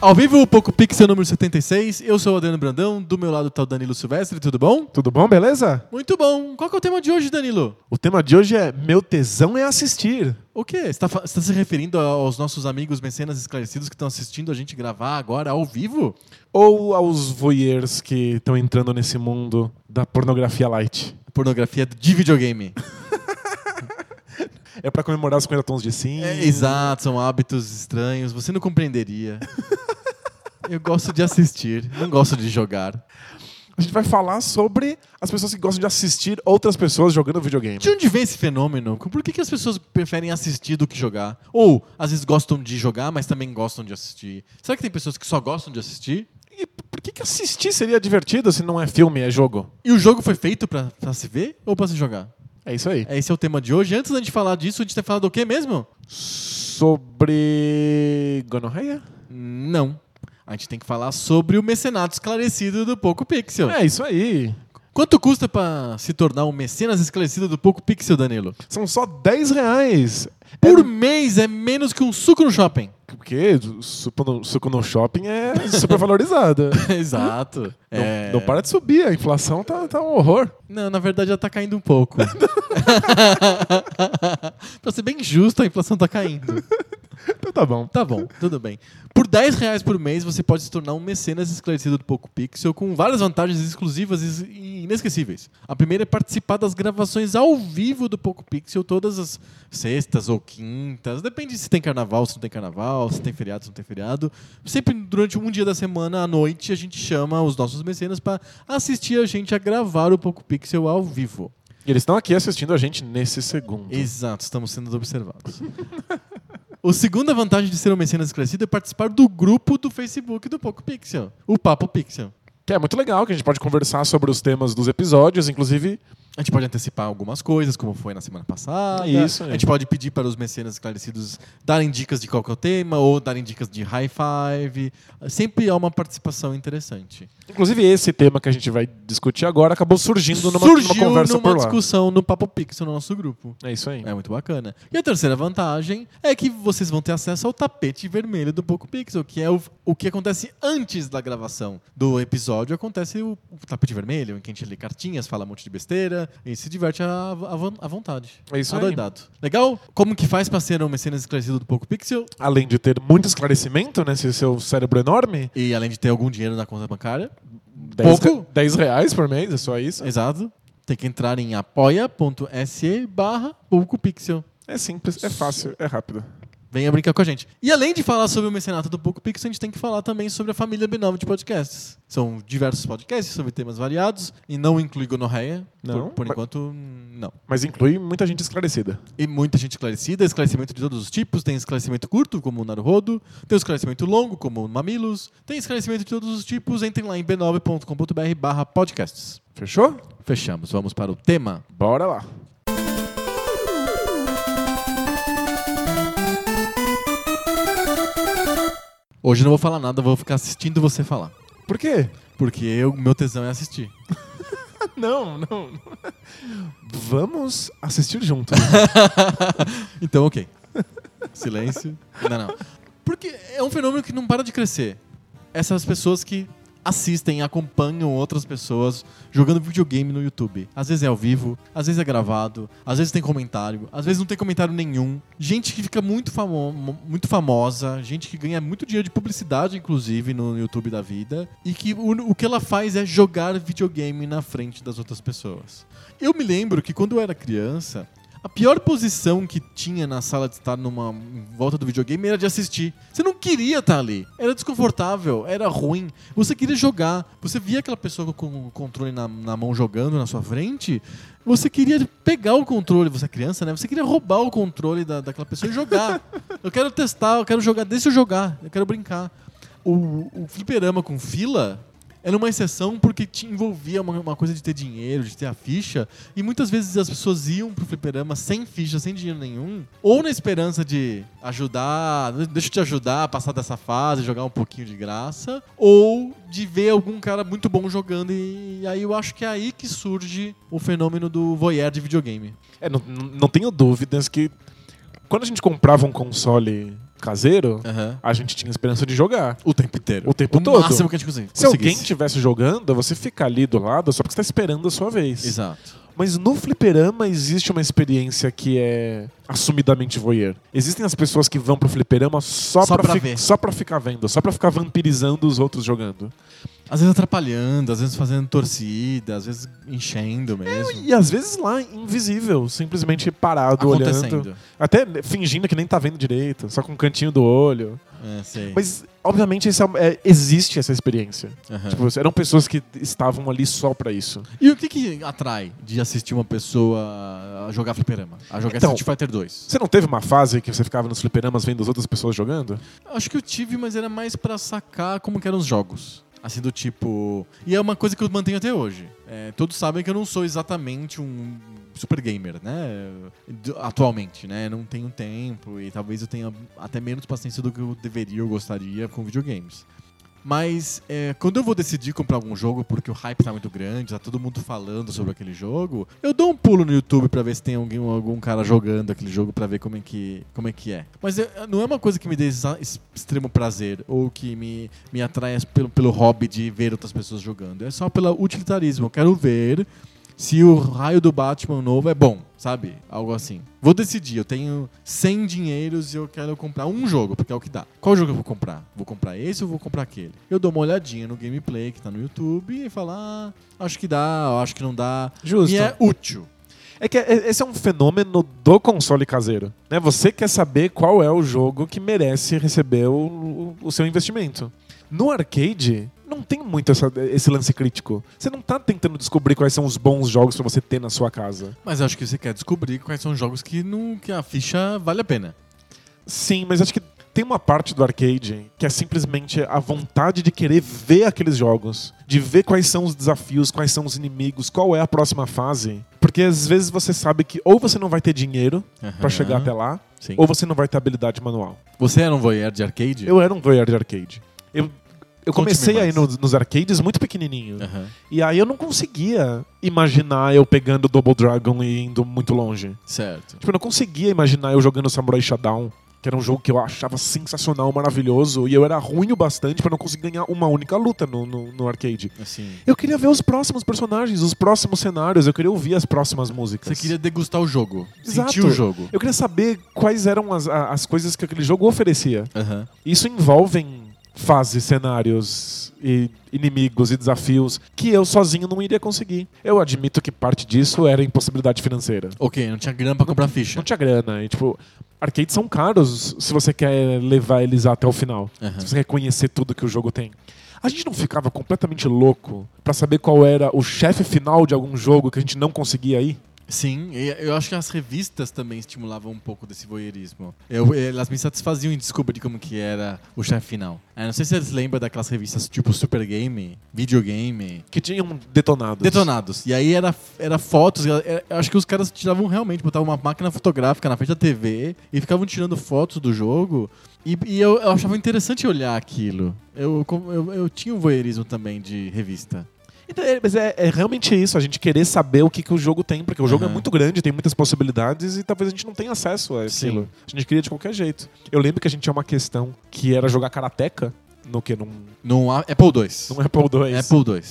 Ao vivo, o Poco Pixel número 76. Eu sou o Adriano Brandão, do meu lado tá o Danilo Silvestre, tudo bom? Tudo bom, beleza? Muito bom. Qual que é o tema de hoje, Danilo? O tema de hoje é Meu tesão é assistir. O quê? Você está se referindo aos nossos amigos mecenas esclarecidos que estão assistindo a gente gravar agora ao vivo? Ou aos voyeurs que estão entrando nesse mundo da pornografia light. Pornografia de videogame. É pra comemorar os 50 tons de cinza. É, exato, são hábitos estranhos. Você não compreenderia. Eu gosto de assistir, não gosto de jogar. A gente vai falar sobre as pessoas que gostam de assistir outras pessoas jogando videogame. De onde vem esse fenômeno? Por que, que as pessoas preferem assistir do que jogar? Ou, às vezes, gostam de jogar, mas também gostam de assistir? Será que tem pessoas que só gostam de assistir? E por que, que assistir seria divertido se não é filme, é jogo? E o jogo foi feito pra, pra se ver ou pra se jogar? É isso aí. Esse é o tema de hoje. Antes da gente falar disso, a gente tem falado o quê mesmo? Sobre. gonorreia? Não. A gente tem que falar sobre o mecenato esclarecido do Poco Pixel. É isso aí. Quanto custa pra se tornar um mecenas esclarecido do Poco Pixel, Danilo? São só 10 reais. Por mês é menos que um suco no shopping. Porque suco no, suco no shopping é super valorizado. Exato. É. Não para de subir, a inflação tá, tá um horror. Não, na verdade ela tá caindo um pouco. pra ser bem justo, a inflação tá caindo. Então tá bom. Tá bom, tudo bem. Por 10 reais por mês, você pode se tornar um mecenas esclarecido do Poco Pixel com várias vantagens exclusivas e inesquecíveis. A primeira é participar das gravações ao vivo do Poco Pixel todas as sextas ou quintas. Depende se tem carnaval, se não tem carnaval, se tem feriado, se não tem feriado. Sempre durante um dia da semana, à noite, a gente chama os nossos mecenas para assistir a gente a gravar o Poco Pixel ao vivo. E eles estão aqui assistindo a gente nesse segundo. Exato, estamos sendo observados. O segunda vantagem de ser um mecenas esclarecido é participar do grupo do Facebook do Poco Pixel, o Papo Pixel. Que é muito legal, que a gente pode conversar sobre os temas dos episódios, inclusive. A gente pode antecipar algumas coisas, como foi na semana passada. Isso, A né? gente pode pedir para os mecenas esclarecidos darem dicas de qual que é o tema ou darem dicas de high five. Sempre há uma participação interessante. Inclusive, esse tema que a gente vai discutir agora acabou surgindo numa, numa Surgiu conversa numa por lá. discussão no Papo Pixel, no nosso grupo. É isso aí. É muito bacana. E a terceira vantagem é que vocês vão ter acesso ao tapete vermelho do Poco Pixel, que é o, o que acontece antes da gravação do episódio. Acontece o, o tapete vermelho, em que a gente lê cartinhas, fala um monte de besteira e se diverte à, à von- à vontade. É isso aí. Adoidado. Legal? Como que faz pra ser um mecenas esclarecido do Poco Pixel? Além de ter muito esclarecimento nesse seu cérebro é enorme, E além de ter algum dinheiro na conta bancária, 10, Pouco. re- 10 reais por mês, é só isso. exato, tem que entrar em apoia.se barra Poco Pixel. É simples, é fácil, é rápido. Venha brincar com a gente. E além de falar sobre o mecenato do Poco Pixel, a gente tem que falar também sobre a família B9 de podcasts. São diversos podcasts sobre temas variados e não inclui gonorreia. Não, Por, por mas- enquanto, não. Mas inclui muita gente esclarecida. E muita gente esclarecida, esclarecimento de todos os tipos. Tem esclarecimento curto, como o Naruhodo. Tem esclarecimento longo, como o Mamilos. Tem esclarecimento de todos os tipos. Entrem lá em b9.com.br barra podcasts. Fechou? Fechamos. Vamos para o tema. Bora lá. Hoje eu não vou falar nada, vou ficar assistindo você falar. Por quê? Porque o meu tesão é assistir. Não, não. não. Vamos assistir junto. Então, ok. Silêncio. Não, não. Porque é um fenômeno que não para de crescer. Essas pessoas que assistem, acompanham outras pessoas jogando videogame no YouTube. Às vezes é ao vivo, às vezes é gravado, às vezes tem comentário, às vezes não tem comentário nenhum. Gente que fica muito, famo mo- muito famosa, gente que ganha muito dinheiro de publicidade, inclusive, no YouTube da vida, e que o, o que ela faz é jogar videogame na frente das outras pessoas. Eu me lembro que quando eu era criança, a pior posição que tinha na sala de estar numa em volta do videogame era de assistir. Você não queria estar ali. Era desconfortável, era ruim. Você queria jogar. Você via aquela pessoa com o controle na, na mão jogando na sua frente. Você queria pegar o controle, você é criança, né? Você queria roubar o controle da, daquela pessoa e jogar. eu quero testar, eu quero jogar, deixa eu jogar, eu quero brincar. O, o fliperama com fila Era uma exceção porque te envolvia uma, uma coisa de ter dinheiro, de ter a ficha. E muitas vezes as pessoas iam pro fliperama sem ficha, sem dinheiro nenhum. Ou na esperança de ajudar, deixa eu te ajudar a passar dessa fase, jogar um pouquinho de graça. Ou de ver algum cara muito bom jogando. E, aí eu acho que é aí que surge o fenômeno do voyeur de videogame. É, não, não não tenho dúvidas que quando a gente comprava um console caseiro, a gente tinha esperança de jogar. O tempo inteiro. O tempo todo. máximo que a gente conseguia. Se alguém estivesse jogando, você fica ali do lado só porque você tá esperando a sua vez. Exato. Mas no fliperama existe uma experiência que é assumidamente voyeur. Existem as pessoas que vão pro fliperama só, Só pra fi- ver. só pra ficar vendo, só pra ficar vampirizando os outros jogando. Às vezes atrapalhando, às vezes fazendo torcida, às vezes enchendo mesmo. E às vezes lá, invisível, simplesmente parado, olhando. acontecendo. Até fingindo que nem tá vendo direito, só com o cantinho do olho. É, sei. Mas, obviamente, esse é um- é- existe essa experiência. Aham. Tipo, eram pessoas que estavam ali só pra isso. E o que, que atrai de assistir uma pessoa a jogar fliperama? A jogar Então- Street Fighter 2? Você não teve uma fase que você ficava nos fliperamas vendo as outras pessoas jogando? Acho que eu tive, mas era mais pra sacar como que eram os jogos. Assim, do tipo... E é uma coisa que eu mantenho até hoje. É, todos sabem que eu não sou exatamente um super gamer, né? Do- Atualmente, né? Não tenho tempo e talvez eu tenha até menos paciência do que eu deveria ou gostaria com videogames. Mas é, quando eu vou decidir comprar algum jogo porque o hype tá muito grande, tá todo mundo falando sobre aquele jogo, eu dou um pulo no YouTube pra ver se tem alguém, algum cara jogando aquele jogo pra ver como é que, como é, que é. Mas é, não é uma coisa que me dê exa- es- extremo prazer ou que me, me atrai pelo, pelo hobby de ver outras pessoas jogando. É só pelo utilitarismo. Eu quero ver se o raio do Batman novo é bom, sabe? Algo assim. Vou decidir, eu tenho 100 dinheiros e eu quero comprar um jogo, porque é o que dá. Qual jogo eu vou comprar? Vou comprar esse ou vou comprar aquele? Eu dou uma olhadinha no gameplay que tá no YouTube e falo, ah, acho que dá, acho que não dá. Justo. E é útil. É que é- esse é um fenômeno do console caseiro. Né? Você quer saber qual é o jogo que merece receber o, o- o seu investimento. No arcade, não tem muito essa- esse lance crítico. Você não tá tentando descobrir quais são os bons jogos pra você ter na sua casa. Mas acho que você quer descobrir quais são os jogos que, não, que a ficha vale a pena. Sim, mas acho que tem uma parte do arcade que é simplesmente a vontade de querer ver aqueles jogos, de ver quais são os desafios, quais são os inimigos, qual é a próxima fase. Porque às vezes você sabe que ou você não vai ter dinheiro pra chegar até lá, Sim. ou você não vai ter habilidade manual. Você era um voyeur de arcade? Eu era um voyeur de arcade. Eu, Conte-me eu comecei aí mais. É. nos, nos arcades muito pequenininho. Aham. E aí eu não conseguia imaginar eu pegando Double Dragon e indo muito longe. Certo. Tipo, eu não conseguia imaginar eu jogando Samurai Shodown, que era um jogo que eu achava sensacional, maravilhoso, e eu era ruim o bastante pra não conseguir ganhar uma única luta no, no, no arcade. Assim. Eu queria ver os próximos personagens, os próximos cenários, eu queria ouvir as próximas músicas. Você queria degustar o jogo. Exato. Sentir o jogo. Eu queria saber quais eram as, a- as coisas que aquele jogo oferecia. Aham. Isso envolve fases, cenários e inimigos e desafios que eu sozinho não iria conseguir. Eu admito que parte disso era impossibilidade financeira. Ok, não tinha grana pra comprar ficha. Não tinha grana. E, tipo, arcades são caros se você quer levar eles até o final. Aham. Se você quer conhecer tudo que o jogo tem. A gente não ficava completamente louco pra saber qual era o chefe final de algum jogo que a gente não conseguia ir? Sim, e eu acho que as revistas também estimulavam um pouco desse voyeurismo. Eu, elas me satisfaziam em descobrir como que era o chefe final. Ah, não sei se eles lembram daquelas revistas tipo Super Game, Videogame, Que tinham detonados. Detonados. E aí era, era fotos, era- era- eu acho que os caras tiravam realmente, botavam uma máquina fotográfica na frente da TV e ficavam tirando fotos do jogo. E, e eu, eu achava interessante olhar aquilo. Eu, com- eu, eu tinha um voyeurismo também de revista. Então, é- mas é, é realmente isso, a gente querer saber o que, que o jogo tem, porque o jogo é Aham. muito grande, tem muitas possibilidades e talvez a gente não tenha acesso a aquilo. Sim. A gente queria de qualquer jeito. Eu lembro que a gente tinha uma questão que era jogar karateca no que? Num, Num A- Apple II. num Apple II. Apple II.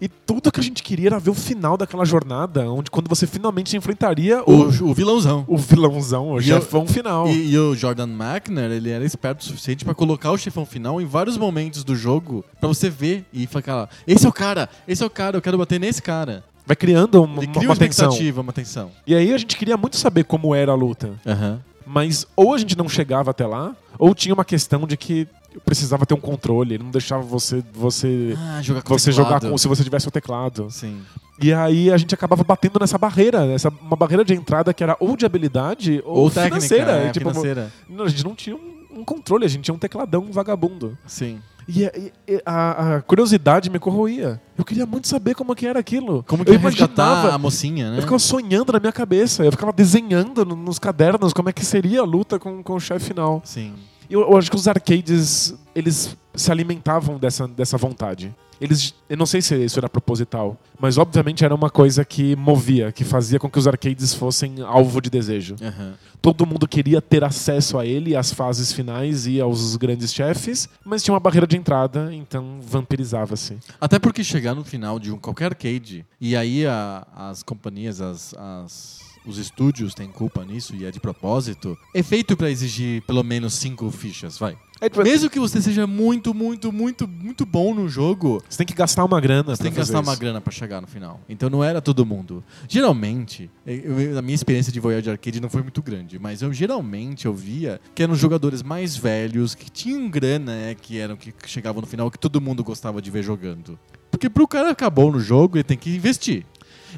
E tudo que a gente queria era ver o final daquela jornada, onde quando você finalmente enfrentaria O, o, o vilãozão. o vilãozão, o E chefão final. E, e o Jordan Mackner, ele era esperto o suficiente pra colocar o chefão final em vários momentos do jogo pra você ver e falar: esse é o cara, esse é o cara, eu quero bater nesse cara. Vai criando uma, Ele uma, cria uma, uma tensão. expectativa, uma tensão. E aí a gente queria muito saber como era a luta. Aham. Mas ou a gente não chegava até lá, ou tinha uma questão de que eu precisava ter um controle, ele não deixava você você Ah, jogar com você teclado. jogar como se você tivesse o teclado. Sim. E aí a gente acabava batendo nessa barreira, essa uma barreira de entrada que era ou de habilidade ou, Ou técnica, financeira. né? tipo, financeira. não, a gente não tinha um, um controle, a gente tinha um tecladão vagabundo. Sim. E, a- e- e a, a curiosidade me corroía. Eu queria muito saber como que era aquilo. Como que eu ia resgatar a imaginava. mocinha, né? Eu ficava sonhando na minha cabeça. Eu ficava desenhando no- nos cadernos como é que seria a luta com, com o chefe final. Sim. Eu, eu acho que os arcades, eles se alimentavam dessa, dessa vontade. Eles, eu não sei se isso era proposital, mas obviamente era uma coisa que movia, que fazia com que os arcades fossem alvo de desejo. Aham. Todo mundo queria ter acesso a ele, às fases finais e aos grandes chefes, mas tinha uma barreira de entrada, então vampirizava-se. Até porque chegar no final de um, qualquer arcade, e aí a- as companhias, as, as- os estúdios têm culpa nisso e é de propósito, é feito pra exigir pelo menos cinco fichas, vai. É, tipo, Mesmo que você seja muito, muito, muito, muito bom no jogo, Você tem que gastar uma grana Você pra tem que fazer gastar isso. uma grana pra chegar no final. Então não era todo mundo. Geralmente, é, eu- eu- a minha experiência de Voyage Arcade não foi muito grande, mas eu geralmente eu via que eram jogadores mais velhos, que tinham grana, né, que eram que chegavam no final, que todo mundo gostava de ver jogando. Porque pro cara acabou no jogo, ele tem que investir.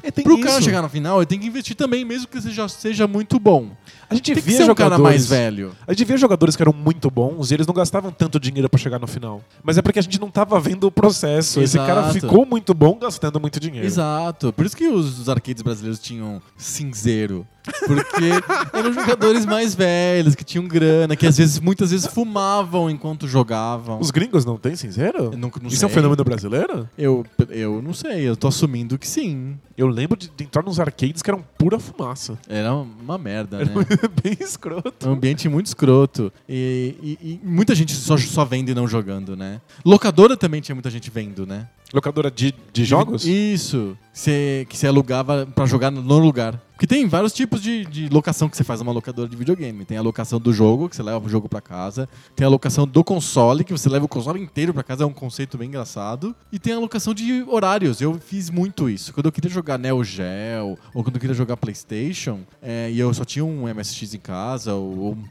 É, tem Pro isso. cara chegar no final, ele tem que investir também, mesmo que você já seja muito bom. A gente Tem que via ser um jogadores... cara mais velho. A gente via jogadores que eram muito bons e eles não gastavam tanto dinheiro pra chegar no final. Mas é porque a gente não tava vendo o processo. Esse Exato. cara ficou muito bom gastando muito dinheiro. Exato. Por isso que os, os arcades brasileiros tinham cinzeiro. Porque eram jogadores mais velhos, que tinham grana, que às vezes, muitas vezes fumavam enquanto jogavam. Os gringos não têm cinzeiro? Eu nunca- não Isso é um sei. fenômeno brasileiro? Eu, eu não sei, eu tô assumindo que sim. Eu lembro de, de entrar nos arcades que eram pura fumaça. Era uma merda, né? Bem escroto. É um ambiente muito escroto. E, e- e muita gente só, só vendo e não jogando, né? Locadora também tinha muita gente vendo, né? Locadora de, de jogos? Isso. Cê- que você alugava pra jogar no lugar. Porque tem vários tipos de, de locação que você faz numa locadora de videogame. Tem a locação do jogo, que você leva o jogo pra casa. Tem a locação do console, que você leva o console inteiro pra casa. É um conceito bem engraçado. E tem a locação de horários. Eu fiz muito isso. Quando eu queria jogar Neo Geo, ou quando eu queria jogar Playstation, é, e eu só tinha um MSX em casa, ou, ou um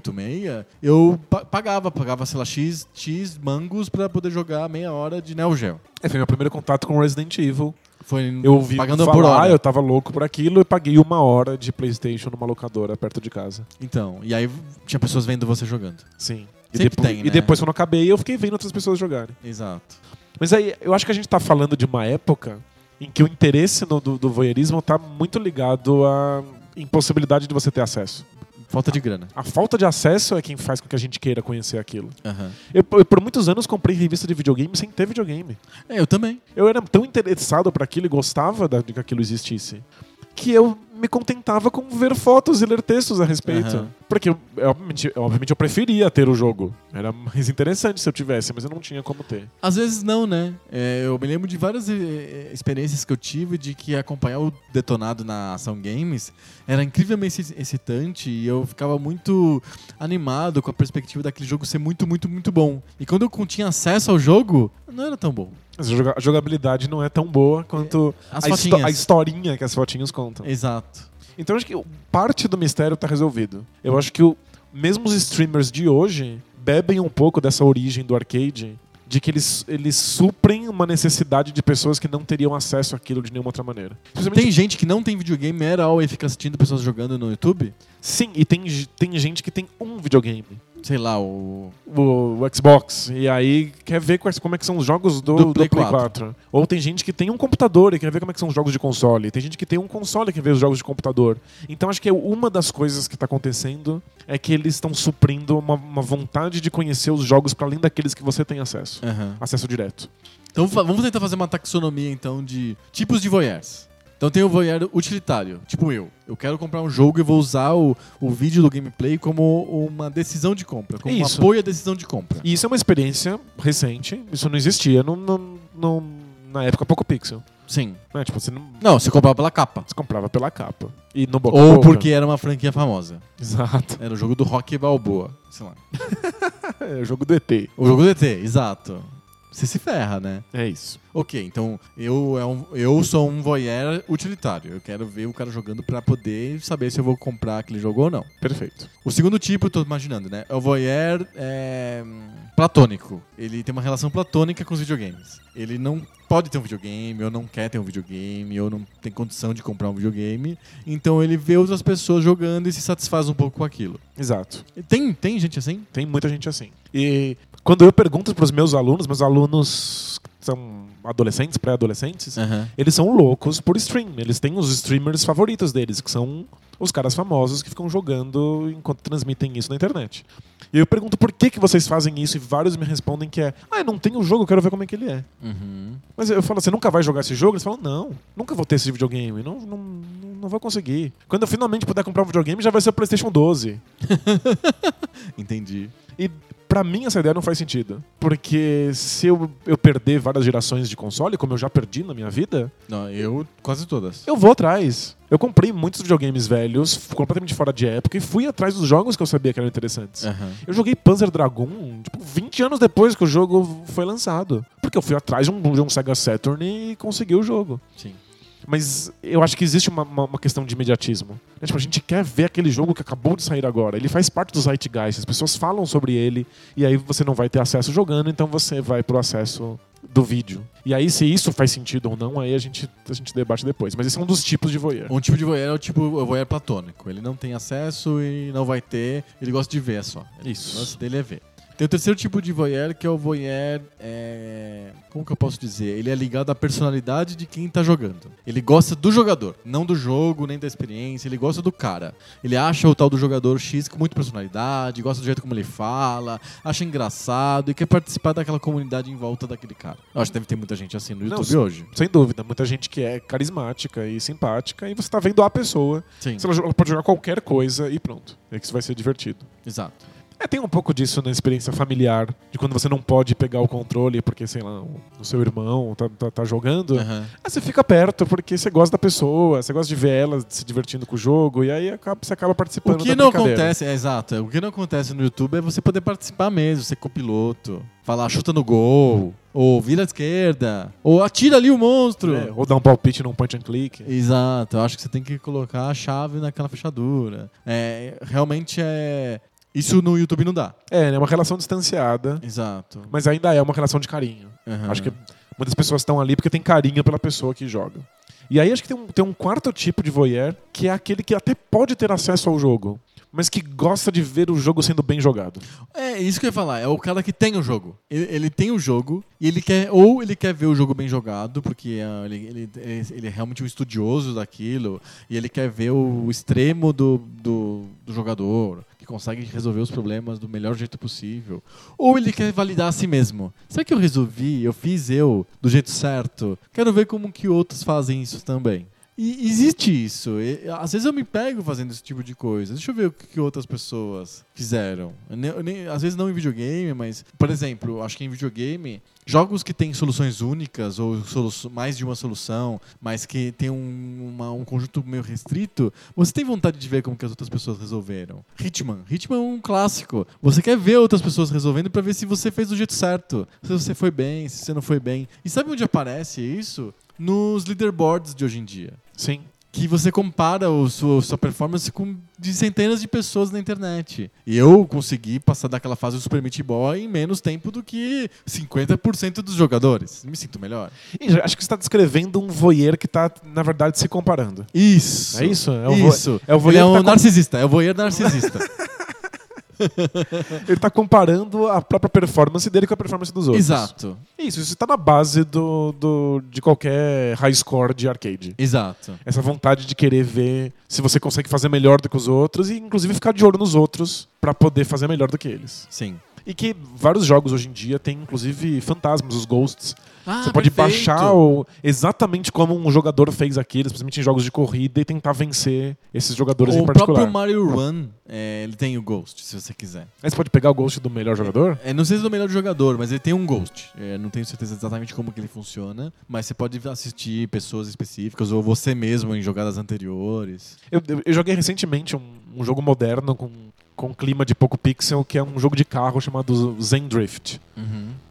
386, eu pa- pagava. Pagava, sei lá, X, X mangos pra poder jogar meia hora de Neo Geo. É, foi meu primeiro contato com Resident Evil. Foi Eu ouvi pagando falar, Ah, por hora. eu tava louco por aquilo e paguei uma hora de Playstation numa locadora perto de casa. Então, e aí tinha pessoas vendo você jogando. Sim. E, Sempre depois- tem, e né? depois quando eu acabei, eu fiquei vendo outras pessoas jogarem. Exato. Mas aí, eu acho que a gente tá falando de uma época em que o interesse no- do, do voyeurismo tá muito ligado à impossibilidade de você ter acesso. Falta de grana. A falta de acesso é quem faz com que a gente queira conhecer aquilo. Aham. Eu, eu, por muitos anos, comprei revista de videogame sem ter videogame. É, eu também. Eu era tão interessado por aquilo e gostava da- de que aquilo existisse que eu me contentava com ver fotos e ler textos a respeito. Aham. Porque, eu- eu, obviamente, eu- obviamente, eu preferia ter o jogo. Era mais interessante se eu tivesse, mas eu não tinha como ter. Às vezes não, né? É, eu me lembro de várias eh, experiências que eu tive de que acompanhar o detonado na ação games era incrivelmente exci- excitante e eu ficava muito animado com a perspectiva daquele jogo ser muito, muito, muito bom. E quando eu tinha acesso ao jogo, não era tão bom. Mas a joga- a jogabilidade não é tão boa quanto As a, histo- fotinhas. a historinha que as fotinhas contam. Exato. Então acho que o- parte do mistério tá resolvido. Eu acho que o, mesmo os streamers de hoje bebem um pouco dessa origem do arcade, de que eles, eles suprem uma necessidade de pessoas que não teriam acesso àquilo de nenhuma outra maneira. Principalmente- Tem gente que não tem videogame at all e fica assistindo pessoas jogando no YouTube? Sim, e tem, ge- tem gente que tem um videogame. Sei lá, o O, o Xbox, e aí quer ver quais, como é que são os jogos do, Do do Play Play 4. Ou tem gente que tem um computador e quer ver como é que são os jogos de console. Tem gente que tem um console que vê os jogos de computador. Então acho que é uma das coisas que está acontecendo é que eles estão suprindo uma, uma vontade de conhecer os jogos para além daqueles que você tem acesso. Aham. Acesso direto. Então fa- vamos tentar fazer uma taxonomia então de tipos de voyeurs. Então tem o voyeur utilitário, tipo eu. Eu quero comprar um jogo e vou usar o, o vídeo do gameplay como uma decisão de compra, como Isso. um apoio à decisão de compra. E isso é uma experiência recente. Isso não existia no, no- no- na época Poco Pixel. Sim. Né? Tipo, você não Não, você comprava pela capa. você comprava pela capa. E no boca a Ou boca. porque era uma franquia famosa. Exato. Era o jogo do Rock Balboa, sei lá. É o jogo do ET. O jogo do ET, exato. Você se ferra, né? É isso. Ok, então eu, é um- eu sou um voyeur utilitário. Eu quero ver o cara jogando pra poder saber se eu vou comprar aquele jogo ou não. Perfeito. O segundo tipo, eu tô imaginando, né? É o voyeur é, platônico. Ele tem uma relação platônica com os videogames. Ele não pode ter um videogame, ou não quer ter um videogame, ou não tem condição de comprar um videogame. Então ele vê outras pessoas jogando e se satisfaz um pouco com aquilo. Exato. E Tem, tem gente assim? Tem muita gente assim. E quando eu pergunto pros meus alunos, meus alunos que são adolescentes, pré-adolescentes, Aham. eles são loucos por stream. Eles têm os streamers favoritos deles, que são os caras famosos que ficam jogando enquanto transmitem isso na internet. E eu pergunto por que, que vocês fazem isso e vários me respondem que é Ah, eu não tenho o jogo, eu quero ver como é que ele é. Uhum. Mas eu falo, você nunca vai jogar esse jogo? Eles falam, não, nunca vou ter esse videogame, não, não, não vou conseguir. Quando eu finalmente puder comprar um videogame, já vai ser o Playstation 12. Entendi. E pra mim essa ideia não faz sentido. Porque se eu, eu perder várias gerações de console, como eu já perdi na minha vida, Não, eu quase todas. eu vou atrás. Eu comprei muitos videogames velhos, f- completamente fora de época, e fui atrás dos jogos que eu sabia que eram interessantes. Aham. Eu joguei Panzer Dragoon, tipo, 20 anos depois que o jogo foi lançado. Porque eu fui atrás de um, de um Sega Saturn e consegui o jogo. Sim. Mas eu acho que existe uma, uma- uma questão de imediatismo. É, tipo, a gente quer ver aquele jogo que acabou de sair agora. Ele faz parte do Zeitgeist, as pessoas falam sobre ele, e aí você não vai ter acesso jogando, então você vai pro acesso do vídeo. E aí, se isso faz sentido ou não, aí a gente, a gente debate depois. Mas esse é um dos tipos de voyeur. Um tipo de voyeur é o tipo o voyeur platônico. Ele não tem acesso e não vai ter. Ele gosta de ver só. Ele- Isso. O lance dele é ver. Tem o terceiro tipo de voyeur, que é o voyeur... é, Como que eu posso dizer? Ele é ligado à personalidade de quem tá jogando. Ele gosta do jogador, não do jogo, nem da experiência. Ele gosta do cara. Ele acha o tal do jogador X com muita personalidade, gosta do jeito como ele fala, acha engraçado e quer participar daquela comunidade em volta daquele cara. Eu acho que deve ter muita gente assim no Não, YouTube sim. hoje. Sem dúvida, muita gente que é carismática e simpática, e você tá vendo a pessoa. Sim, Se Ela, jo- ela pode jogar qualquer coisa e pronto. É que isso vai ser divertido. exato. É, tem um pouco disso na experiência familiar, de quando você não pode pegar o controle porque, sei lá, o o seu irmão tá, tá, tá jogando. Aham. Aí você fica perto porque você gosta da pessoa, você gosta de ver ela se divertindo com o jogo, e aí acaba- você acaba O participando que da não brincadeira. acontece, é, exato. é, O que não acontece no YouTube é você poder participar mesmo, ser copiloto, falar chuta no gol, ou vira à esquerda, ou atira ali o monstro. É, ou dar um palpite num punch and click. Exato, eu acho que você tem que colocar a chave naquela fechadura. É, realmente é. Isso no YouTube não dá. É, é uma relação distanciada, Exato. mas ainda é uma relação de carinho. Aham. Acho que muitas pessoas estão ali porque tem carinho pela pessoa que joga. E aí acho que tem um, tem um quarto tipo de voyeur, que é aquele que até pode ter acesso ao jogo, mas que gosta de ver o jogo sendo bem jogado. É isso que eu ia falar. É o cara que tem o jogo. Ele, ele tem o jogo e ele quer ou ele quer ver o jogo bem jogado porque ah, ele, ele- ele- ele é realmente um estudioso daquilo e ele quer ver o extremo do, do, do jogador que consegue resolver os problemas do melhor jeito possível. Ou ele quer validar a si mesmo. Será que eu resolvi? Eu fiz eu do jeito certo? Quero ver como que outros fazem isso também. E existe isso. E, às vezes eu me pego fazendo esse tipo de coisa. Deixa eu ver o que, que outras pessoas fizeram. Eu nem- eu nem- às vezes não em videogame, mas, por exemplo, acho que em videogame, jogos que têm soluções únicas ou solu- mais de uma solução, mas que tem um, uma- um conjunto meio restrito, você tem vontade de ver como que as outras pessoas resolveram. Hitman. Hitman é um clássico. Você quer ver outras pessoas resolvendo pra ver se você fez do jeito certo. Se você foi bem, se você não foi bem. E sabe onde aparece isso? nos leaderboards de hoje em dia. Sim. Que você compara o sua, sua performance com de centenas de pessoas na internet. E eu consegui passar daquela fase do Super Meat Boy em menos tempo do que 50% dos jogadores. Me sinto melhor. Ih, já- Acho que você está descrevendo um voyeur que está, na verdade, se comparando. Isso. É isso? É É o o vo- isso. é o Ele voyeur é um que tá com- narcisista. É o voyeur narcisista. Ele está comparando a própria performance dele com a performance dos outros. exato. Isso, isso está na base do, do- de qualquer high score de arcade. Exato. Essa vontade de querer ver se você consegue fazer melhor do que os outros e, inclusive, ficar de olho nos outros para poder fazer melhor do que eles. Sim. E que vários jogos hoje em dia têm, inclusive, fantasmas, os ghosts. Ah, você pode perfeito. baixar o- exatamente como um jogador fez aquilo, principalmente em jogos de corrida, e tentar vencer esses jogadores em O particular. próprio Mario Run, é, ele tem o Ghost, se você quiser. Aí você pode pegar o ghost do melhor jogador? É, não sei se é o melhor jogador, mas ele tem um Ghost. É, não tenho certeza exatamente como que ele funciona, mas você pode assistir pessoas específicas ou você mesmo em jogadas anteriores. Eu, eu- eu joguei recentemente um, um jogo moderno com, com clima de pouco pixel, que é um jogo de carro chamado Zen Drift.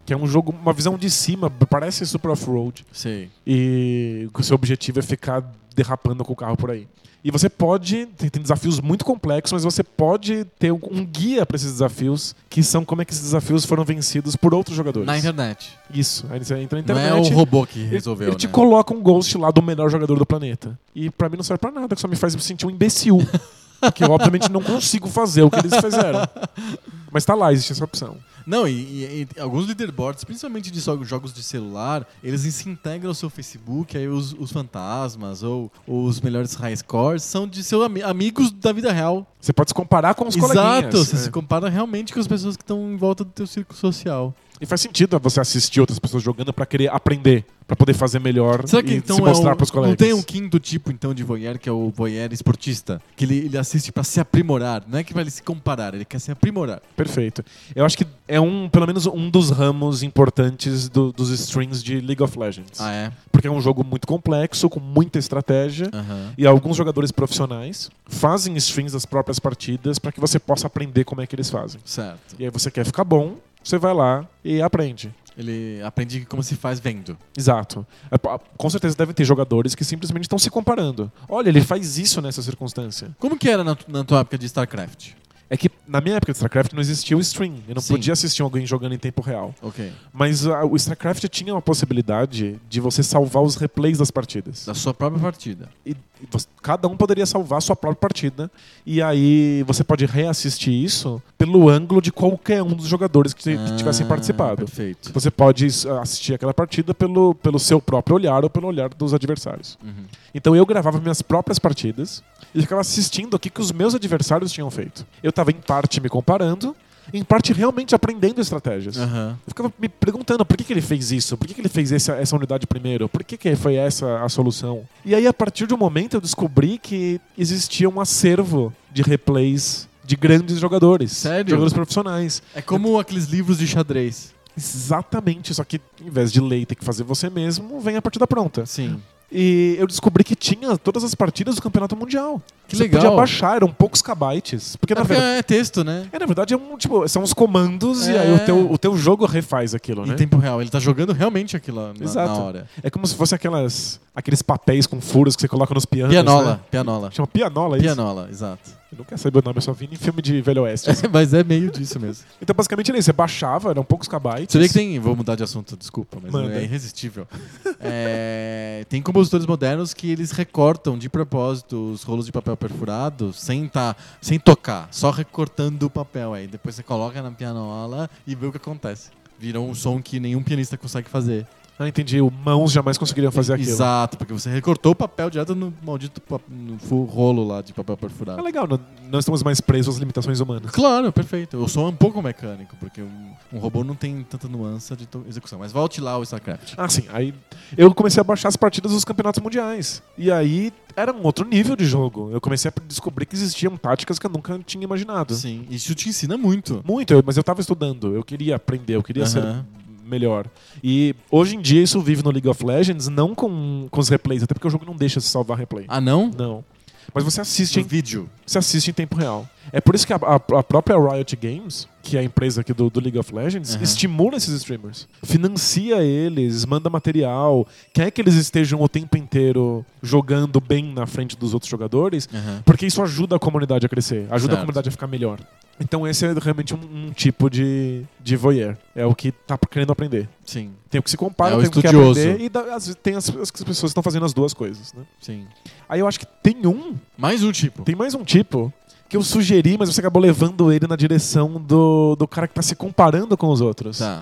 Que é um jogo, uma visão de cima, parece Super Off-Road. Sei. E o seu objetivo é ficar derrapando com o carro por aí. E você pode, tem tem desafios muito complexos, mas você pode ter um- um guia para esses desafios, que são como é que esses desafios foram vencidos por outros jogadores. Na internet. Isso. Aí você entra Não na internet. é o robô que Ele- resolveu, Ele né? te coloca um ghost lá do melhor jogador do planeta. E pra mim não serve pra nada, que só me faz me sentir um imbecil. Porque eu obviamente não consigo fazer o que eles fizeram. Mas tá lá, existe essa opção. Não, e, e- e alguns leaderboards, principalmente de so- jogos de celular, eles se integram ao seu Facebook, aí os, os fantasmas ou os melhores high scores são de seus ami- amigos da vida real. Você pode se comparar com os Exato, coleguinhas. você se É. compara realmente com as pessoas que estão em volta do teu círculo social. E faz sentido você assistir outras pessoas jogando pra querer aprender, pra poder fazer melhor Será que e então se é mostrar um- pros não colegas. tem um quinto tipo então de voyeur que é o voyeur esportista, que ele, ele assiste pra se aprimorar, não é que vai se comparar, ele quer se aprimorar. Perfeito. Eu acho que é um, pelo menos um dos ramos importantes do- dos strings de League of Legends. Ah é. Porque é um jogo muito complexo, com muita estratégia. Aham. E alguns jogadores profissionais fazem streams das próprias partidas para que você possa aprender como é que eles fazem. Certo. E aí você quer ficar bom, você vai lá e aprende. Ele aprende como se faz vendo. Exato. É, pa- Com certeza devem ter jogadores que simplesmente estão se comparando. Olha, ele faz isso nessa circunstância. Como que era na, tu- na tua época de StarCraft? É que na minha época de StarCraft não existia o stream. Eu não Sim. podia assistir alguém jogando em tempo real. Ok. Mas ah, o StarCraft tinha uma possibilidade de você salvar os replays das partidas. Da sua própria partida. e e você- cada um poderia salvar a sua própria partida e aí você pode reassistir isso pelo ângulo de qualquer um dos jogadores que, que tivessem Ah, participado. Tipo Perfeito. Você pode s- assistir aquela partida pelo, pelo seu próprio olhar ou pelo olhar dos adversários. Uhum. Então eu gravava minhas próprias partidas e ficava assistindo o que, que os meus adversários tinham feito. Eu estava em parte me comparando, em parte realmente aprendendo estratégias. Aham. Eu ficava me perguntando por que, que ele fez isso, por que, que ele fez essa, essa unidade primeiro, por que, que foi essa a solução. E aí, a partir de um momento, eu descobri que existia um acervo de replays de grandes jogadores. Sério? Jogadores profissionais. É como aqueles livros de xadrez. Exatamente, só que em vez de lei ter que fazer você mesmo, vem a partida pronta. Sim. É E eu descobri que tinha todas as partidas do Campeonato Mundial. Que você legal. podia baixar, eram poucos kbytes. Porque, É, na porque verdade... é texto, né? É, na verdade, é um, tipo, são os comandos e É. aí o teu, o teu jogo refaz aquilo, né? Em tempo real. Ele tá jogando realmente aquilo lá na, Exato. na hora. É como se fosse aquelas, aqueles papéis com furos que você coloca nos pianos. Pianola. né? Pianola. Chama pianola isso? Pianola, exato. Eu nunca sabia o nome, eu só vi em filme de Velho Oeste. assim. Mas é meio disso mesmo. então, basicamente era isso. Você baixava, eram poucos kbytes. Você vê que tem. Vou mudar de assunto, desculpa, mas Manda. é irresistível. É, tem compositores modernos que eles recortam de propósito os rolos de papel perfurado sem, tá, sem tocar, só recortando o papel. Aí depois você coloca na pianola e vê o que acontece. Virou um som que nenhum pianista consegue fazer. Ah, entendi. O mãos jamais conseguiriam fazer aquilo. Exato, porque você recortou o papel direto no maldito pa- no fu- rolo lá de papel É perfurado. legal, não, não estamos mais presos às limitações humanas. Claro, perfeito. O som é um pouco mecânico, porque um, um robô não tem tanta nuance de to- execução. Mas volte lá ao StarCraft. Ah, sim. Aí eu comecei a baixar as partidas dos campeonatos mundiais. E aí era um outro nível de jogo. Eu comecei a descobrir que existiam táticas que eu nunca tinha imaginado. Sim, isso te ensina muito. Muito, eu- mas eu tava estudando, eu queria aprender, eu queria Aham. ser melhor. E hoje em dia isso vive no League of Legends, não com, com os replays, até porque o jogo não deixa se salvar replay. Ah, não? Não. Mas você assiste, em, vídeo. você assiste em tempo real. É por isso que a, a- a própria Riot Games, que é a empresa aqui do, do League of Legends, Aham. estimula esses streamers. Financia eles, manda material, quer que eles estejam o tempo inteiro jogando bem na frente dos outros jogadores, porque isso ajuda a comunidade a crescer, ajuda Certo. a comunidade a ficar melhor. Então esse é realmente um, um tipo de, de voyeur. É o que tá querendo aprender. Sim, Tem o que se compara, É o tem o que quer estudioso. aprender e dá- às vezes tem as, as pessoas que estão fazendo as duas coisas, né? sim. Aí eu acho que tem um, Mais um tipo. tem mais um tipo que eu sugeri, mas você acabou levando ele na direção do, do cara que tá se comparando com os outros. Tá.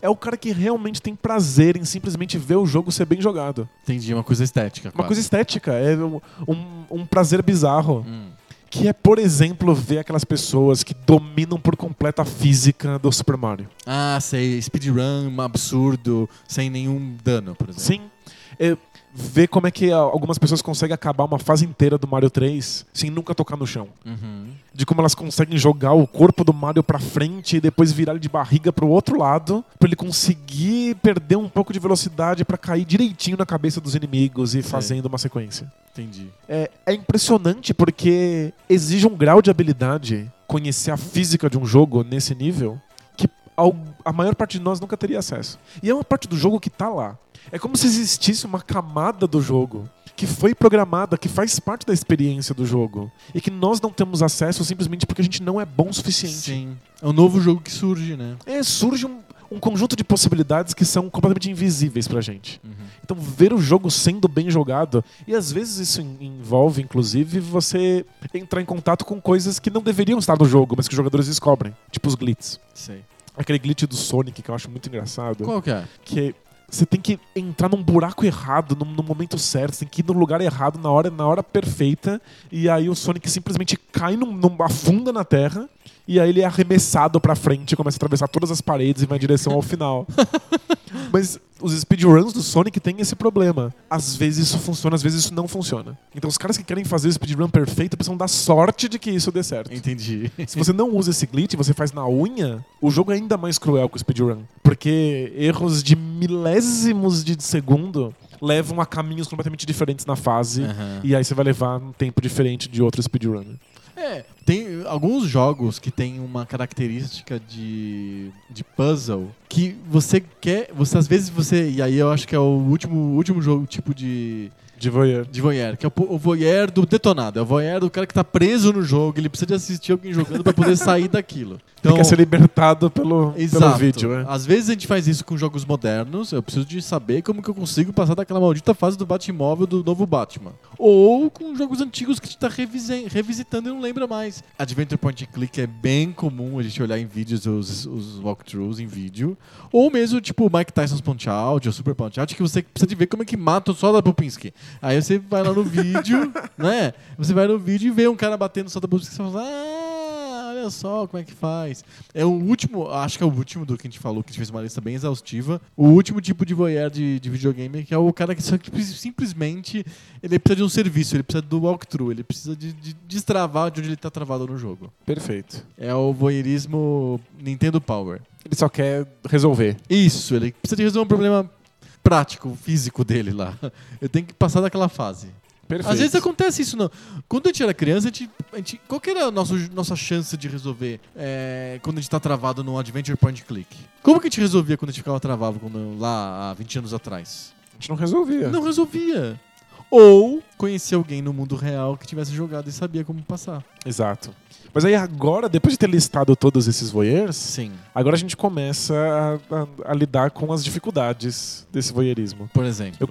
É o cara que realmente tem prazer em simplesmente ver o jogo ser bem jogado. Entendi, uma coisa estética. Uma coisa estética, é um, um- um prazer bizarro. Hum. Que é, por exemplo, ver aquelas pessoas que dominam por completo a física do Super Mario. Ah, sei. Speedrun absurdo, sem nenhum dano, por exemplo. Sim. É, ver como é que ah, algumas pessoas conseguem acabar uma fase inteira do Mario 3 sem nunca tocar no chão. Uhum. De como elas conseguem jogar o corpo do Mario pra frente e depois virar ele de barriga pro outro lado, pra ele conseguir perder um pouco de velocidade pra cair direitinho na cabeça dos inimigos e fazendo uma sequência. Entendi. É, é impressionante porque exige um grau de habilidade conhecer a física de um jogo nesse nível que ao- a maior parte de nós nunca teria acesso. E é uma parte do jogo que tá lá. É como se existisse uma camada do jogo que foi programada, que faz parte da experiência do jogo e que nós não temos acesso simplesmente porque a gente não é bom o suficiente. Sim. É um novo jogo que surge, né? É, surge um, um conjunto de possibilidades que são completamente invisíveis pra gente. Uhum. Então, ver o jogo sendo bem jogado, e às vezes isso en- envolve, inclusive, você entrar em contato com coisas que não deveriam estar no jogo, mas que os jogadores descobrem. Tipo os glitz. Sei. Aquele glitch do Sonic que eu acho muito engraçado. Qual que é? Que você tem que entrar num buraco errado, no, no momento certo, você tem que ir no lugar errado, na hora, na hora perfeita, e aí o Sonic simplesmente cai, num, num- afunda na terra, e aí ele é arremessado pra frente, começa a atravessar todas as paredes e vai em direção ao final. Mas os speedruns do Sonic têm esse problema. Às vezes isso funciona, às vezes isso não funciona. Então os caras que querem fazer o speedrun perfeito precisam dar sorte de que isso dê certo. Entendi. Se você não usa esse glitch, você faz na unha, o jogo é ainda mais cruel que o speedrun. Porque erros de milésimos de segundo levam a caminhos completamente diferentes na fase. Aham. E aí você vai levar um tempo diferente de outro speedrun. É, tem alguns jogos que tem uma característica de, de puzzle que você quer, você às vezes você, e aí eu acho que é o último, último jogo tipo de, De voyeur. de voyeur, que é o, po- o voyeur do detonado, é o voyeur do cara que tá preso no jogo, ele precisa de assistir alguém jogando pra poder sair daquilo. Então, Quer ser libertado pelo, pelo Exato. vídeo, né? Às vezes a gente faz isso com jogos modernos. Eu preciso de saber como que eu consigo passar daquela maldita fase do Batmóvel do novo Batman. Ou com jogos antigos que a gente tá revise- revisitando e não lembra mais. Adventure Point and Click é bem comum a gente olhar em vídeos os, os walkthroughs em vídeo. Ou mesmo, tipo, Mike Tyson's Punch Out ou Super Punch Out, que você precisa de ver como é que mata o Soda Popinski. Aí você vai lá no vídeo, né? Você vai no vídeo e vê um cara batendo no Soda Popinski e você fala, ah, olha só como é que faz. É o último, acho que é o último do que a gente falou, que a gente fez uma lista bem exaustiva. O último tipo de voyeur de, de videogame, que é o cara que só que precisa- simplesmente ele precisa de um serviço, ele precisa do walkthrough, ele precisa de, de destravar de onde ele tá travado no jogo. Perfeito. É o voyeurismo Nintendo Power. Ele só quer resolver. Isso, ele precisa de resolver um problema prático, físico dele lá. Ele tem que passar daquela fase. Perfeito. Às vezes é acontece isso, não. Quando a gente era criança, a gente, a gente- qual que era a nossa, nossa chance de resolver é, quando a gente tá travado num Adventure Point and Click? Como que a gente resolvia quando a gente ficava travado quando- lá há 20 anos atrás? A gente não resolvia. Não resolvia. Ou conhecia alguém no mundo real que tivesse jogado e sabia como passar. Exato. Mas aí agora, depois de ter listado todos esses voyeurs, Sim. Agora a gente começa a, a- a lidar com as dificuldades desse voyeurismo. Por exemplo.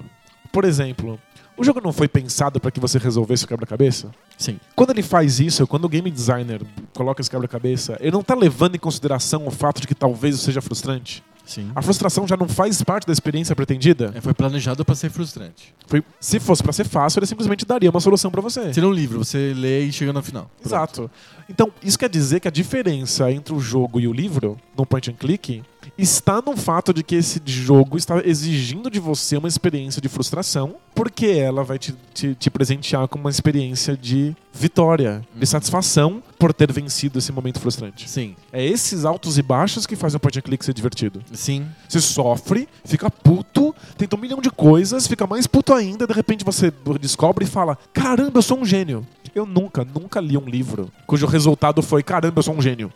Por exemplo, o jogo não foi pensado para que você resolvesse o quebra-cabeça? Sim. Quando ele faz isso, quando o game designer coloca esse quebra-cabeça, ele não tá levando em consideração o fato de que talvez isso seja frustrante? Sim. A frustração já não faz parte da experiência pretendida? É, foi planejado pra ser frustrante. Foi- se fosse para ser fácil, ele simplesmente daria uma solução para você. Seria um livro, você lê e chega no final. Pronto. É. Exato. Então, isso quer dizer que a diferença entre o jogo e o livro, no point and click, está no fato de que esse jogo está exigindo de você uma experiência de frustração, porque ela vai te, te, te presentear com uma experiência de vitória, de satisfação por ter vencido esse momento frustrante. Sim. É esses altos e baixos que fazem o point and click ser divertido. Sim. Você sofre, fica puto, tenta um milhão de coisas, fica mais puto ainda, de repente você descobre e fala: Caramba, eu sou um gênio. Eu nunca, nunca li um livro cujo resultado foi: Caramba, eu sou um gênio.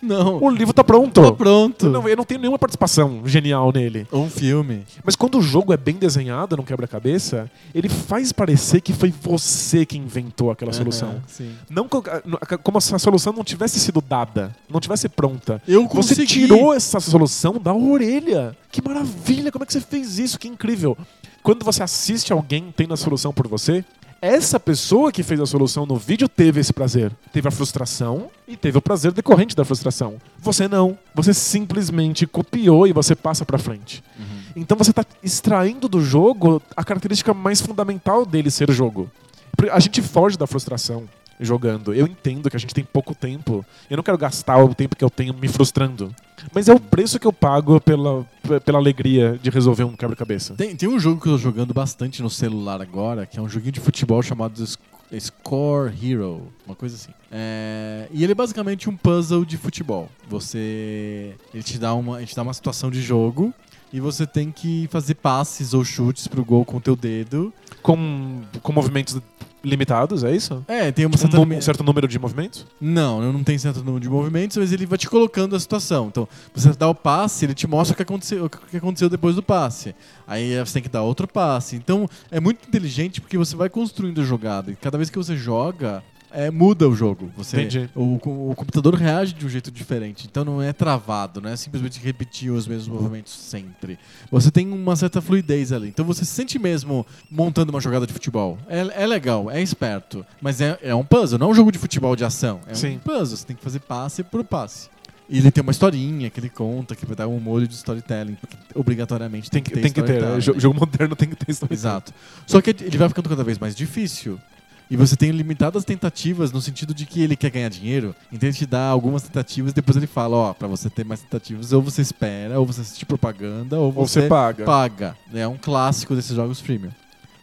Não. O livro tá pronto. Tá pronto. Eu não, eu não tenho nenhuma participação genial nele. Ou um filme. Mas quando o jogo é bem desenhado, não quebra-cabeça, ele faz parecer que foi você que inventou aquela solução. Aham, É, Sim. Não co- como se a solução não tivesse sido dada, não tivesse pronta. Eu Você consegui. tirou essa solução da orelha. Que maravilha! Como é que você fez isso? Que incrível! Quando você assiste alguém tendo a solução por você, essa pessoa que fez a solução no vídeo teve esse prazer. Teve a frustração e teve o prazer decorrente da frustração. Você não. Você simplesmente copiou e você passa pra frente. Então você tá extraindo do jogo a característica mais fundamental dele ser jogo. Porque A gente foge da frustração jogando. Eu entendo que a gente tem pouco tempo. Eu não quero gastar o tempo que eu tenho me frustrando. Mas é o preço que eu pago pela, p- pela alegria de resolver um quebra-cabeça. Tem, tem um jogo que eu tô jogando bastante no celular agora, que é um joguinho de futebol chamado Sc- Score Hero, uma coisa assim. É, e ele é basicamente um puzzle de futebol. Você. Ele te dá uma, ele te dá uma situação de jogo. E você tem que fazer passes ou chutes pro gol com o teu dedo. Com, com movimentos limitados, é isso? É, tem uma Um certa... nu- Um, certo número de movimentos? Não, não tem certo número de movimentos, mas ele vai te colocando a situação. Então, você dá o passe, ele te mostra o que aconteceu, o que aconteceu depois do passe. Aí eh, você tem que dar outro passe. Então, é muito inteligente porque você vai construindo a jogada. E cada vez que você joga, é, muda o jogo. Você, Entendi. O, co- o computador reage de um jeito diferente. Então, não é travado, não é simplesmente repetir os mesmos movimentos sempre. Você tem uma certa fluidez ali. Então, você se sente mesmo montando uma jogada de futebol. É, é legal, é esperto. Mas é, é um puzzle, não é um jogo de futebol de ação. É Sim. um puzzle, você tem que fazer passe por passe. E ele tem uma historinha que ele conta, que vai dar um molho de storytelling, porque obrigatoriamente tem, Tem que, ter tem que ter. storytelling, é, jo- né? Jogo moderno tem que ter storytelling. Exato. Só que ele vai ficando cada vez mais difícil. E você tem limitadas tentativas no sentido de que ele quer ganhar dinheiro, então ele te dá algumas tentativas e depois ele fala, ó, pra você ter mais tentativas, ou você espera, ou você assiste propaganda, ou Ou você você paga. paga. É um clássico desses jogos freemium.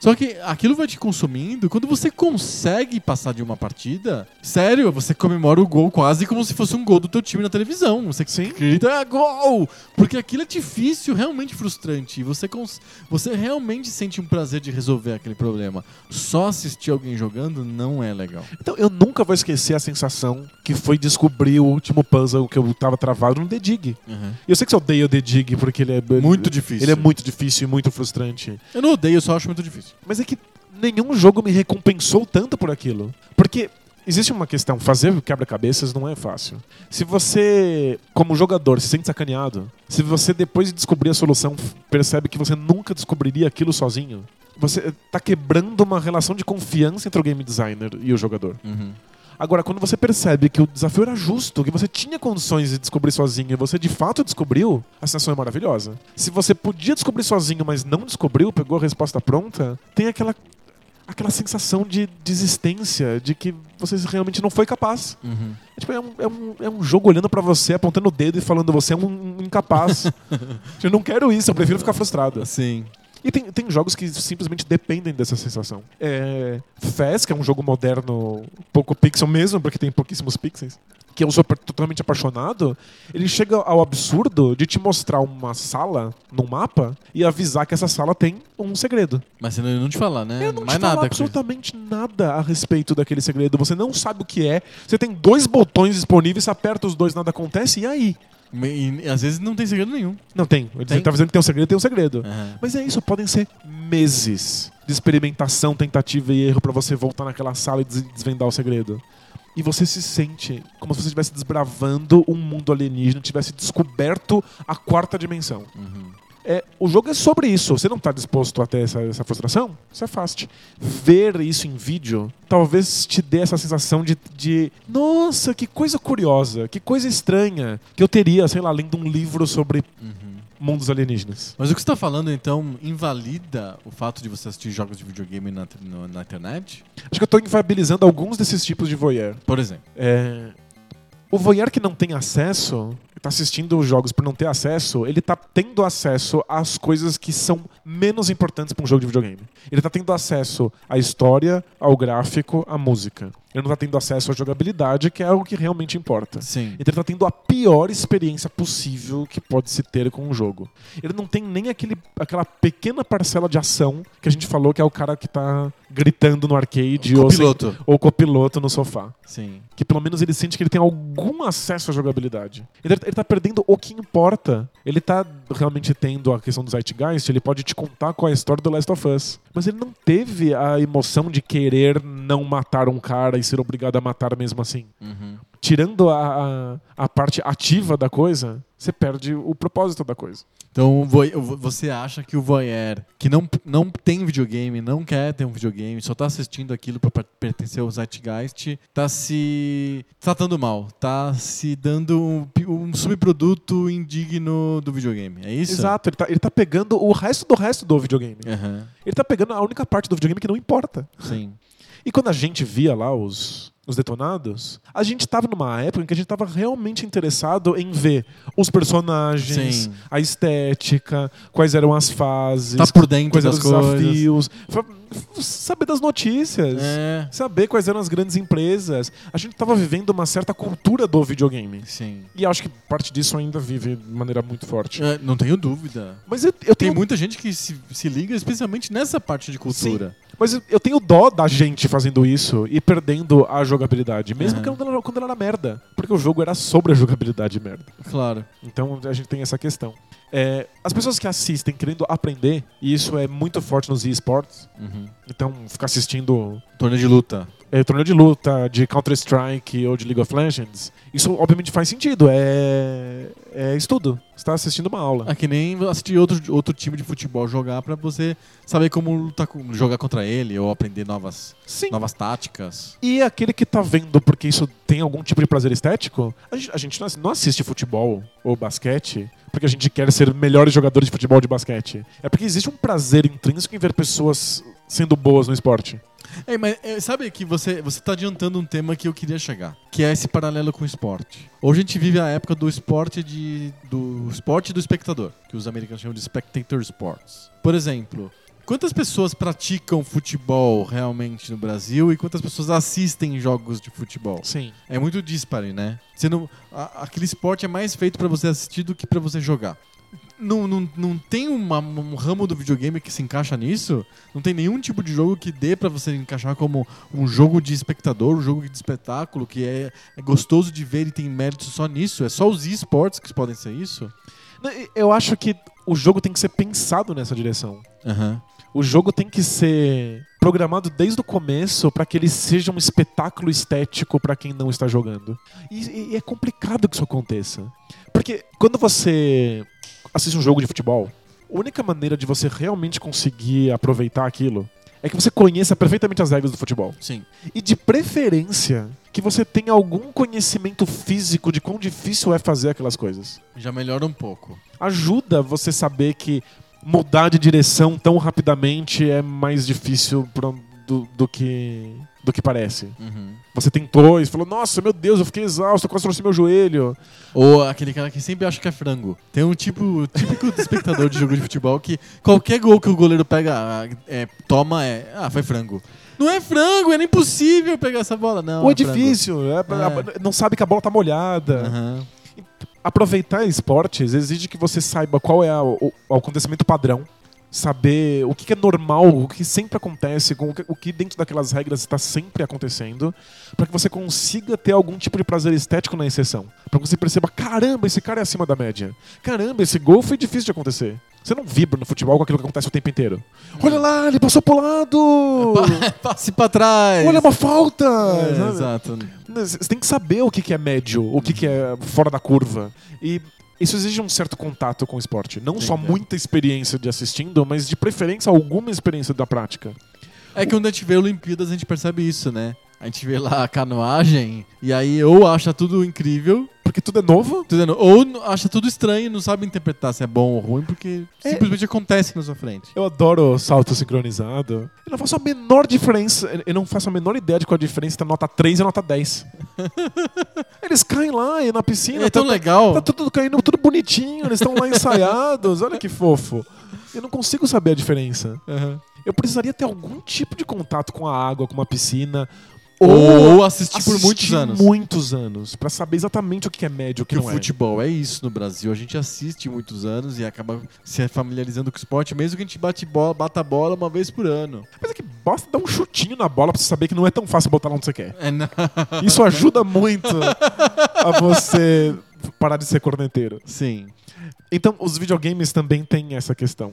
Só que aquilo vai te consumindo. Quando você consegue passar de uma partida, sério, você comemora o gol quase como se fosse um gol do teu time na televisão. Você Sim. grita "É gol! Porque aquilo é difícil, realmente frustrante. E você, cons- você realmente sente um prazer de resolver aquele problema. Só assistir alguém jogando não é legal. Então, eu nunca vou esquecer a sensação que foi descobrir o último puzzle que eu tava travado no The Dig. E eu sei que você odeia o The Dig porque ele é... Muito difícil. Uhum. Ele é muito difícil e muito frustrante. Eu não odeio, eu só acho muito difícil. Mas é que nenhum jogo me recompensou tanto por aquilo. Porque existe uma questão, fazer quebra-cabeças não é fácil. Se você, como jogador, se sente sacaneado, se você depois de descobrir a solução f- percebe que você nunca descobriria aquilo sozinho, você tá quebrando uma relação de confiança entre o game designer e o jogador. Agora, quando você percebe que o desafio era justo, que você tinha condições de descobrir sozinho e você de fato descobriu, a sensação é maravilhosa. Se você podia descobrir sozinho, mas não descobriu, pegou a resposta pronta, tem aquela, aquela sensação de desistência, de que você realmente não foi capaz. É, tipo, é um, é um- é um jogo olhando pra você, apontando o dedo e falando você é um, um incapaz. eu não quero isso, eu prefiro ficar frustrado. Assim. E tem, tem jogos que simplesmente dependem dessa sensação. É, Fez, que é um jogo moderno, pouco pixel mesmo, porque tem pouquíssimos pixels, que eu sou per- totalmente apaixonado, ele chega ao absurdo de te mostrar uma sala num mapa e avisar que essa sala tem um segredo. Mas você não não te falar, né? Eu não Mais te falo nada. Cris. absolutamente nada a respeito daquele segredo. Você não sabe o que é. Você tem dois botões disponíveis, você aperta os dois, nada acontece, e aí? E, e às vezes não tem segredo nenhum. Não tem. Ele Tem? tá dizendo que tem um segredo, tem um segredo. Aham. Mas é isso, podem ser meses de experimentação, tentativa e erro pra você voltar naquela sala e des- desvendar o segredo. E você se sente como se você estivesse desbravando um mundo alienígena, tivesse descoberto a quarta dimensão. Uhum. É, o jogo é sobre isso. Você não está disposto a ter essa, essa frustração? Se afaste. Ver isso em vídeo talvez te dê essa sensação de, de, Nossa, que coisa curiosa, que coisa estranha que eu teria, sei lá, lendo um livro sobre Uhum. mundos alienígenas. Mas o que você está falando, então, invalida o fato de você assistir jogos de videogame na, no- na internet? Acho que eu tô inviabilizando alguns desses tipos de voyeur. Por exemplo. É, O voyeur que não tem acesso, que tá assistindo os jogos por não ter acesso, ele tá tendo acesso às coisas que são menos importantes para um jogo de videogame. Ele tá tendo acesso à história, ao gráfico, à música. Ele não tá tendo acesso à jogabilidade, que é o que realmente importa. Sim. Então ele tá tendo a pior experiência possível que pode se ter com um jogo. Ele não tem nem aquele, aquela pequena parcela de ação que a gente falou que é o cara que tá gritando no arcade ou, sen- Copiloto. ou copiloto no sofá. Sim. Que pelo menos ele sente que ele tem algum acesso à jogabilidade. Ele, ele tá perdendo o que importa. Ele tá realmente tendo a questão do Zeitgeist, ele pode te contar qual é a história do Last of Us. Mas ele não teve a emoção de querer não matar um cara e ser obrigado a matar mesmo assim Uhum. tirando a, a, a parte ativa da coisa, você perde o propósito da coisa. Então, o voy- o vo- você acha que o voyeur que não, não tem videogame, não quer ter um videogame, só tá assistindo aquilo para pertencer ao Zeitgeist, tá se tratando mal, tá se dando um, pi- um subproduto indigno do videogame, é isso? É. Exato, ele tá, ele tá pegando o resto do resto do videogame. Aham, Ele tá pegando a única parte do videogame que não importa. Sim. E quando a gente via lá os, os detonados, a gente tava numa época em que a gente tava realmente interessado em ver os personagens, Sim. a estética, quais eram as fases, Tá por dentro quais eram das os coisas. desafios, fa- f- saber das notícias. É. saber quais eram as grandes empresas. A gente estava vivendo uma certa cultura do videogame. Sim. E acho que parte disso ainda vive de maneira muito forte. É, não tenho dúvida. Mas eu, eu Tem tenho. muita gente que se, se liga especialmente nessa parte de cultura. Mas eu tenho dó da gente fazendo isso e perdendo a jogabilidade, mesmo que quando ela, quando ela era merda. Porque o jogo era sobre a jogabilidade merda. Claro. Então a gente tem essa questão. É, as pessoas que assistem querendo aprender, e isso é muito forte nos esportes, Uhum. então ficar assistindo Torneio de luta. é, torneio de luta, de Counter-Strike ou de League of Legends, isso obviamente faz sentido, é, é estudo. Você está assistindo uma aula. É que nem assistir outro, outro time de futebol jogar pra você saber como lutar, com- jogar contra ele ou aprender novas, Sim. novas táticas. E aquele que tá vendo porque isso tem algum tipo de prazer estético, a gente, a gente não ass- não assiste futebol ou basquete porque a gente quer ser melhores jogadores de futebol ou de basquete. É porque existe um prazer intrínseco em ver pessoas sendo boas no esporte. É, mas é, sabe que você, você tá adiantando um tema que eu queria chegar, que é esse paralelo com o esporte. Hoje a gente vive a época do esporte de. do esporte do espectador, que os americanos chamam de spectator sports. Por exemplo, quantas pessoas praticam futebol realmente no Brasil e quantas pessoas assistem jogos de futebol? Sim. É muito dispare, né? Você não, a- aquele esporte é mais feito pra você assistir do que pra você jogar. Não, não, não tem uma- um ramo do videogame que se encaixa nisso? Não tem nenhum tipo de jogo que dê pra você encaixar como um jogo de espectador, um jogo de espetáculo, que é, é gostoso de ver e tem mérito só nisso? É só os esportes que podem ser isso? Né, Eu acho que o jogo tem que ser pensado nessa direção. Aham. O jogo tem que ser programado desde o começo para que ele seja um espetáculo estético para quem não está jogando. E, e é complicado que isso aconteça. Porque quando você assiste um jogo de futebol, a única maneira de você realmente conseguir aproveitar aquilo é que você conheça perfeitamente as regras do futebol. Sim. E de preferência, que você tenha algum conhecimento físico de quão difícil é fazer aquelas coisas Já melhora um pouco. ajuda você saber que mudar de direção tão rapidamente é mais difícil pra- do, do que do que parece. Uhum. Você tentou e falou: "Nossa, meu Deus, eu fiquei exausto, eu quase torci meu joelho". Ou aquele cara que sempre acha que é frango. Tem um tipo típico de espectador de jogo de futebol que qualquer gol que o goleiro pega, ah, é, toma, é. Ah, foi frango. Não é frango, era impossível pegar essa bola, não. Ou é é frango. difícil, é- É. não sabe que a bola tá molhada. Aham. Aproveitar esportes exige que você saiba qual é a- o, o acontecimento padrão, saber o que, que é normal, o que sempre acontece, com o, que, o que dentro daquelas regras está sempre acontecendo, para que você consiga ter algum tipo de prazer estético na exceção. Para que você perceba: caramba, esse cara é acima da média. Caramba, esse gol foi difícil de acontecer. Você não vibra no futebol com aquilo que acontece o tempo inteiro. Olha lá, ele passou pro lado! Passe pra trás. Olha, uma falta! É, Sabe? exato. Você tem que saber o que que é médio, o que que é fora da curva. E isso exige um certo contato com o esporte. Não só Entendo. muita experiência de assistindo, mas de preferência alguma experiência da prática. É que quando a gente vê Olimpíadas, a gente percebe isso, né? A gente vê lá a canoagem e aí ou acha tudo incrível, Porque tudo é novo. tudo é no- ou n- acha tudo estranho e não sabe interpretar se é bom ou ruim, porque É. simplesmente acontece na sua frente. Eu adoro salto sincronizado. Eu não faço a menor diferença. Eu não faço a menor ideia de qual a diferença entre a nota 3 e a nota 10. Eles caem lá e na piscina. É tão tá- legal. Tá tudo caindo, tudo bonitinho, eles estão lá ensaiados, olha que fofo. Eu não consigo saber a diferença. Eu precisaria ter algum tipo de contato com a água, com uma piscina. Ou, assistir por muitos anos. muitos anos, pra saber exatamente o que é médio e o que Porque o não futebol é. isso no Brasil. A gente assiste muitos anos e acaba se familiarizando com o esporte, mesmo que a gente bate bola, bata a bola uma vez por ano. é. Mas é que basta dar um chutinho na bola pra você saber que não é tão fácil botar lá onde você quer. É, não. Isso ajuda muito a você parar de ser corneteiro. Sim. Então, os videogames também têm essa questão.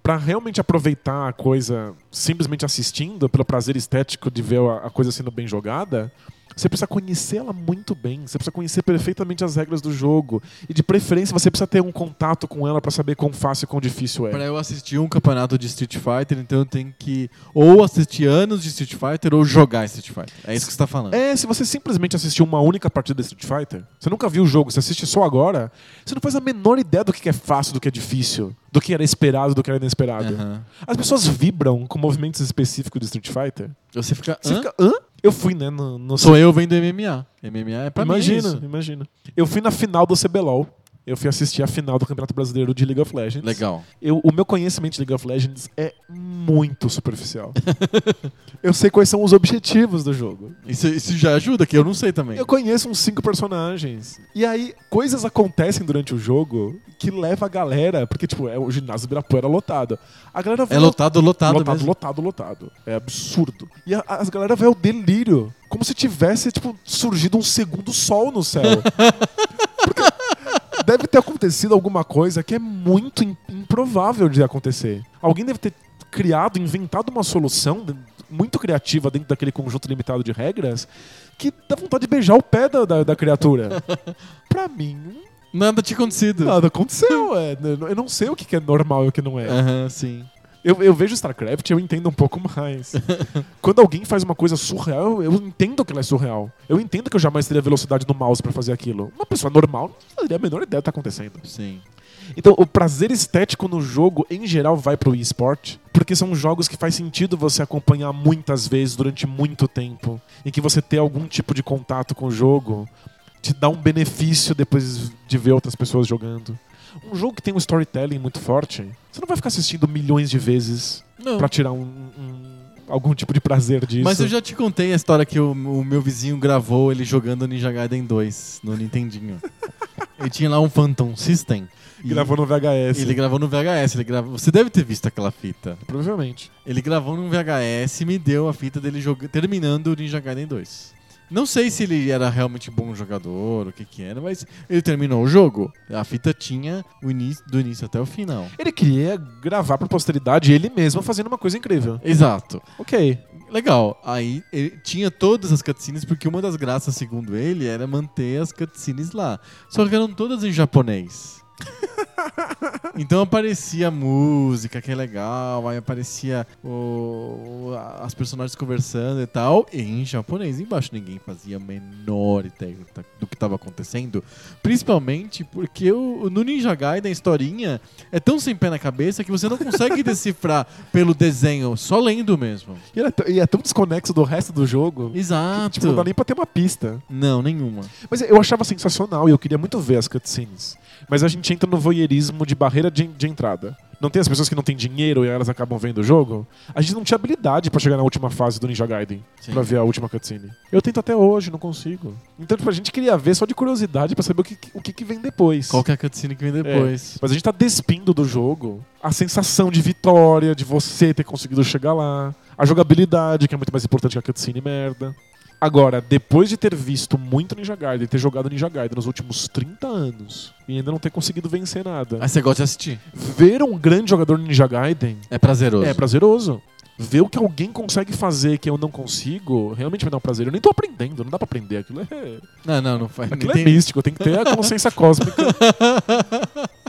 Pra realmente aproveitar a coisa simplesmente assistindo, pelo prazer estético de ver a a coisa sendo bem jogada, você precisa conhecer ela muito bem, você precisa conhecer perfeitamente as regras do jogo. E de preferência, você precisa ter um contato com ela pra saber quão fácil e quão difícil Pra é. eu assistir um campeonato de Street Fighter, então eu tenho que ou assistir anos de Street Fighter ou jogar Street Fighter. É isso que você tá falando. É, se você simplesmente assistiu uma única partida de Street Fighter, você nunca viu o jogo, você assiste só agora, você não faz a menor ideia do que que é fácil, do que é difícil, do que era esperado, do que era inesperado. Aham. As pessoas vibram com movimentos específicos de Street Fighter. Você fica. Você "Hã?" fica, hã? Eu fui, né? No, no... Sou eu vendo MMA. MMA é pra imagina, mim. é isso. imagina. Eu fui na final do CBLOL. eu fui assistir a final do Campeonato Brasileiro de League of Legends. Legal. Eu- o meu conhecimento de League of Legends é muito superficial. eu sei quais são os objetivos do jogo. Isso, isso já ajuda, que eu não sei também. Eu conheço uns cinco personagens. E aí, coisas acontecem durante o jogo que leva a galera. Porque, tipo, é, o ginásio do Ibirapuera era lotado. A galera vai É lotado, lotado, lotado, mesmo. lotado, lotado. É absurdo. E a, as galera vai ao delírio. Como se tivesse, tipo, surgido um segundo sol no céu. Porque deve ter acontecido alguma coisa que é muito im- improvável de acontecer. Alguém deve ter criado, inventado uma solução de- muito criativa dentro daquele conjunto limitado de regras que dá vontade de beijar o pé da, da, da criatura. pra mim, Nada tinha acontecido. nada aconteceu. é. Eu não sei o que que é normal e o que não é. Aham, sim. Eu, eu vejo StarCraft e eu entendo um pouco mais. Quando alguém faz uma coisa surreal, eu entendo que ela é surreal. Eu entendo que eu jamais teria velocidade no mouse pra fazer aquilo. Uma pessoa normal não teria a menor ideia do que tá acontecendo. Sim. Então, o prazer estético no jogo, em geral, vai pro eSport, porque são jogos que faz sentido você acompanhar muitas vezes durante muito tempo, em que você ter algum tipo de contato com o jogo te dá um benefício depois de ver outras pessoas jogando. Um jogo que tem um storytelling muito forte, você não vai ficar assistindo milhões de vezes Não. pra tirar um, um- algum tipo de prazer disso. Hum. Mas eu já te contei a história que o, o meu vizinho gravou ele jogando Ninja Gaiden 2 no Nintendinho. ele tinha lá um Phantom System. e gravou no VHS. Ele gravou no VHS. Ele gravou... Você deve ter visto aquela fita. Provavelmente. Ele gravou num VHS e me deu a fita dele joga- terminando o Ninja Gaiden 2. Não sei se ele era realmente bom jogador, o que que era, mas ele terminou o jogo. A fita tinha o início, do início até o final. Ele queria gravar pra posteridade ele mesmo fazendo uma coisa incrível. Exato. Ok. Legal. Aí ele tinha todas as cutscenes, porque uma das graças, segundo ele, era manter as cutscenes lá. Só que eram todas em japonês. Então aparecia música, que é legal, aí aparecia o- o- a- as personagens conversando e tal, em japonês embaixo. Ninguém fazia a menor ideia do que tá- do que estava acontecendo. Principalmente porque o, o- no Ninja Gaiden, a historinha é tão sem pé na cabeça que você não consegue decifrar pelo desenho, só lendo mesmo. E, era t- e é tão desconexo do resto do jogo. Exato. Tipo, não dá nem pra ter uma pista. Não, nenhuma. Mas eu achava sensacional e eu queria muito ver as cutscenes. Mas a gente entra no voyeurismo de barreira de, de entrada. Não tem as pessoas que não têm dinheiro e elas acabam vendo o jogo? A gente não tinha habilidade pra chegar na última fase do Ninja Gaiden Sim. pra ver a última cutscene. Eu tento até hoje, não consigo. Então, tipo, a gente queria ver só de curiosidade pra saber o que, o que, que vem depois. Qual que é a cutscene que vem depois? Mas a gente tá despindo do jogo a sensação de vitória, de você ter conseguido chegar lá, a jogabilidade, que é muito mais importante que a cutscene merda. Agora, depois de ter visto muito Ninja Gaiden, ter jogado Ninja Gaiden nos últimos 30 anos e ainda não ter conseguido vencer nada, Aí Ah, você gosta de assistir. ver um grande jogador Ninja Gaiden É prazeroso. é prazeroso. Ver o que alguém consegue fazer que eu não consigo realmente me dá um prazer. Eu nem tô aprendendo, não dá pra aprender. Aquilo é, Não, não, não faz. Aquilo nem é tem- místico, tem que ter a consciência cósmica.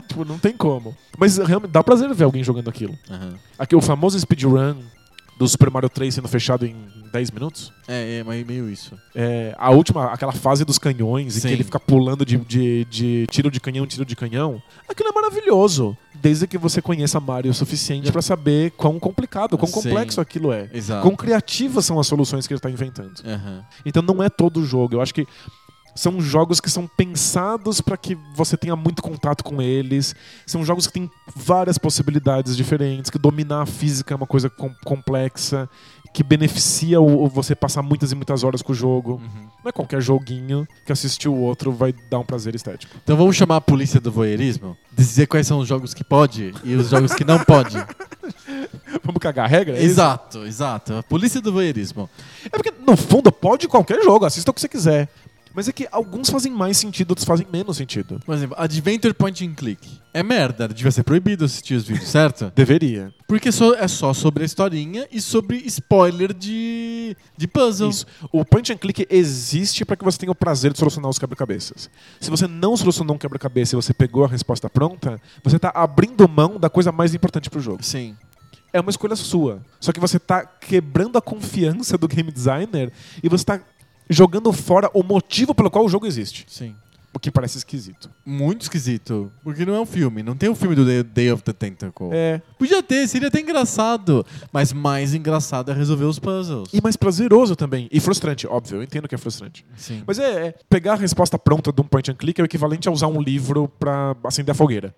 tipo, não tem como. Mas realmente dá prazer ver alguém jogando aquilo. Aham. Aqui, o famoso speedrun do Super Mario 3 sendo fechado em 10 minutos. É, é, mas meio isso. É, a última, aquela fase dos canhões, em Sim. que ele fica pulando de, de- de tiro de canhão, em tiro de canhão. Aquilo é maravilhoso. Desde que você conheça Mario o suficiente pra saber quão complicado, quão Sim. complexo aquilo é. Exato. Quão criativas são as soluções que ele tá inventando. Aham. Então não é todo jogo. Eu acho que são jogos que são pensados para que você tenha muito contato com eles. São jogos que têm várias possibilidades diferentes, que dominar a física é uma coisa com- complexa, que beneficia o, o você passar muitas e muitas horas com o jogo. Uhum. Não é qualquer joguinho que assistir o outro vai dar um prazer estético. Então vamos chamar a polícia do voyeurismo? Dizer quais são os jogos que pode e os jogos que não pode. Vamos cagar a regra? É isso? exato, exato. A polícia do voyeurismo. É porque, no fundo, pode qualquer jogo, assista o que você quiser. Mas é que alguns fazem mais sentido, outros fazem menos sentido. Por exemplo, Adventure Point and Click. É merda, devia ser proibido assistir os vídeos, certo? Deveria. Porque só- é só sobre a historinha e sobre spoiler de, de puzzle. Isso. O point and click existe para que você tenha o prazer de solucionar os quebra-cabeças. Se você não solucionou um quebra-cabeça e você pegou a resposta pronta, você tá abrindo mão da coisa mais importante pro jogo. Sim. É uma escolha sua. Só que você tá quebrando a confiança do game designer e você tá jogando fora o motivo pelo qual o jogo existe. Sim. O que parece esquisito. Muito esquisito. Porque não é um filme. Não tem o filme do Day- Day of the Tentacle. É. Podia ter, seria até engraçado. Mas mais engraçado é resolver os puzzles. E mais prazeroso também. E frustrante, óbvio. Eu entendo que é frustrante. Sim. Mas é, é, pegar a resposta pronta de um point and click é o equivalente a usar um livro pra acender a fogueira.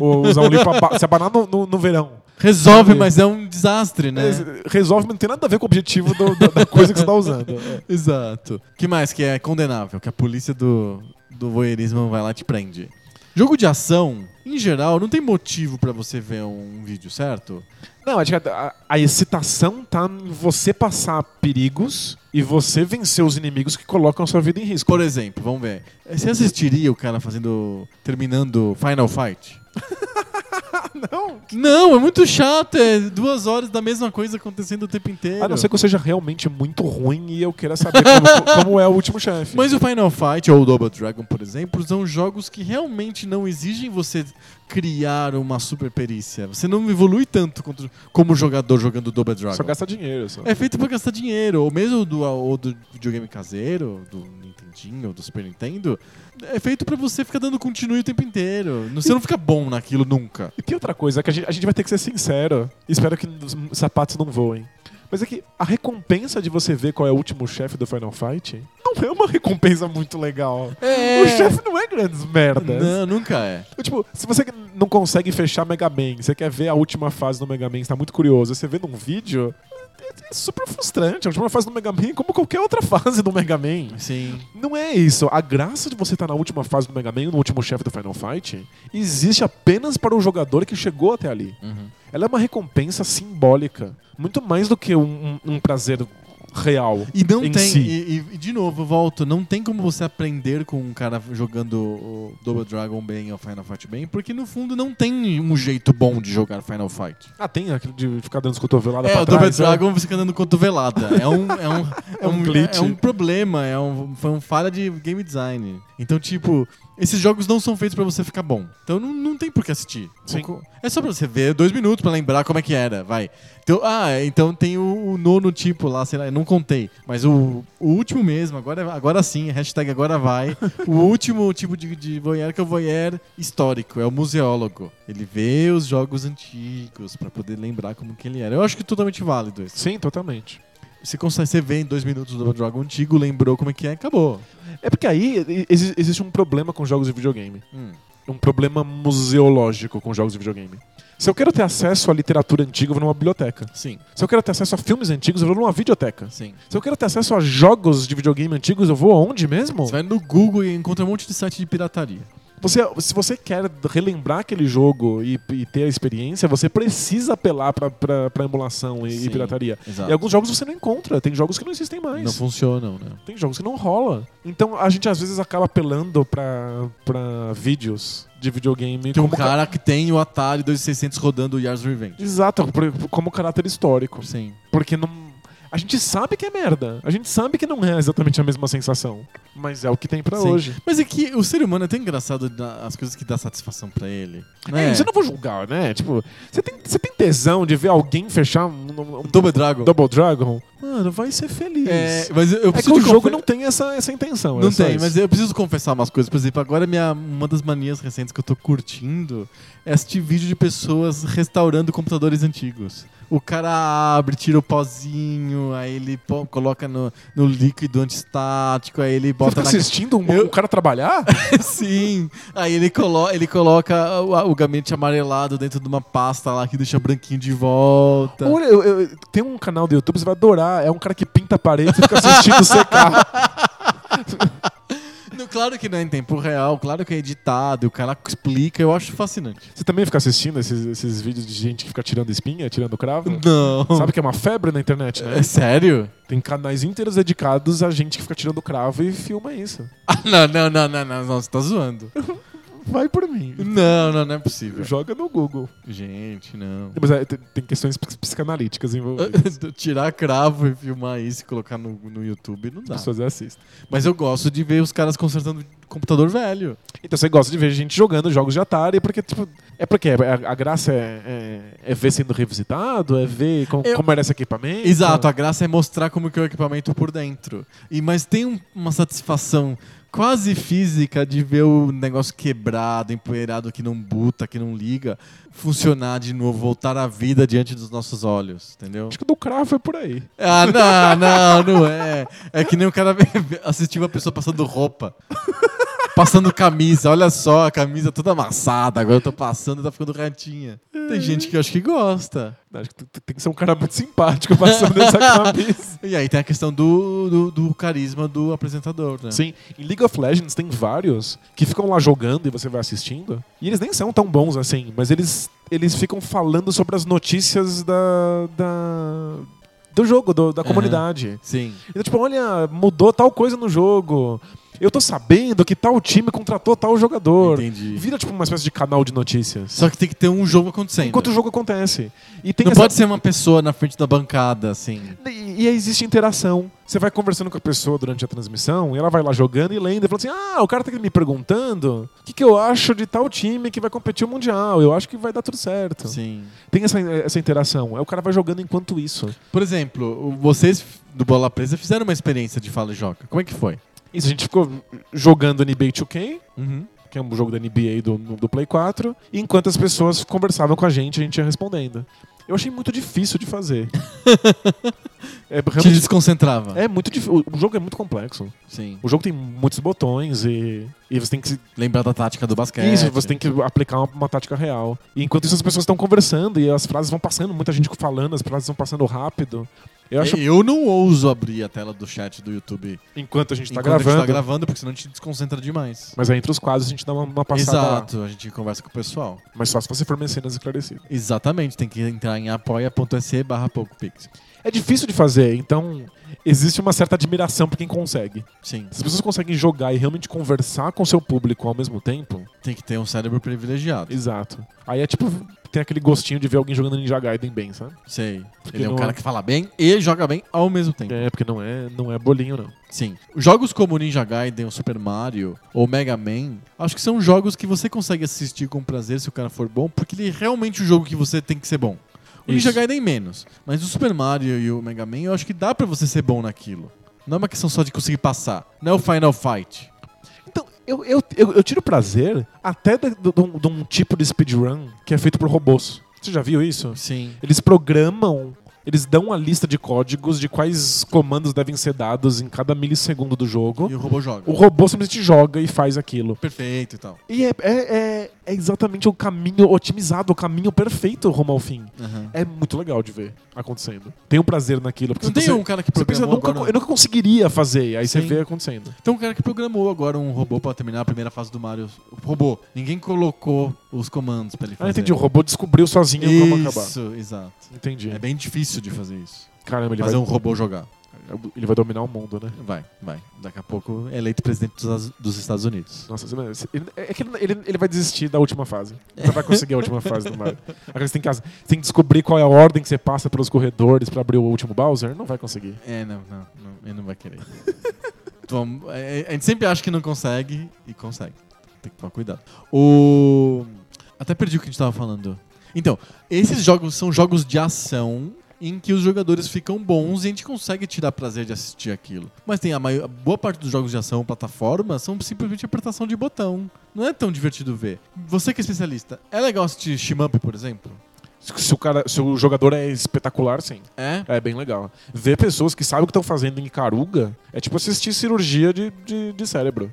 Ou usar um livro pra ba- se abanar no, no- no verão. Resolve, mas é um desastre, né? É, Resolve, mas não tem nada a ver com o objetivo do- da, da coisa que você tá usando. É. Exato. que mais que é condenável? Que a polícia do, do voyeurismo vai lá e te prende. Jogo de ação, em geral, não tem motivo pra você ver um vídeo, certo? Não, acho que a, a excitação tá em você passar perigos e você vencer os inimigos que colocam sua vida em risco. Por exemplo, vamos ver. Você assistiria o cara fazendo. terminando Final Fight? não. Não, é muito chato, é duas horas da mesma coisa acontecendo o tempo inteiro. A Ah, não ser que eu seja realmente muito ruim e eu queira saber como, como é o último chefe. Mas o Final Fight ou o Double Dragon, por exemplo, são jogos que realmente não exigem você criar uma super perícia. Você não evolui tanto contra- como jogador jogando Double Dragon. Só gasta dinheiro. Só. É feito pra gastar dinheiro, ou mesmo do, ou do videogame caseiro, do Nintendinho, ou do Super Nintendo. É feito pra você ficar dando continue o tempo inteiro. Você não fica bom naquilo nunca. E tem outra coisa é que a gente, a gente vai ter que ser sincero. Espero que os m- sapatos não voem. Mas é que a recompensa de você ver qual é o último chefe do Final Fight não é uma recompensa muito legal. É. O chefe não é grandes merdas. Não, nunca é. Tipo, se você não consegue fechar Mega Man, você quer ver a última fase do Mega Man, você tá muito curioso, você vê num vídeo, é, é super frustrante. A última fase do Mega Man é como qualquer outra fase do Mega Man. Sim. Não é isso. A graça de você estar na última fase do Mega Man, no último chefe do Final Fight, existe apenas para o jogador que chegou até ali. Uhum. Ela é uma recompensa simbólica, muito mais do que um, um- um prazer real. E não em tem. si. E, e- e, de novo, eu volto, não tem como você aprender com um cara jogando o Double Dragon bem ou Final Fight bem, porque no fundo não tem um jeito bom de jogar Final Fight. Ah, tem aquilo de ficar dando as cotoveladas É, pra o Double trás. né? Dragon você fica dando cotovelada. É um, é um, É um glitch. É um problema, é um, foi um falha de game design. Então, tipo, esses jogos não são feitos pra você ficar bom. Então não, não tem por que assistir. Sim. É só pra você ver dois minutos pra lembrar como é que era, vai. Então, ah, então tem o, o nono tipo lá, sei lá, eu não contei. Mas o, o último mesmo, agora, agora sim, hashtag agora vai. o último tipo de, de voyeur que é o voyeur histórico, é o museólogo. Ele vê os jogos antigos pra poder lembrar como que ele era. Eu acho que é totalmente válido isso. Sim, totalmente. Você consegue, você vê em dois minutos do jogo antigo, lembrou como é que é, acabou. É porque aí exi- existe um problema com jogos de videogame. Hum. um problema museológico com jogos de videogame. Se eu quero ter acesso à literatura antiga, eu vou numa biblioteca. Sim, Se eu quero ter acesso a filmes antigos, eu vou numa videoteca. sim. Se eu quero ter acesso a jogos de videogame antigos, eu vou aonde mesmo? Você vai no Google e encontra um monte de site de pirataria. Você, se você quer relembrar aquele jogo e, e ter a experiência, você precisa apelar pra, pra, pra emulação e, e Sim, pirataria. Exato. E alguns jogos você não encontra, tem jogos que não existem mais. não funcionam, né? Tem jogos que não rola. Então a gente às vezes acaba apelando pra, pra vídeos de videogame Tem um como é? ca- cara que tem o Atari 2600 rodando o Yars Revenge. Exato, por- como caráter histórico. Sim. Porque não. A gente sabe que é merda. A gente sabe que não é exatamente a mesma sensação. Mas é o que tem pra Sim. hoje. Mas é que o ser humano é tão engraçado na- as coisas que dá satisfação pra ele. É, Né? isso eu não vou julgar, né? Tipo, você tem, você tem tesão de ver alguém fechar um, um- um Double Dragon. Double Dragon? Mano, vai ser feliz. É, É, mas eu, eu que preciso o de jogo confe- não tem essa, essa intenção. Não é só tem, isso. mas eu preciso confessar umas coisas. Por exemplo, agora minha, uma das manias recentes que eu tô curtindo é assistir vídeo de pessoas restaurando computadores antigos. O cara abre, tira o pozinho, aí ele po- coloca no, no líquido antistático, aí ele Você bota fica na assistindo um, Eu- um cara trabalhar? Sim. Aí ele, colo ele coloca o, o gabinete amarelado dentro de uma pasta lá que deixa branquinho de volta. Olha, eu- eu- tem um canal do YouTube, você vai adorar. É um cara que pinta a parede e fica assistindo secar. Não, Claro que não é em tempo real, claro que é editado, e o cara explica, eu acho fascinante. Você também fica assistindo esses, esses vídeos de gente que fica tirando espinha, tirando cravo? Não. Sabe que é uma febre na internet, né? É sério? Tem canais inteiros dedicados a gente que fica tirando cravo e filma isso. Ah, não, não, não, não, não, não, você tá zoando. Vai por mim. Não, não, não é possível. Joga no Google. Gente, não. Mas é, tem tem questões ps- psicanalíticas envolvidas. Tirar cravo e filmar isso é e colocar no, no YouTube não dá. As pessoas assistem. Mas eu gosto de ver os caras consertando computador velho. Então você gosta de ver gente jogando jogos de Atari, porque, tipo, é porque a, a graça é, é, é ver sendo revisitado, é ver com- Eu- como era esse equipamento. Exato, a graça é mostrar como que é o equipamento por dentro. E mas tem um- uma satisfação quase física de ver o negócio quebrado, empoeirado que não buta, que não liga, funcionar de novo, voltar à vida diante dos nossos olhos, entendeu? Acho que o do Cravo é por aí. Ah, não, não, não é. É que nem o cara assistiu uma pessoa passando roupa. Passando camisa, olha só, a camisa toda amassada, agora eu tô passando e tá ficando ratinha. Tem gente que eu acho que gosta. Acho que tu- tu tem que ser um cara muito simpático passando essa camisa. E aí tem a questão do, do, do carisma do apresentador, né? Sim, em League of Legends tem vários que ficam lá jogando e você vai assistindo. E eles nem são tão bons assim, mas eles, eles ficam falando sobre as notícias da, da- do jogo, do- da Aham. comunidade. Sim. Então, tipo, olha, mudou tal coisa no jogo. Eu tô sabendo que tal time contratou tal jogador. Entendi. Vira, tipo, uma espécie de canal de notícias. Só que tem que ter um jogo acontecendo. Enquanto o jogo acontece. E tem Não essa- pode ser uma pessoa na frente da bancada, assim. E e aí existe interação. Você vai conversando com a pessoa durante a transmissão, e ela vai lá jogando e lendo, e falando assim: Ah, o cara tá aqui me perguntando o que, que eu acho de tal time que vai competir o Mundial. Eu acho que vai dar tudo certo. Sim. Tem essa, essa interação. Aí o cara vai jogando enquanto isso. Por exemplo, o- vocês do Bola Presa fizeram uma experiência de fala e joca. Como é que foi? Isso, a gente ficou jogando NBA 2K, Uhum. que é um jogo da NBA do, do Play 4, e enquanto as pessoas conversavam com a gente, a gente ia respondendo. Eu achei muito difícil de fazer. é, Te realmente, desconcentrava. é muito difícil. O jogo é muito complexo. Sim. O jogo tem muitos botões e, e você tem que se- Lembrar da tática do basquete. isso, você tem que aplicar uma, uma tática real. E enquanto isso as pessoas estão conversando e as frases vão passando, muita gente falando, as frases vão passando rápido. Eu acho Eu não ouso abrir a tela do chat do YouTube enquanto a gente tá enquanto a gente gravando, tá gravando, porque senão a gente desconcentra demais. mas aí entre os quadros a gente dá uma, uma passada lá. Exato, a gente conversa com o pessoal. Mas só se você for mecenas esclarecido. Exatamente, tem que entrar em apoia.se barra PocoPix. É difícil de fazer, então existe uma certa admiração pra quem consegue. Sim, Se as pessoas conseguem jogar e realmente conversar com o seu público ao mesmo tempo, tem que ter um cérebro privilegiado. exato. Aí é tipo, tem aquele gostinho de ver alguém jogando Ninja Gaiden bem, sabe? Sei. Porque Ele é um não- cara que fala bem e joga bem ao mesmo tempo. É, porque não é, não é bolinho, não. Sim. Jogos como Ninja Gaiden, o Super Mario ou Mega Man, acho que são jogos que você consegue assistir com prazer se o cara for bom, porque ele é realmente um jogo que você tem que ser bom. O Ninja Isso. Gaiden menos, mas o Super Mario e o Mega Man, eu acho que dá pra você ser bom naquilo. Não é uma questão só de conseguir passar. Não é o Final Fight. Então, eu, eu, eu, eu tiro prazer até da- do- do- de, um, tipo de speedrun que é feito por robôs. Você já viu isso? Sim. Eles programam, eles dão uma lista de códigos de quais comandos devem ser dados em cada milissegundo do jogo. E o robô joga. O robô simplesmente joga e faz aquilo. Perfeito e tal. E é, é, é- é exatamente o caminho otimizado, o caminho perfeito rumo ao fim. É muito legal de ver acontecendo. Tem um prazer naquilo. Porque Não você- tem um cara que você pensa, programou nunca, agora... eu nunca conseguiria fazer. E aí você Sim. vê acontecendo. Tem um cara que programou agora um robô pra terminar a primeira fase do Mario. Robô. Ninguém colocou os comandos pra ele fazer. Ah, entendi. O robô descobriu sozinho como acabar. Isso, exato. Entendi. É bem difícil de fazer isso. Caramba, ele fazer vai, um robô jogar. ele vai dominar o mundo, né? Vai, vai. Daqui a pouco é eleito presidente dos, dos Estados Unidos. Nossa, você- ele, é que ele, ele- ele vai desistir da última fase. Você vai conseguir a última fase do Mario. Agora você tem, que, você tem que descobrir qual é a ordem que você passa pelos corredores pra abrir o último Bowser. Não vai conseguir. É, não, não. não ele não vai querer. Então, é, é, a gente sempre acha que não consegue e consegue. Tem que tomar cuidado. O... Até perdi o que a gente tava falando. Então, esses jogos são jogos de ação em que os jogadores ficam bons e a gente consegue tirar prazer de assistir aquilo. Mas tem a, maior, a boa parte dos jogos de ação plataforma são simplesmente apertação de botão. Não é tão divertido ver. Você que é especialista, é legal assistir Shmup, por exemplo? Se, se o cara, se o jogador é espetacular, sim. É? É bem legal. Ver pessoas que sabem o que estão fazendo em Caruga é tipo assistir cirurgia de, de, de cérebro.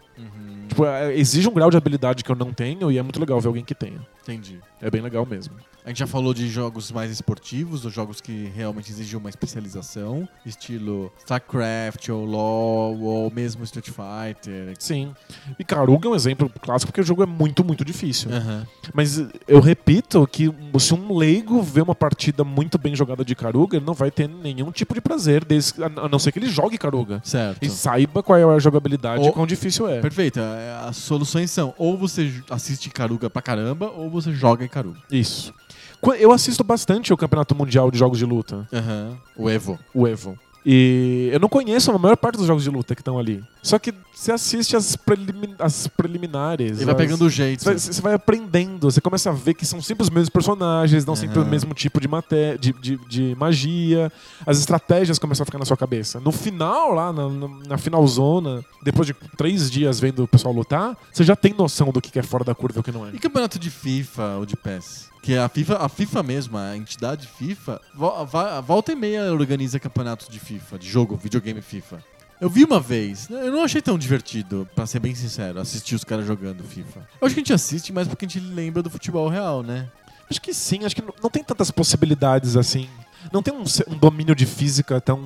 Tipo, é- exige um grau de habilidade que eu não tenho e é muito legal ver alguém que tenha. Entendi. É bem legal mesmo. A gente já falou de jogos mais esportivos, ou jogos que realmente exigem uma especialização, estilo StarCraft, ou LoL, ou mesmo Street Fighter. Sim. E Caruga é um exemplo clássico porque o jogo é muito, muito difícil. Aham. Mas eu repito que se um leigo vê uma partida muito bem jogada de Caruga, ele não vai ter nenhum tipo de prazer, desde, a a não ser que ele jogue Caruga. Certo. E saiba qual é a jogabilidade Ou- e quão difícil é. Perfeito. É, As soluções são ou você j- assiste Caruga pra caramba, ou você joga em Caruga. Isso. Qu- Eu assisto bastante o Campeonato Mundial de Jogos de Luta, Aham. O Evo. o Evo. E eu não conheço a maior parte dos jogos de luta que estão ali. Só que Você assiste as, prelimi- as preliminares. Ele vai as- pegando né? o jeito. Você vai- você vai aprendendo, você começa a ver que são sempre os mesmos personagens, não sempre o Aham. mesmo tipo de, maté- de, de- de magia. As estratégias começam a ficar na sua cabeça. No final, lá na, na, na finalzona, depois de três dias vendo o pessoal lutar, você já tem noção do que que é fora da curva e o que não é. E campeonato de FIFA ou de PES? Que a FIFA, a FIFA mesma, a entidade FIFA, vo- va- volta e meia organiza campeonatos de FIFA, de jogo, videogame FIFA. Eu vi uma vez, né, eu não achei tão divertido, pra ser bem sincero, assistir os caras jogando FIFA. Eu acho que a gente assiste mais porque a gente lembra do futebol real, né? Acho que sim, acho que não, não tem tantas possibilidades assim. Não tem um, se- um domínio de física tão,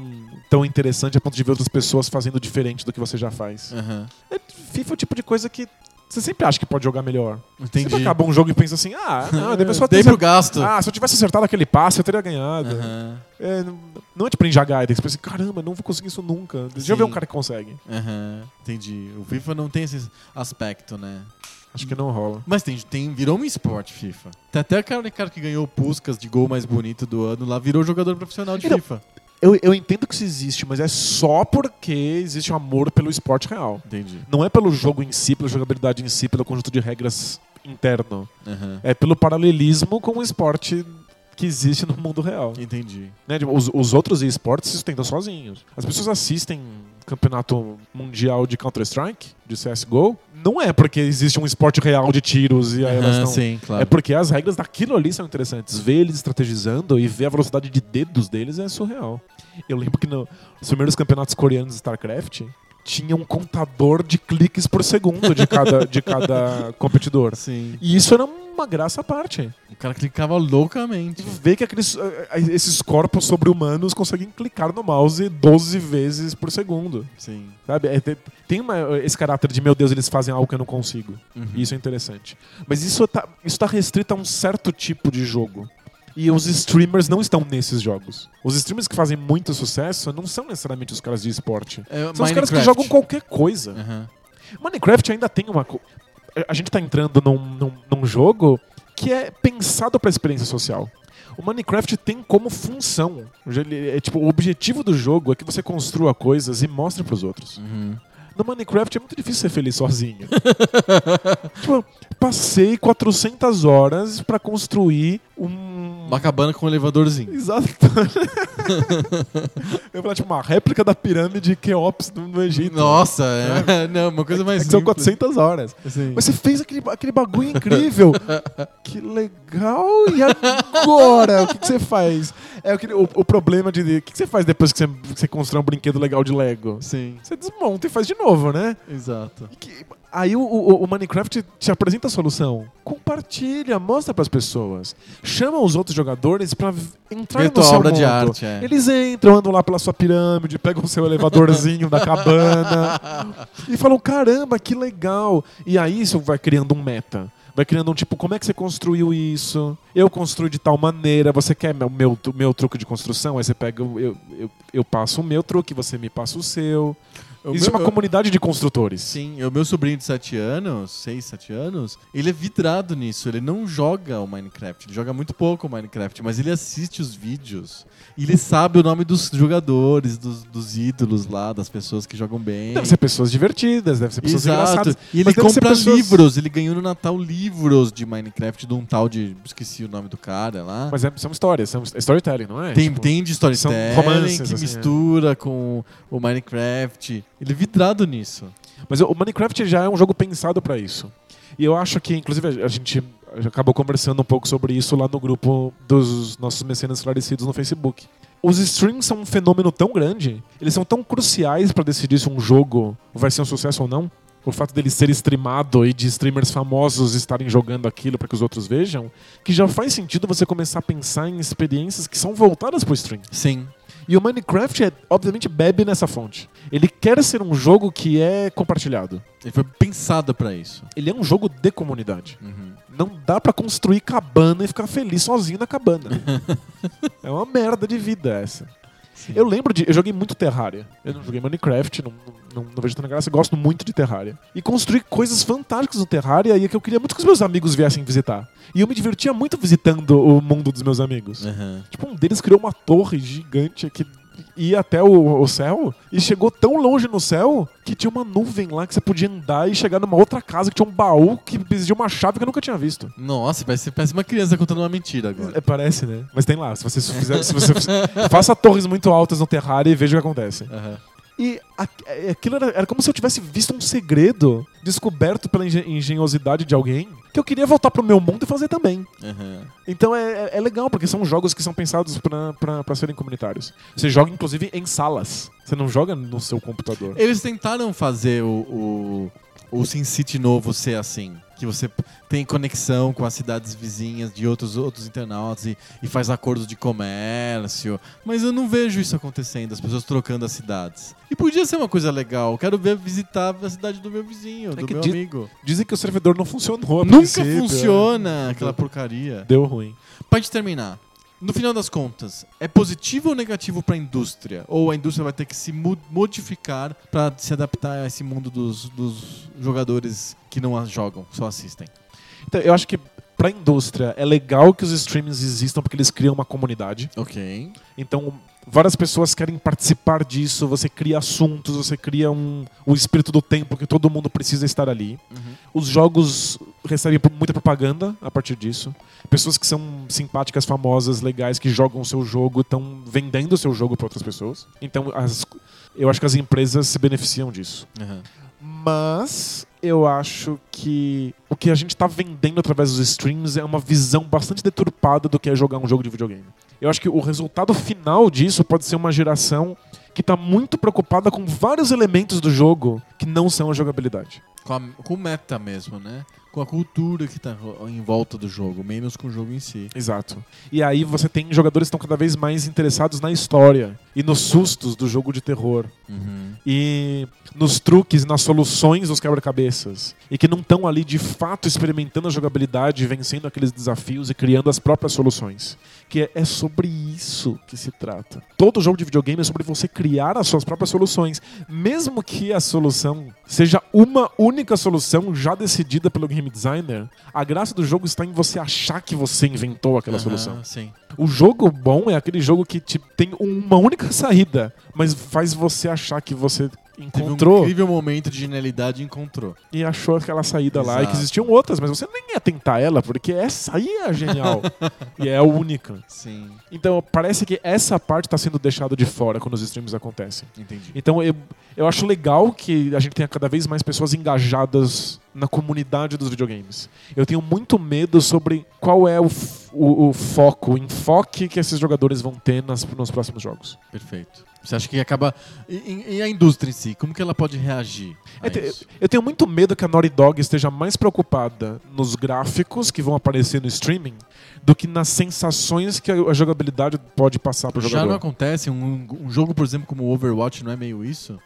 tão interessante a ponto de ver outras pessoas fazendo diferente do que você já faz. Aham. É, FIFA é o tipo de coisa que você sempre acha que pode jogar melhor. Uhum. Entendi. Sempre acaba um jogo e pensa assim, ah, não, deve só Dei pro gasto. Ah, se eu tivesse acertado aquele passe, eu teria ganhado. Aham. É, não- não é tipo em guidance, pensa assim, caramba, não vou conseguir isso nunca. Deixa Sim. eu ver um cara que consegue. Aham. Entendi. O FIFA não tem esse aspecto, né? Acho que não rola. Mas tem, tem, virou um esporte FIFA. Tem até aquele cara que ganhou o Puskas de gol mais bonito do ano lá, virou jogador profissional de Então, FIFA. Eu, eu entendo que isso existe, mas é só porque existe um amor pelo esporte real. Entendi. Não é pelo jogo em si, pela jogabilidade em si, pelo conjunto de regras interno. Aham. É pelo paralelismo com o esporte que existe no mundo real. Entendi. Né, tipo, os, os outros esportes se sustentam sozinhos. As pessoas assistem campeonato mundial de Counter-Strike, de CSGO, não é porque existe um esporte real de tiros e aí elas Aham, não. sim, claro. É porque as regras daquilo ali são interessantes. Ver eles estrategizando e ver a velocidade de dedos deles é surreal. Eu lembro que no- nos primeiros campeonatos coreanos de StarCraft tinha um contador de cliques por segundo de cada, de cada competidor. Sim. E isso era uma graça à parte. O cara clicava E loucamente. ver que aqueles, eh, eh, esses corpos sobre-humanos conseguem clicar no mouse 12 vezes por segundo. Sim. Sabe? É, tem- tem uma- esse caráter de, meu Deus, eles fazem algo que eu não consigo. Uhum. E Isso é interessante. Mas isso tá, isso tá restrito a um certo tipo de jogo. E os streamers não estão nesses jogos. Os streamers que fazem muito sucesso não são necessariamente os caras de esporte. É, São os caras que Minecraft. jogam qualquer coisa. Aham. Minecraft ainda tem uma. co- A gente tá entrando num, num, num jogo que é pensado pra experiência social. O Minecraft tem como função. ele- é, tipo, o objetivo do jogo é que você construa coisas e mostre pros outros. Uhum. No Minecraft é muito difícil ser feliz sozinho. tipo, passei 400 horas pra construir um. Uma cabana com um elevadorzinho. Exato. Eu ia falar, tipo, uma réplica da pirâmide Keops no, no Egito. Nossa, é. não, uma coisa mais É que são simples. 400 horas. Sim. Mas você fez aquele, aquele bagulho incrível. que legal. E agora? o que, que você faz? É aquele- o, o problema de. O que, que você faz depois que você, que você constrói um brinquedo legal de Lego? Sim, Você desmonta e faz de novo, né? exato. E que- aí o, o- o Minecraft te apresenta a solução. Compartilha, mostra pras pessoas. Chama os outros jogadores pra v- entrar Ver no tua seu obra de mundo. arte, é. Eles entram, andam lá pela sua pirâmide, pegam o seu elevadorzinho da cabana e falam: caramba, que legal! E aí isso vai criando um meta. Vai criando um tipo, como é que você construiu isso? Eu construí de tal maneira, você quer o meu, o meu truque de construção? Aí você pega, o- eu, eu, eu passo o meu truque, você me passa o seu. O Existe meu- é uma comunidade de construtores. Sim, o meu sobrinho de 7 anos, 6, 7 anos, ele é vidrado nisso. Ele não joga o Minecraft, ele joga muito pouco o Minecraft, mas ele assiste os vídeos e ele sabe o nome dos jogadores, dos, dos ídolos lá, das pessoas que jogam bem. Deve ser pessoas divertidas, deve ser pessoas engraçadas. E ele Mas deve ser compra pessoas- livros, ele ganhou no Natal livros de Minecraft de um tal de. Esqueci o nome do cara lá. Mas é- são histórias, são é storytelling, não é? tem, Tipo, tem de são storytelling romances, que assim, mistura com o Minecraft. Ele é vidrado nisso. Mas o Minecraft já é um jogo pensado pra isso. E eu acho que, inclusive, a gente acabou conversando um pouco sobre isso lá no grupo dos nossos mecenas esclarecidos no Facebook. Os streams são um fenômeno tão grande, eles são tão cruciais pra decidir se um jogo vai ser um sucesso ou não. O fato dele ser streamado e de streamers famosos estarem jogando aquilo pra que os outros vejam, que já faz sentido você começar a pensar em experiências que são voltadas pro stream. Sim. E o Minecraft, é, obviamente, bebe nessa fonte. Ele quer ser um jogo que é compartilhado. Ele foi pensado pra isso. Ele é um jogo de comunidade. Não dá pra construir cabana e ficar feliz sozinho na cabana. é uma merda de vida essa. Eu lembro de. Eu joguei muito Terraria. Eu não joguei Minecraft, não, não, não vejo tanta graça, eu gosto muito de Terraria. E construí coisas fantásticas no Terraria e é que eu queria muito que os meus amigos viessem visitar. E eu me divertia muito visitando o mundo dos meus amigos. Aham. Tipo, um deles criou uma torre gigante que ir até o, o céu e chegou tão longe no céu que tinha uma nuvem lá que você podia andar e chegar numa outra casa que tinha um baú que precisa de uma chave que eu nunca tinha visto. Nossa, parece, parece uma criança contando uma mentira agora. É, parece, né? Mas tem lá. Se você fizer. se você faça torres muito altas no Terraria e veja o que acontece. Aham. E a- é- aquilo era, era como se eu tivesse visto um segredo descoberto pela engen- engenhosidade de alguém que eu queria voltar pro meu mundo e fazer também. aham. Então é, é- é legal, porque são jogos que são pensados pra- pra pra serem comunitários. Você joga, inclusive, em salas. Você não joga no seu computador. Eles tentaram fazer o, o, o Sin City novo ser assim. Que você p- tem conexão com as cidades vizinhas de outros, outros internautas e, e faz acordos de comércio. Mas eu não vejo isso acontecendo, as pessoas trocando as cidades. E podia ser uma coisa legal. eu Quero ver visitar a cidade do meu vizinho, do É que meu di- amigo. Dizem que o servidor não funcionou. a Nunca princípio, funciona aquela porcaria. é. Deu ruim. Pra gente terminar, no final das contas, é positivo ou negativo pra indústria? Ou a indústria vai ter que se mu- modificar pra se adaptar a esse mundo dos, dos jogadores que não as jogam, só assistem? Então, eu acho que pra indústria é legal que os streamings existam porque eles criam uma comunidade. Ok. Então, várias pessoas querem participar disso, você cria assuntos, você cria um, o espírito do tempo que todo mundo precisa estar ali. Uhum. Os jogos recebem pro- muita propaganda a partir disso. Pessoas que são simpáticas, famosas, legais, que jogam o seu jogo, estão vendendo o seu jogo para outras pessoas. Então, as- eu acho que as empresas se beneficiam disso. Aham. Mas eu acho que o que a gente tá vendendo através dos streams é uma visão bastante deturpada do que é jogar um jogo de videogame. Eu acho que o resultado final disso pode ser uma geração que tá muito preocupada com vários elementos do jogo que não são a jogabilidade. Com, a- com o meta mesmo, né? Com a cultura que tá ro- em volta do jogo, menos com o jogo em si. Exato. E aí você tem jogadores que estão cada vez mais interessados na história e nos sustos do jogo de terror. Uhum. e nos truques, nas soluções dos quebra-cabeças. E que não estão ali de fato experimentando a jogabilidade, vencendo aqueles desafios e criando as próprias soluções. Que é- é sobre isso que se trata. Todo jogo de videogame é sobre você criar as suas próprias soluções. Mesmo que a solução seja uma única solução já decidida pelo game designer, a graça do jogo está em você achar que você inventou aquela Aham, solução. Sim. O jogo bom é aquele jogo que te, tem uma única saída, mas faz você achar que você Teve um encontrou incrível momento de genialidade e encontrou. e achou aquela saída lá e que Exato. existiam outras, mas você nem ia tentar ela, porque essa aí é genial e é a única. Sim, Então parece que essa parte está sendo deixada de fora quando os streams acontecem. entendi. Então eu, eu acho legal que a gente tenha cada vez mais pessoas engajadas na comunidade dos videogames. Eu tenho muito medo sobre qual é o, f- o, o foco, o enfoque que esses jogadores vão ter nas, nos próximos jogos. Perfeito. Você acha que acaba. E, e- e a indústria em si, como que ela pode reagir? a Eu, te- isso? É, eu tenho muito medo que a Naughty Dog esteja mais preocupada nos gráficos que vão aparecer no streaming do que nas sensações que a, a jogabilidade pode passar pro Já não jogador. acontece? Um, um jogo, por exemplo, como o Overwatch não é meio isso?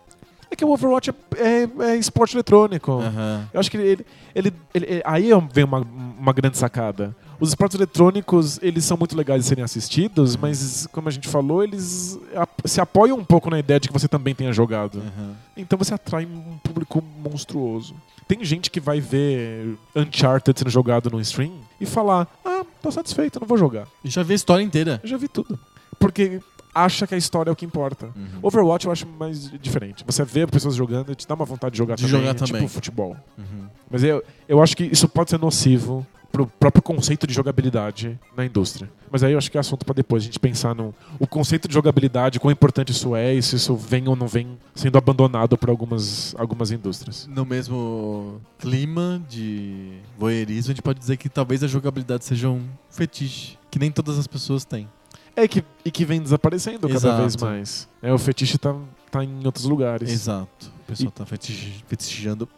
É que o Overwatch é, é- é esporte eletrônico. Aham. Eu acho que ele, ele, ele- ele- aí vem uma, uma grande sacada. Os esportes eletrônicos, eles são muito legais de serem assistidos, mas, como a gente falou, eles ap- se apoiam um pouco na ideia de que você também tenha jogado. aham. Então você atrai um público monstruoso. Tem gente que vai ver Uncharted sendo jogado no stream e falar: Ah, tô satisfeito, não vou jogar. E já vi a história inteira. Eu já vi tudo. Porque acha que a história é o que importa. Uhum. Overwatch eu acho mais diferente. Você vê pessoas jogando e te dá uma vontade de jogar De também. jogar é Tipo também. futebol. Uhum. Mas eu, eu acho que isso pode ser nocivo pro próprio conceito de jogabilidade na indústria. Mas aí eu acho que é assunto pra depois, a gente pensar no o conceito de jogabilidade, quão importante isso é e se isso vem ou não vem sendo abandonado por algumas, algumas indústrias. No mesmo clima de voyeurismo, a gente pode dizer que talvez a jogabilidade seja um fetiche que nem todas as pessoas têm. É que, e que vem desaparecendo cada Exato. vez mais. É, o fetiche tá, tá em outros lugares. Exato. O pessoal tá fetiche- fetichizando,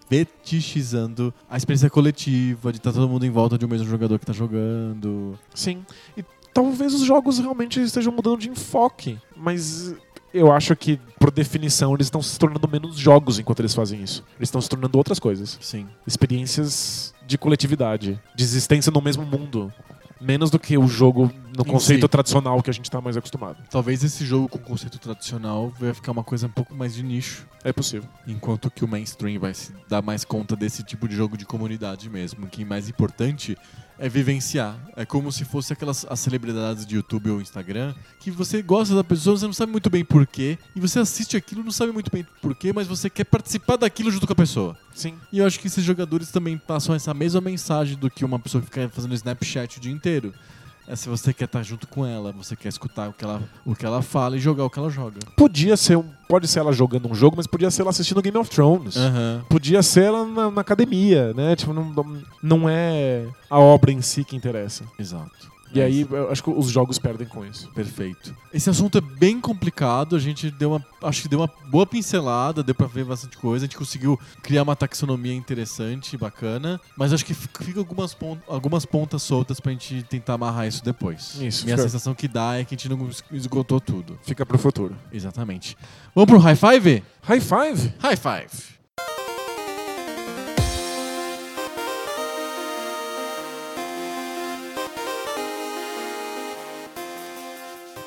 fetichizando a experiência coletiva de estar todo mundo em volta de um mesmo jogador que tá jogando. Sim. E talvez os jogos realmente estejam mudando de enfoque, mas eu acho que, por definição, eles estão se tornando menos jogos enquanto eles fazem isso. Eles estão se tornando outras coisas. Sim. experiências de coletividade, de existência no mesmo mundo. Menos do que o jogo no Em conceito si. tradicional que a gente tá mais acostumado. Talvez esse jogo com conceito tradicional vai ficar uma coisa um pouco mais de nicho. É possível. Enquanto que o mainstream vai se dar mais conta desse tipo de jogo de comunidade mesmo. Que mais importante é vivenciar. É como se fosse aquelas as celebridades de YouTube ou Instagram que você gosta da pessoa, você não sabe muito bem porquê. E você assiste aquilo, não sabe muito bem porquê, mas você quer participar daquilo junto com a pessoa. Sim. E eu acho que esses jogadores também passam essa mesma mensagem do que uma pessoa que fica fazendo Snapchat o dia inteiro. É se você quer estar junto com ela, você quer escutar o que ela, o que ela fala e jogar o que ela joga. Podia ser um, pode ser ela jogando um jogo, mas podia ser ela assistindo Game of Thrones. Aham. Podia ser ela na, na academia, né? Tipo, não, não- não é a obra em si que interessa. Exato. E É aí, isso. eu acho que os jogos perdem com isso. Perfeito. Esse assunto é bem complicado, a gente deu uma. Acho que deu uma boa pincelada, deu pra ver bastante coisa, a gente conseguiu criar uma taxonomia interessante, bacana, mas acho que fica fica algumas, pon- algumas pontas soltas pra gente tentar amarrar isso depois. Isso, Minha fica- sensação que dá é que a gente não es- esgotou tudo. Fica pro futuro. Exatamente. Vamos pro high five? High Five? High five!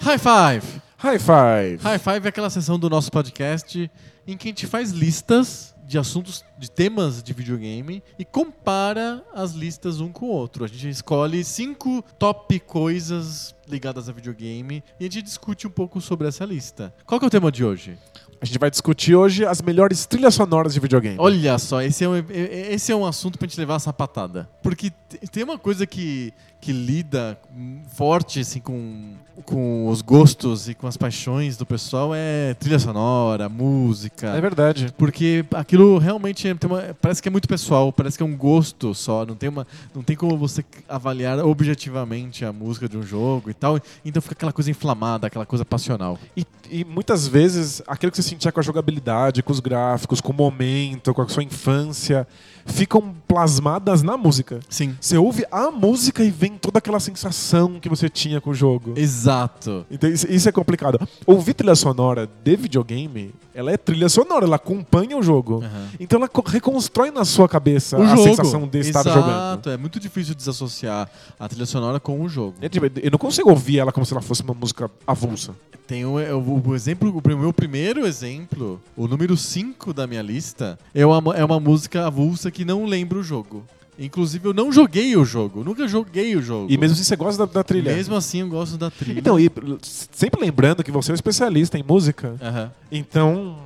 High five! High Five. High five é aquela sessão do nosso podcast em que a gente faz listas de assuntos, de temas de videogame e compara as listas um com o outro. A gente escolhe cinco top coisas ligadas a videogame e a gente discute um pouco sobre essa lista. Qual que é o tema de hoje? A gente vai discutir hoje as melhores trilhas sonoras de videogame. Olha só, esse é um, e- e- esse é um assunto pra gente levar a sapatada. Porque te- tem uma coisa que, que lida hum, forte assim, com, com os gostos e com as paixões do pessoal é trilha sonora, música. É verdade. porque aquilo realmente é- tem uma- parece que é muito pessoal, parece que é um gosto só, não tem, uma, não tem como você avaliar objetivamente a música de um jogo e tal, então fica aquela coisa inflamada, aquela coisa passional. E, e muitas vezes aquilo que você sentia com a jogabilidade, com os gráficos, com o momento, com a sua infância, ficam plasmadas na música. Sim. Você ouve a música e vem toda aquela sensação que você tinha com o jogo. Exato. Então isso, isso é complicado. Ouvir trilha sonora de videogame, ela é trilha sonora, ela acompanha o jogo. Aham. Então ela co- reconstrói na sua cabeça É. o a jogo. sensação de estar Exato, jogando. é muito difícil desassociar a trilha sonora com o jogo. É tipo, Eu não consigo ouvir ela como se ela fosse uma música avulsa. Tem o, é o- o exemplo, o prim- meu primeiro exemplo, o número 5 da minha lista, é uma, mu- é uma música avulsa que não lembra o jogo. Inclusive, eu não joguei o jogo, nunca joguei o jogo. E mesmo assim você gosta da, da trilha. Mesmo assim, eu gosto da trilha. Então, e l- sempre lembrando que você é um especialista em música, Aham. então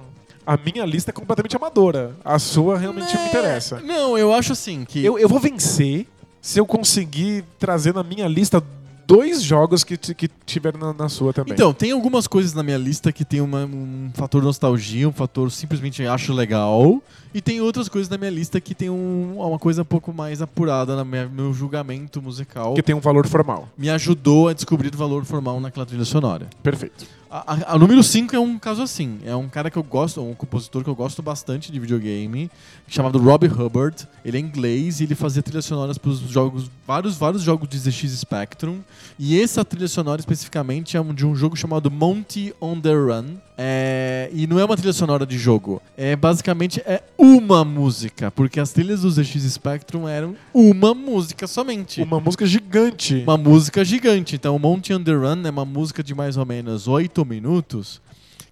a minha lista é completamente amadora. A sua realmente Né. me interessa. Não, eu acho assim que. Eu, eu vou vencer se eu conseguir trazer na minha lista dois jogos que, ti- que tiveram na, na sua também. Então, tem algumas coisas na minha lista que tem uma- um fator nostalgia, um fator simplesmente acho legal, e tem outras coisas na minha lista que tem um- uma coisa um pouco mais apurada no meu julgamento musical. que tem um valor formal. Me ajudou a descobrir o valor formal naquela trilha sonora. Perfeito. A, a- a número 5 é um caso assim. É um cara que eu gosto, um compositor que eu gosto bastante de videogame, chamado Robbie Hubbard. Ele é inglês e ele fazia trilhas sonoras para os jogos, vários, vários jogos de ZX Spectrum. E essa trilha sonora especificamente é um- de um jogo chamado Monty on the Run. É, e não é uma trilha sonora de jogo. É basicamente é uma música, porque as trilhas do ZX Spectrum eram uma música somente Tipo, Uma música gigante. uma música gigante. Então, o Monty Under Run é uma música de mais ou menos 8 minutos,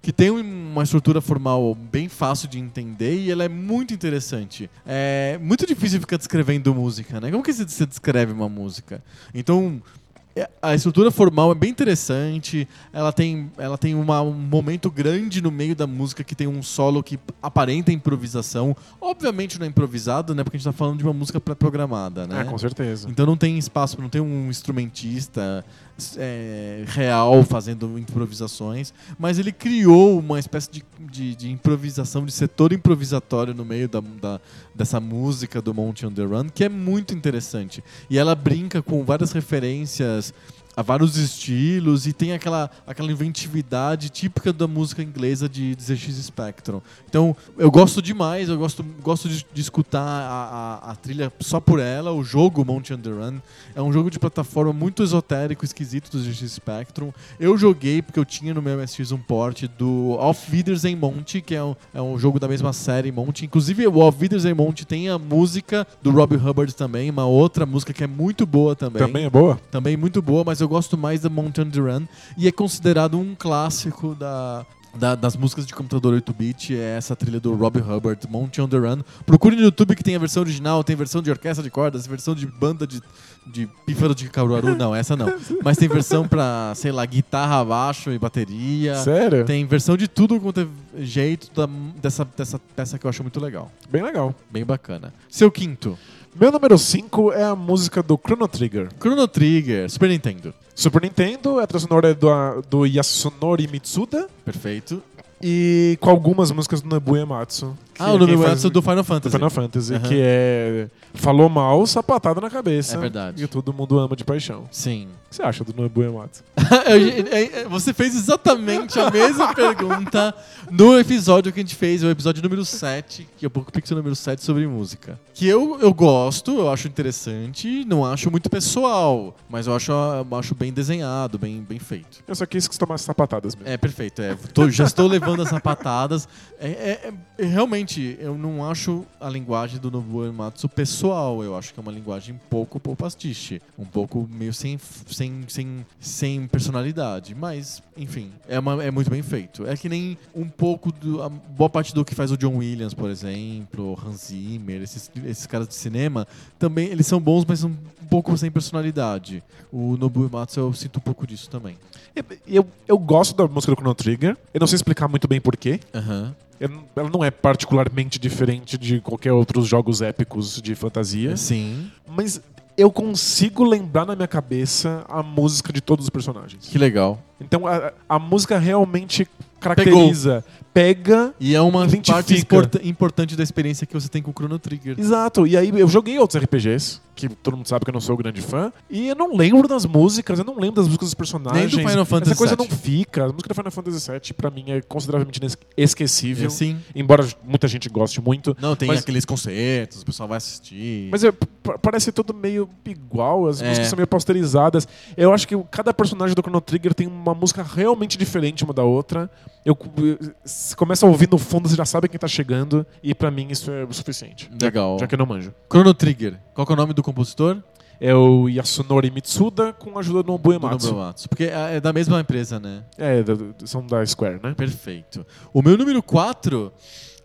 que tem um- uma estrutura formal bem fácil de entender e ela é muito interessante. É muito difícil ficar descrevendo música, né? Como que você- você descreve uma música? Então, é, a estrutura formal é bem interessante. Ela tem, ela tem uma- um momento grande no meio da música que tem um solo que aparenta improvisação. Obviamente não é improvisado, né? Porque a gente tá falando de uma música pré-programada, né? Ah, com certeza. Então não tem espaço, não tem um instrumentista é, real fazendo improvisações, mas ele criou uma espécie de, de- de improvisação, de setor improvisatório no meio da, da- dessa música do Monty on the Run, que é muito interessante. E ela brinca com várias referências a vários estilos e tem aquela, aquela inventividade típica da música inglesa de ZX Spectrum. Então, eu gosto demais, eu gosto, gosto de, de escutar a, a- a trilha só por ela. O jogo Mount Under Run é um jogo de plataforma muito esotérico, esquisito do ZX Spectrum. Eu joguei porque eu tinha no meu MSX um port do Auf Wiedersehen Monte, que é um, é um jogo da mesma série Monte. Inclusive, o Auf Wiedersehen Monte tem a música do Robbie Hubbard também, uma outra música que é muito boa também Também é boa? também muito boa, mas eu eu gosto mais da Mountain Dew Run e é considerado um clássico da, da- das músicas de computador 8-bit. É essa trilha do Rob Hubbard, Mountain Dew Run. Procure no YouTube que tem a versão original, tem versão de orquestra de cordas, versão de banda de, de pífaro de caruaru. Não, essa não. Mas tem versão pra, sei lá, guitarra, baixo e bateria. Sério? É. Tem versão de tudo quanto é jeito da- dessa, dessa peça que eu acho muito legal. Bem legal. Bem bacana. Seu quinto, Meu número 5 é a música do Chrono Trigger. Chrono Trigger, Super Nintendo. Super Nintendo, a trilha sonora é do, do Yasunori Mitsuda Perfeito. e com algumas músicas do Nobu Ematsu. que Ah, o nome quem é faz- do Final Fantasy. do Final Fantasy, Aham. que é falou mal, sapatada na cabeça. É verdade. E todo mundo ama de paixão. O Sim. que você acha do Nobu Ematsu? Eu- eu- eu- Você fez exatamente a mesma pergunta no episódio que a gente fez, o episódio número 7, que é o Poco Pixel número 7 sobre música. Que eu, eu gosto, eu acho interessante, não acho muito pessoal, mas eu acho, eu acho bem desenhado, bem, bem feito. Eu só quis que você tomasse sapatadas mesmo. É, perfeito. É, tô- já estou levando as sapatadas. É, é- é- realmente, eu não acho a linguagem do Nobuo Uematsu pessoal. Eu acho que é uma linguagem um pouco popastiche. Um pouco meio sem, sem, sem, sem personalidade. Mas, enfim, é, uma- é muito bem feito. É que nem um pouco... Do, a boa parte do que faz o John Williams, por exemplo, Hans Zimmer, esses, esses caras de cinema, também eles são bons, mas são um pouco sem personalidade. O Nobuo Uematsu, eu sinto um pouco disso também. É, Eu, eu gosto da música do Chrono Trigger. Eu não sei explicar muito bem porquê. Aham. Ela não é particularmente diferente de qualquer outros jogos épicos de fantasia. Sim. Mas eu consigo lembrar na minha cabeça a música de todos os personagens. Que legal. Então a, a música realmente caracteriza, pega. E é uma Identifica. parte export- importante da experiência que você tem com o Chrono Trigger. Exato, e aí eu joguei outros RPGs, que todo mundo sabe que eu não sou grande fã, e eu não lembro das músicas, eu não lembro das músicas dos personagens. Nem do Final Fantasy Essa coisa VII. não fica. A música do Final Fantasy VII, pra mim, é consideravelmente ines- esquecível. Sim. Embora muita gente goste muito. assim, Não, tem Mas- aqueles concertos, o pessoal vai assistir. Mas é, p- p- parece tudo meio igual, as É. músicas são meio posterizadas. Eu acho que o- cada personagem do Chrono Trigger tem uma música realmente diferente uma da outra. Eu, cu- eu- se começa a ouvir no fundo, você já sabe quem tá chegando, e pra mim isso é o suficiente. Legal. Já que eu não manjo. Chrono Trigger. Qual que é o nome do compositor? É o Yasunori Mitsuda com a ajuda do Nobu Do Ematsu. Nobumatsu. Porque é é da mesma empresa, né? É, da- da- são da Square, né? Perfeito. O meu número 4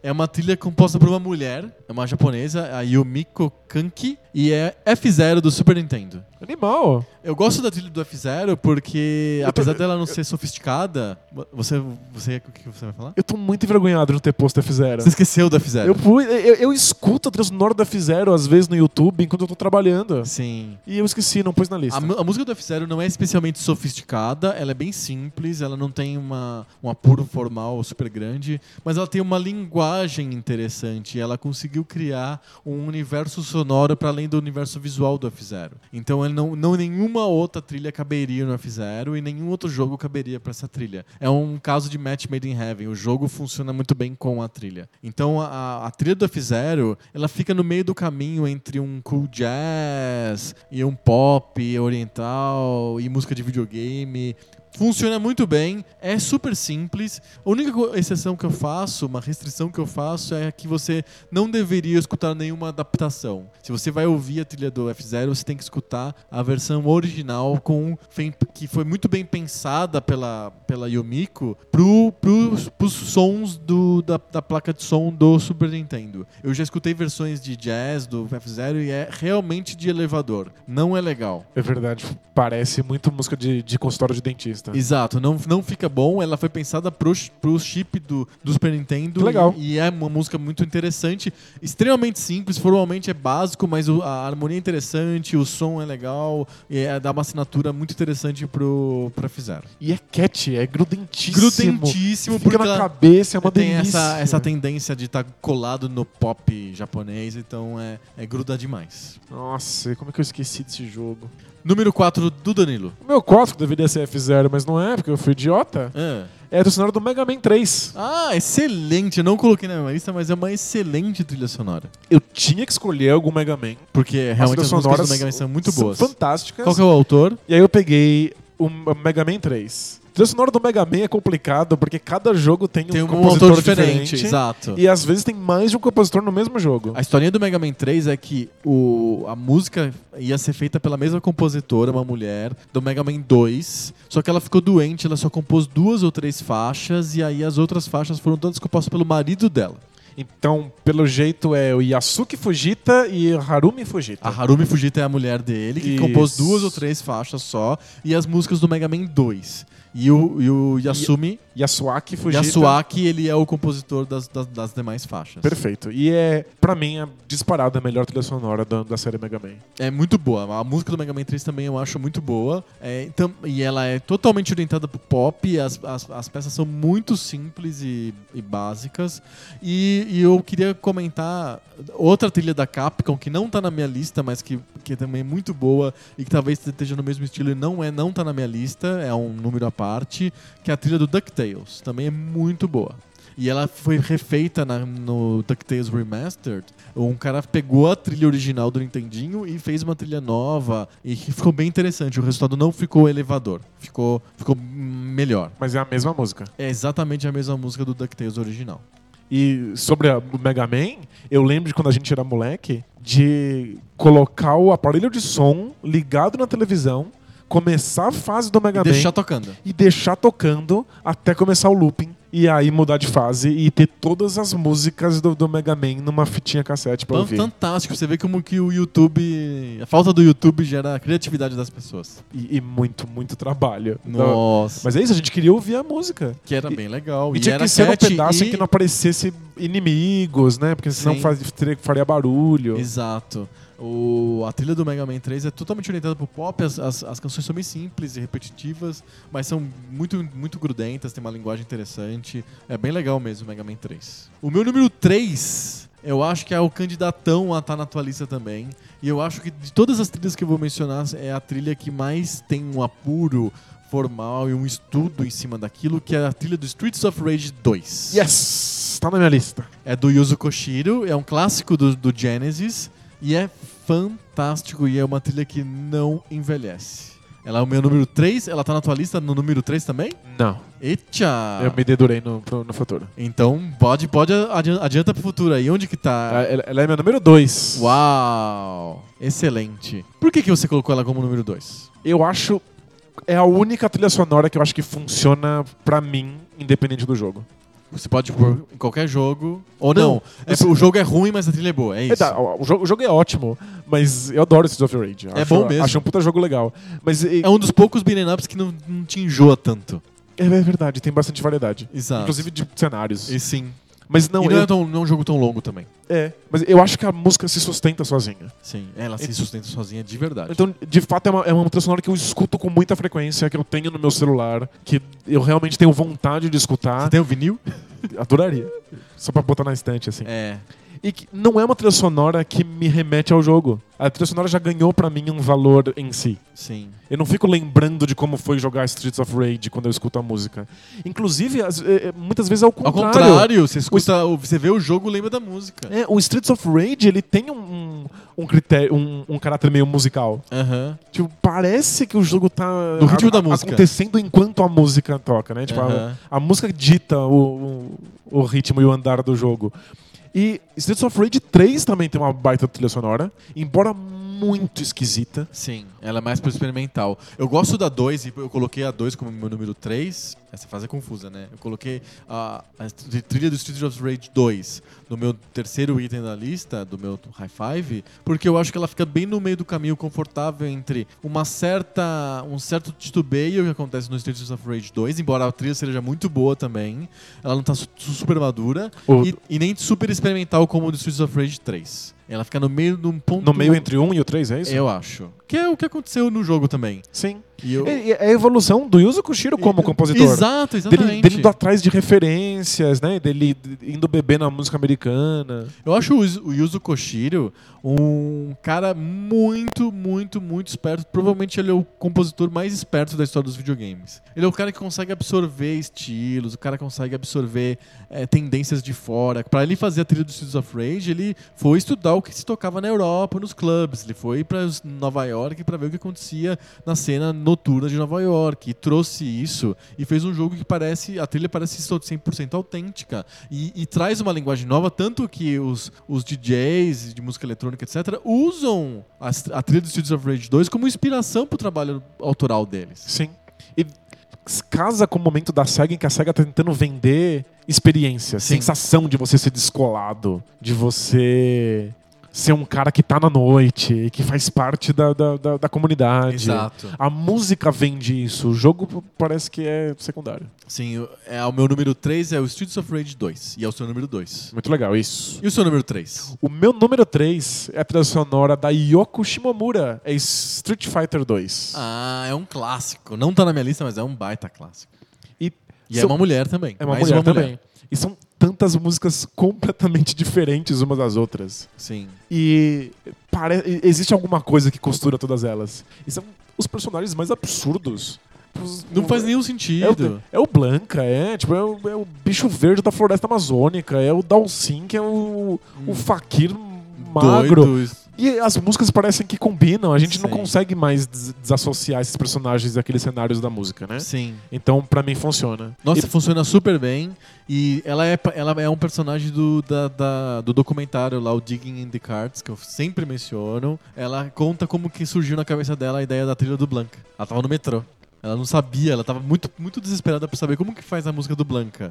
é uma trilha composta por uma mulher, é uma japonesa, a Yumiko Kanki, e é F-Zero do Super Nintendo. Animal! Eu gosto da trilha do F-Zero porque, Eu tô- apesar dela não ser sofisticada, você, você, o que você vai falar? Eu tô muito envergonhado de não ter posto a F-Zero. Você esqueceu do F-Zero. Eu, fui- eu, eu escuto a trilha sonora da F-Zero às vezes no YouTube enquanto eu tô trabalhando. Sim. E eu esqueci, não pus na lista. A, mu- a música do F-Zero não é especialmente sofisticada, ela é bem simples, ela não tem uma, um apuro formal super grande, mas ela tem uma linguagem interessante. Ela conseguiu criar um universo sonoro para além do universo visual do F-Zero. Então, ele não, não nenhuma outra trilha caberia no F-Zero e nenhum outro jogo caberia para essa trilha. É um caso de match made in heaven. O jogo funciona muito bem com a trilha. Então, a- a, a trilha do F-Zero, ela fica no meio do caminho entre um cool jazz e um pop oriental e música de videogame. Funciona muito bem, é super simples. A única co- exceção que eu faço, uma restrição que eu faço, é que você não deveria escutar nenhuma adaptação. Se você vai ouvir a trilha do F-Zero, você tem que escutar a versão original com fem- que foi muito bem pensada pela, pela Yomiko pro, pros, pros sons do, da, da placa de som do Super Nintendo. Eu já escutei versões de jazz do F-Zero e é realmente de elevador. Não é legal. É verdade, parece muito música de, de consultório de dentista. Exato, não, não fica bom. Ela foi pensada pro, ch- pro chip do, do Super Nintendo. Que legal. E, e é uma música muito interessante, extremamente simples, formalmente é básico, mas o- a harmonia é interessante, o som é legal, e é, dá uma assinatura muito interessante pro, pra Fizer. E é cat, é grudentíssimo. Grudentíssimo, Fica porque na ela cabeça, é uma tem delícia. essa, essa tendência de estar colado no pop japonês, então é, é gruda demais. Nossa, como é que eu esqueci desse jogo? Número 4 do Danilo. O meu código deveria ser F0, mas não é, porque eu fui idiota. Ah. É a trilha sonora do Mega Man 3. Ah, excelente! Eu não coloquei na minha lista, mas é uma excelente trilha sonora. Eu tinha que escolher algum Mega Man. Porque realmente as trilhas músicas do sonoras Mega Man são muito boas. São fantásticas. Qual que é o autor? E aí eu peguei o Mega Man 3. trilha sonora do Mega Man é complicado porque cada jogo tem, Tem um, um compositor autor diferente, exato. E às vezes tem mais de um compositor no mesmo jogo. A historinha do Mega Man 3 é que o, a música ia ser feita pela mesma compositora, uma mulher, do Mega Man 2. Só que ela ficou doente, ela só compôs duas ou três faixas, e aí as outras faixas foram todas compostas pelo marido dela, Então, pelo jeito, é o Yasuki Fujita e Harumi Fujita. A Harumi Fujita é a mulher dele, que Tá. Isso. compôs duas ou três faixas só, e as músicas do Mega Man 2. E o, e o Yasumi Yasuaki Fujita. Yasuaki, ele é o compositor das, das, das demais faixas. Perfeito. E é, pra mim, a disparada a melhor trilha sonora da, da série Mega Man. É muito boa. A música do Mega Man 3 também eu acho muito boa. É, então, e ela é totalmente orientada pro pop. As, as, as peças são muito simples e, e básicas. E, e eu queria comentar outra trilha da Capcom que não tá na minha lista, mas que, que também é muito boa e que talvez esteja no mesmo estilo e não é, não tá na minha lista, é um número à parte, que é a trilha do DuckTales. Também é muito boa. E ela foi refeita na- no DuckTales Remastered. Um cara pegou a trilha original do Nintendinho e fez uma trilha nova. E que ficou bem interessante. O resultado não ficou elevador. Ficou, ficou melhor. Mas é a mesma música. É exatamente a mesma música do DuckTales original. E sobre a- o Mega Man, eu lembro de quando a gente era moleque, de colocar o aparelho de som ligado na televisão, começar a fase do Mega E deixar Man tocando. e deixar tocando até começar o looping. E aí mudar de fase e ter todas as músicas do, do Mega Man numa fitinha cassete pra Fan- ouvir. Fantástico. Você vê como que o YouTube... A falta do YouTube gera a criatividade das pessoas. E, e muito, muito trabalho. Então, Nossa. Mas é isso, a gente queria ouvir a música. que era e- bem legal. E, tinha era que ser um cat pedaço e- que não aparecesse inimigos, né? Porque senão Sim. faz, teria- faria barulho. Exato. O, a trilha do Mega Man 3 é totalmente orientada pro pop, as, as, as canções são bem simples e repetitivas, mas são muito, muito grudentas, tem uma linguagem interessante. É bem legal mesmo o Mega Man 3. O meu número 3, eu acho que é o candidatão a estar na tua lista também. E eu acho que de todas as trilhas que eu vou mencionar, é a trilha que mais tem um apuro formal e um estudo em cima daquilo, que é a trilha do Streets of Rage 2. Yes! Tá na minha lista. É do Yuzo Koshiro, é um clássico do, do Genesis e é fantástico e é uma trilha que não envelhece. Ela é o meu número 3, ela tá na tua lista no número 3 também? Não. Eita! Eu me dedurei no, pro- no futuro. Então pode, pode adi- adianta pro futuro aí, onde que tá? Ela, ela é meu número 2. Uau! Excelente. Por que, que você colocou ela como número 2? Eu acho. É a única trilha sonora que eu acho que funciona pra mim, independente do jogo. Você pode pôr em qualquer jogo, ou não. Não, É, você- o jogo é ruim, mas a trilha é boa, é isso. É, tá, o, o jogo, o jogo é ótimo, mas eu adoro Streets of Rage. É Acho- bom mesmo. Acho um puta jogo legal. Mas e- É um dos poucos beat'em ups que não, não te enjoa tanto. é, é verdade, tem bastante variedade. Exato. Inclusive de cenários. Tá. E sim. Mas não, e não eu, é, tão- não é um jogo tão longo também. é, mas eu acho que a música se sustenta sozinha. Sim, ela se Então- sustenta sozinha de verdade. Então, de fato, é uma, é uma trilha sonora que eu escuto com muita frequência, que eu tenho no meu celular, que eu realmente tenho vontade de escutar. Você tem o vinil? Adoraria. Só pra botar na estante, assim. É. E que não é uma trilha sonora que me remete ao jogo. A trilha sonora já ganhou pra mim um valor em si. Sim. Eu não fico lembrando de como foi jogar Streets of Rage quando eu escuto a música. Inclusive, as- é- é- muitas vezes é o Ao contrário. contrário, você escuta, o- você vê o jogo, lembra da música. É, o Streets of Rage, ele tem um, um, um critério, um, um caráter meio musical. Aham. Tipo, parece que o jogo tá No ritmo da a- música. acontecendo enquanto a música toca, né? Tipo, a- Aham. a, música dita o, o, o ritmo e o andar do jogo. E Streets of Rage 3 também tem uma baita trilha sonora, embora muito esquisita. Sim, ela é mais pro experimental. Eu gosto da 2 e eu coloquei a 2 como meu número 3. Essa fase é confusa, né? Eu coloquei a, a tr- trilha do Street of Rage 2 no meu terceiro item da lista, do meu high five, porque eu acho que ela fica bem no meio do caminho confortável entre uma certa um certo titubeio que acontece no Street of Rage 2, embora a trilha seja muito boa também. Ela não tá su- super madura O- e, e nem super experimental como o do Street of Rage 3. Ela fica no meio de um ponto No meio entre o 1 e o 3, é isso? eu acho. Que é o que aconteceu no jogo também. Sim. E eu... É, é a evolução do Yuzo Koshiro como compositor. Exato, Dele, exatamente. dele indo atrás de referências, né? Dele indo beber na música americana. Eu acho o Yuzo- o Yuzo Koshiro um cara muito, muito, muito esperto. Provavelmente ele é o compositor mais esperto da história dos videogames. Ele é o cara que consegue absorver estilos, o cara que consegue absorver eh, tendências de fora. Pra ele fazer a trilha do Streets of Rage, ele foi estudar o que se tocava na Europa, nos clubes. Ele foi pra Nova York pra ver o que acontecia na cena no noturna de Nova York e trouxe isso e fez um jogo que parece, a trilha parece ser 100% autêntica e, e traz uma linguagem nova, tanto que os, os DJs de música eletrônica, etc, usam as- a, trilha do Studios of Rage 2 como inspiração pro trabalho autoral deles. Sim. E casa com o momento da SEGA em que a SEGA tá tentando vender experiência, Sim. sensação de você ser descolado, de você ser um cara que tá na noite, e que faz parte da, da, da- da comunidade. A música vende isso, o jogo p- parece que é secundário. Sim, eu- é, o meu número 3 é o Studios of Rage 2 e é o seu número 2. Muito legal, isso. E o seu número 3? O meu número 3 é a trilha sonora da Yoko Shimomura, é Street Fighter 2. Ah, é um clássico. Não tá na minha lista, mas é um baita clássico. E, E é são- uma mulher também. É uma mais mulher também. E são tantas músicas completamente diferentes umas das outras. Sim. E pare- e existe alguma coisa que costura todas elas. E são os personagens mais absurdos. Os- Não o- faz nenhum é o, sentido. é o Blanca, é, tipo, é o, é o bicho verde da floresta amazônica, é o Dalsin, que é o, o Fakir magro. Hum. Doido. E as músicas parecem que combinam, a gente não Sim. consegue mais des- desassociar esses personagens daqueles cenários da música, né? Sim. Então, pra mim, funciona. Nossa, E- funciona super bem. E ela é, pa- ela é um personagem do, da- da- do documentário lá, o Digging in the Cards, que eu sempre menciono. Ela conta como que surgiu na cabeça dela a ideia da trilha do Blanca. Ela tava no metrô. Ela não sabia, ela tava muito, muito desesperada pra saber como que faz a música do Blanca.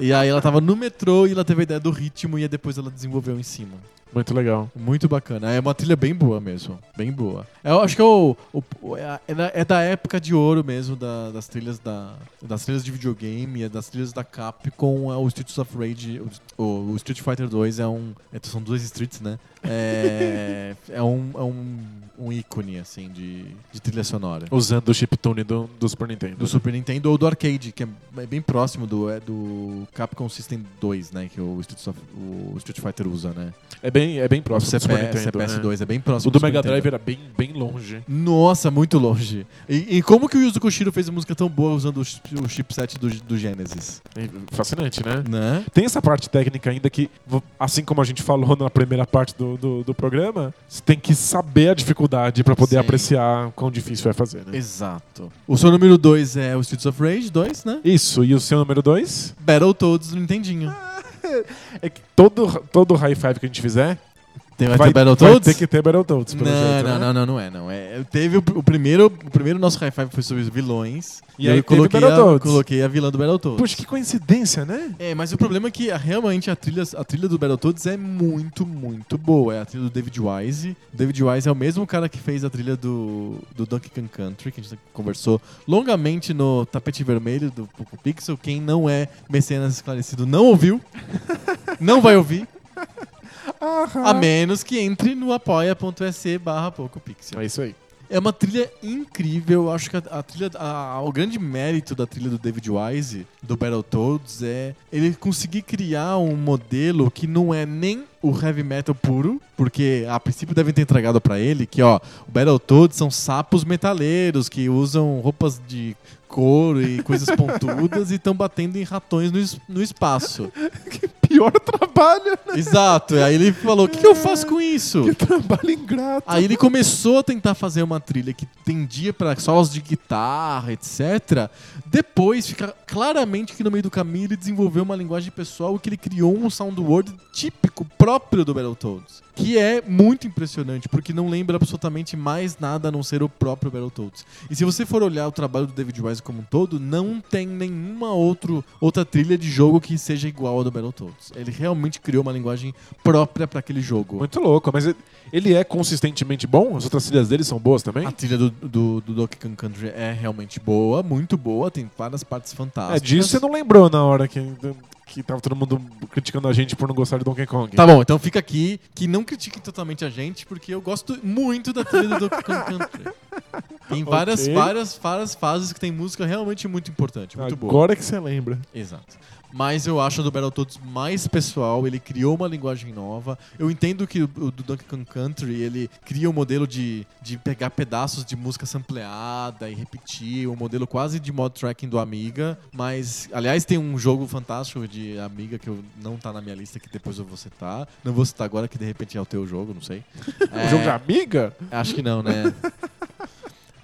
e aí ela tava no metrô e ela teve a ideia do ritmo e aí depois ela desenvolveu em cima. muito legal. Muito bacana. É uma trilha bem boa mesmo. Bem boa. Eu acho que é, o, o- o- é a- é da- é da época de ouro mesmo da- das trilhas da, das trilhas de videogame, é das trilhas da Capcom, é o Streets of Rage, o, o Street Fighter 2 é um. é- são dois streets, né? É, é um, é um, um ícone, assim, de, de trilha sonora. Usando o chiptune do, do Super Nintendo. Do Super Nintendo ou do arcade, que é é bem próximo do, é do Capcom System 2, né? Que o Streets of- o Street Fighter usa, né? É bem, é bem O próximo do Super CP, Nintendo. né? CPS2 é bem próximo O do Super Mega Nintendo. Drive era bem, bem longe. Nossa, muito longe. E, e como que o Yuzo Koshiro fez uma música tão boa usando o, chip- o chipset do, do Genesis? E Fascinante, né? Né? Tem essa parte técnica ainda que, vo- assim como a gente falou na primeira parte do, do, do programa, você tem que saber a dificuldade pra poder Sim. apreciar quão difícil é fazer, né? Exato. O seu número 2 é o Streets of Rage 2, né? Isso, e o seu número dois Battletoads no Nintendinho. é que todo, todo high five que a gente fizer Tem, vai, vai, ter vai Battletoads? ter que ter Battletoads, pelo não, jeito. não, né? não, não, não é, não. É, teve o, o primeiro, o primeiro nosso high five foi sobre os vilões. E aí eu teve coloquei a, Battletoads. coloquei a vilã do Battletoads. Puxa, que coincidência, né? É, mas o problema é que ah, realmente a trilha, a trilha do Battletoads é muito, muito boa. É a trilha do David Wise. O David Wise é o mesmo cara que fez a trilha do, do Donkey Kong Country, que a gente conversou longamente no tapete vermelho do Poco Pixel. Quem não é mecenas esclarecido não ouviu, não vai ouvir, a menos que entre no apoia.se barra PocoPixel. É isso aí. É uma trilha incrível. Eu acho que a, a trilha, a- o grande mérito da trilha do David Wise, do Battletoads, é ele conseguir criar um modelo que não é nem o heavy metal puro, porque a princípio devem ter entregado pra ele que, ó, o Battletoads são sapos metaleiros que usam roupas de couro e coisas pontudas e estão batendo em ratões no, es- no espaço. Pior trabalho, Exato. Aí ele falou: o que, que eu faço com isso? que trabalho ingrato. Aí ele começou a tentar fazer uma trilha que tendia pra solos de guitarra, etc. Depois fica claramente que no meio do caminho ele desenvolveu uma linguagem pessoal que ele criou um soundboard típico próprio do Battletoads, que é muito impressionante porque não lembra absolutamente mais nada a não ser o próprio Battletoads. E se você for olhar o trabalho do David Wise como um todo, não tem nenhuma outro, outra trilha de jogo que seja igual a do Battletoads. Ele realmente criou uma linguagem própria pra aquele jogo. Muito louco, mas ele- ele é consistentemente bom? As outras trilhas dele são boas também? A trilha do, do, do Donkey Kong Country é realmente boa, muito boa, tem várias partes é fantásticas. disso você não lembrou na hora que, que tava todo mundo criticando a gente por não gostar de Donkey Kong. Tá bom, então fica aqui que não critiquem totalmente a gente, porque eu gosto muito da trilha do Donkey Kong Country. Tem várias, Ok. várias, várias fases que tem música realmente muito importante, muito boa. Agora que você lembra. Exato. Mas eu acho a do Battletoads mais pessoal, ele criou uma linguagem nova. Eu entendo que o o do Donkey Kong Country, ele cria um modelo de, de pegar pedaços de música sampleada e repetir, um modelo quase de mod tracking do Amiga, mas aliás tem um jogo fantástico de Amiga que eu não tá na minha lista que depois eu vou citar. Não vou citar agora que de repente é o teu jogo, não sei. O jogo de amiga? Acho que não, né?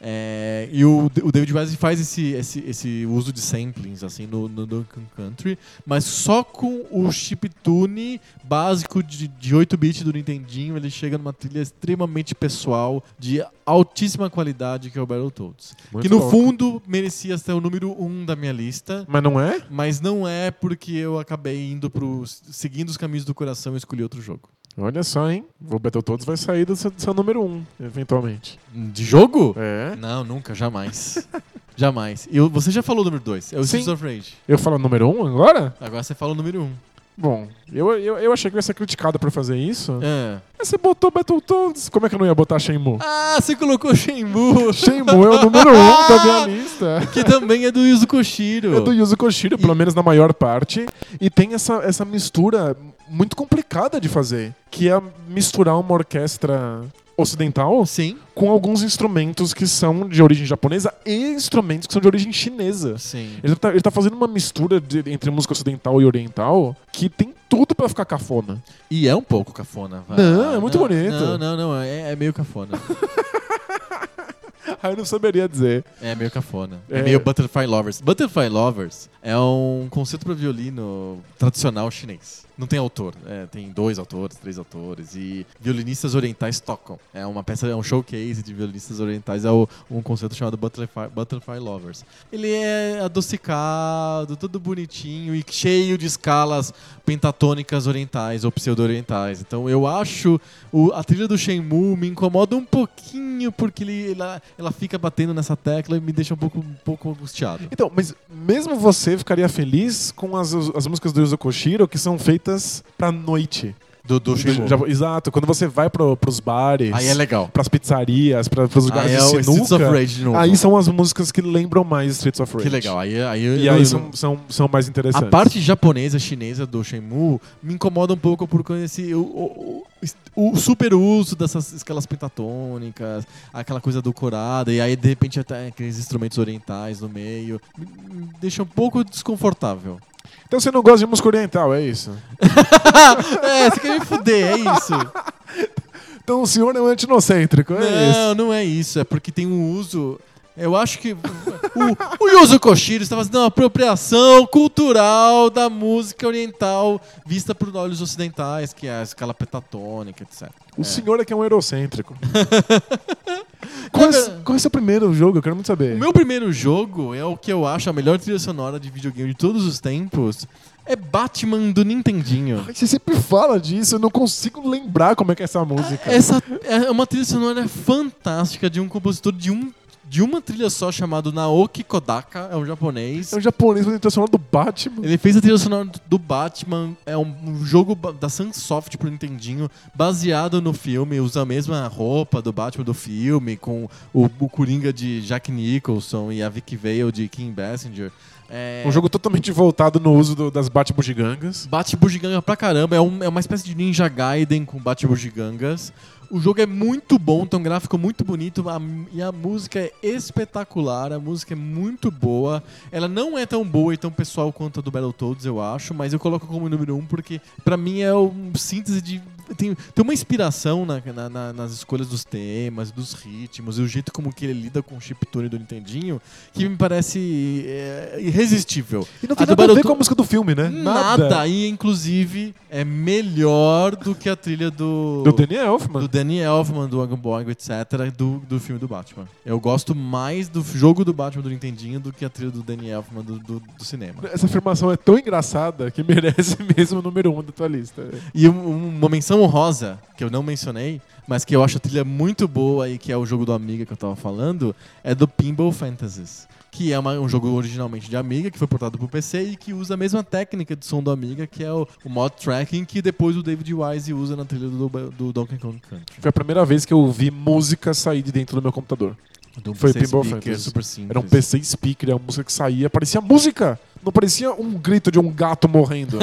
É, e o, o David Wise faz esse, esse, esse uso de samplings assim no, no Duncan Country, mas só com o chiptune básico de, de 8 bits do Nintendinho, ele chega numa trilha extremamente pessoal, de altíssima qualidade, que é o Battletoads. Muito que no louco. fundo merecia ser o número 1 um da minha lista, Mas não é? mas não é porque eu acabei indo pro. seguindo os caminhos do coração e escolhi outro jogo. Olha só, hein? O Battletoads vai sair do seu, do seu número 1, um, eventualmente. De jogo? É? Não, nunca, jamais. jamais. Eu, você já falou o número 2, é o Sim. Streets of Rage. Eu falo número 1 um agora? Agora você fala o número 1. Um. Bom, eu, eu, eu achei que eu ia ser criticado por fazer isso. É. Mas você botou Battletoads. Como é que eu não ia botar Shenmue? Ah, você colocou Shenmue, Shenmue é o número 1 um da minha lista. que também é do Yuzo Koshiro. É do Yuzo Koshiro, pelo menos na maior parte. E tem essa, essa mistura muito complicada de fazer, que é misturar uma orquestra ocidental Sim, com alguns instrumentos que são de origem japonesa e instrumentos que são de origem chinesa. sim. Ele tá, ele tá fazendo uma mistura de- entre música ocidental e oriental que tem tudo pra ficar cafona. E é um pouco cafona. vai. Não, é muito bonito. Não, não, não, é, é meio cafona. Aí eu não saberia dizer. É meio cafona. É. É. meio Butterfly Lovers. Butterfly Lovers é um concerto para violino tradicional chinês. Não tem autor. é, tem dois autores, três autores. E violinistas orientais tocam. É uma peça, é um showcase de violinistas orientais. É o- um concerto chamado Butterfly, Butterfly Lovers. Ele é adocicado, todo bonitinho e cheio de escalas pentatônicas orientais ou pseudo-orientais. Então eu acho o- a trilha do Shenmue me incomoda um pouquinho porque ele, ela, ela fica batendo nessa tecla e me deixa um pouco, um pouco angustiado. Então, mas mesmo você ficaria feliz com as, as músicas do Yuzo Koshiro que são feitas pra noite. Do, do Shenmue. Já- Exato, quando você vai pro, pros bares, Aí é legal. pras pizzarias, pra, pros lugares Aí é de o Streets of sinuca, Rage de novo. aí são as músicas que lembram mais Streets of Rage. que legal. Aí, é, aí, é E aí é um são, são, são mais a interessantes. parte japonesa, chinesa do Shenmue me incomoda um pouco por conta desse o, o, o- o super uso dessas escalas pentatônicas, aquela coisa do corada, e aí de repente até aqueles instrumentos orientais no meio. Me, me deixa um pouco desconfortável. Então você não gosta de música oriental, é isso? é, você quer me fuder, é isso. Então o senhor é um antinocêntrico, é isso? não, não é isso. É porque tem um uso. Eu acho que o, o Yuzo Koshiro está fazendo uma apropriação cultural da música oriental vista por olhos ocidentais, que é a escala pentatônica, etc. O senhor é que é um eurocêntrico. qual, é, Cara- qual é seu primeiro jogo? Eu quero muito saber. O meu primeiro jogo é o que eu acho a melhor trilha sonora de videogame de todos os tempos. É Batman do Nintendinho. Ai, Você sempre fala disso, eu não consigo lembrar como é que é essa música. Essa é uma trilha sonora fantástica de um compositor de um de uma trilha só chamado Naoki Kodaka, é um japonês. É um japonês fazendo trilha sonora do Batman. Ele fez a trilha sonora do Batman, é um um jogo ba- da Sunsoft pro Nintendinho, baseado no filme, usa a mesma roupa do Batman do filme, com o, o Coringa de Jack Nicholson e a Vicky Vale de Kim Basinger. É... Um jogo totalmente voltado no uso do- das Batbugigangas. Bate bugiganga pra caramba, é, um- é uma espécie de Ninja Gaiden com bate bugigangas. O jogo é muito bom, tem um gráfico muito bonito a- e a música é espetacular, a música é muito boa. Ela não é tão boa e tão pessoal quanto a do Battletoads, eu acho, mas eu coloco como número um porque pra mim é um síntese de... Tem, tem uma inspiração na- na- na- nas escolhas dos temas, dos ritmos e o jeito como que ele lida com o chiptune do Nintendinho que me parece é, irresistível. E não tem A do nada a ver Baroto- com a música do filme, né? Nada. E inclusive é melhor do que a trilha do. Do Danny Elfman. do Danny Elfman, do Agon Boing, etc., do, do filme do Batman. Eu gosto mais do jogo do Batman do Nintendinho do que a trilha do Danny Elfman do, do, do cinema. Essa afirmação é tão engraçada que merece mesmo o número um da tua lista. E um- uma menção honrosa, que eu não mencionei, mas que eu acho a trilha muito boa e que é o jogo do Amiga que eu tava falando, é do Pinball Fantasies. Que é uma- um jogo originalmente de Amiga, que foi portado pro PC e que usa a mesma técnica de som do Amiga, que é o, o mod tracking, que depois o David Wise usa na trilha do, do Donkey Kong Country. Foi a primeira vez que eu ouvi música sair de dentro do meu computador. Do Foi PC Pinball Speaker, Fantasies. é super simples. Era um PC speaker, era uma música que saía, parecia música! Não parecia um grito de um gato morrendo.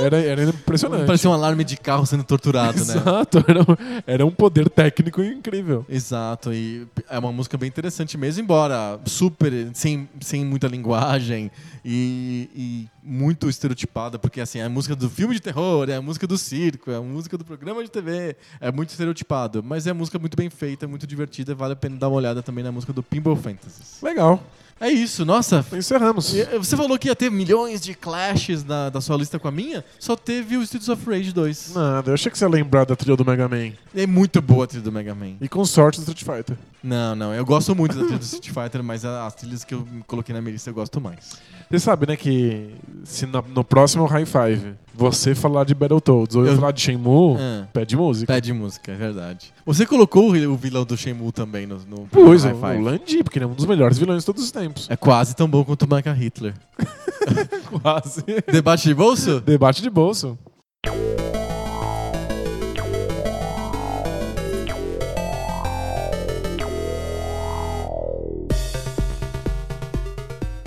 Era, era impressionante. Parecia um alarme de carro sendo torturado, né? né? Exato, era um, era um poder técnico incrível. Exato, e é uma música bem interessante mesmo, embora super, sem, sem muita linguagem e, e muito estereotipada, porque assim, é a música do filme de terror, é a música do circo, é a música do programa de TV, é muito estereotipado, mas é a música muito bem feita, muito divertida, vale a pena dar uma olhada também na música do Pinball Fantasy. Legal, É isso, nossa, encerramos. e, eh, Você falou que ia ter milhões de clashes na, da sua lista com a minha, só teve o Streets of Rage 2. Nada, eu achei que você ia lembrar da trilha do Mega Man. É muito boa a trilha do Mega Man. E com sorte do Street Fighter. Não, não, eu gosto muito da trilha do Street Fighter, mas a- as trilhas que eu coloquei na minha lista eu gosto mais. Você sabe, né, que se na- no próximo High Five você falar de Battletoads ou eu, Eu- falar de Shenmue, Ah, pede música. pede música, é verdade. Você colocou o o vilão do Shenmue também no, no Pois, o, High Five. o Landy, porque ele é um dos melhores vilões de todos os tempos. É quase tão bom quanto o Michael Hitler. Quase. Debate de bolso? Debate de bolso.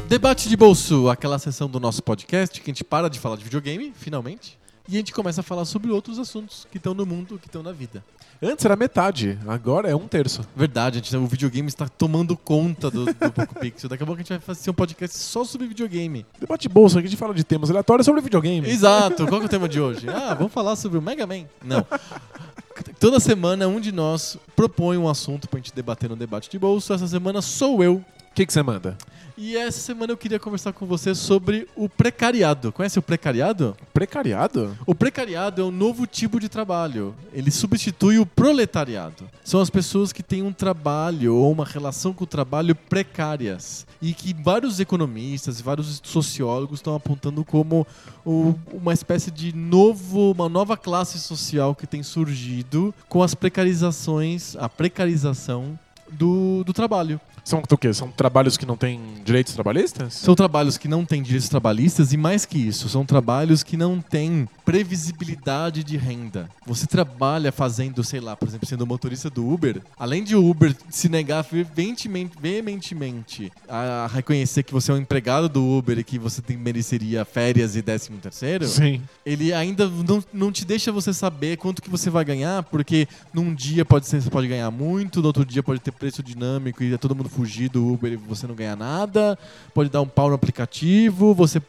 Debate de bolso, aquela sessão do nosso podcast que a gente para de falar de videogame, finalmente, e a gente começa a falar sobre outros assuntos que estão no mundo, que estão na vida. Antes era metade, agora é um terço. Verdade, a gente, o videogame está tomando conta do, do Poco Pixel. Daqui a pouco a gente vai fazer um podcast só sobre videogame. Debate de bolso, aqui a gente fala de temas aleatórios sobre videogame. Exato, qual que é o tema de hoje? Ah, vamos falar sobre o Mega Man. Não. Toda semana um de nós propõe um assunto pra gente debater no debate de bolso. Essa semana sou eu. O que que você manda? E essa semana eu queria conversar com você sobre o precariado. Conhece o precariado? Precariado? O precariado é um novo tipo de trabalho. Ele substitui o proletariado. São as pessoas que têm um trabalho ou uma relação com o trabalho precárias. E que vários economistas, vários sociólogos estão apontando como o- uma espécie de novo, uma nova classe social que tem surgido com as precarizações, a precarização do, do trabalho. São o quê? São trabalhos que não têm direitos trabalhistas? São trabalhos que não têm direitos trabalhistas e mais que isso, são trabalhos que não têm previsibilidade de renda. Você trabalha fazendo, sei lá, por exemplo, sendo motorista do Uber, além de o Uber se negar veementemente, veementemente a reconhecer que você é um empregado do Uber e que você tem, mereceria férias e décimo terceiro, Sim. ele ainda não, não te deixa você saber quanto que você vai ganhar, porque num dia pode ser, você pode ganhar muito, no outro dia pode ter preço dinâmico e é todo mundo fugir do Uber e você não ganhar nada, pode dar um pau no aplicativo, você,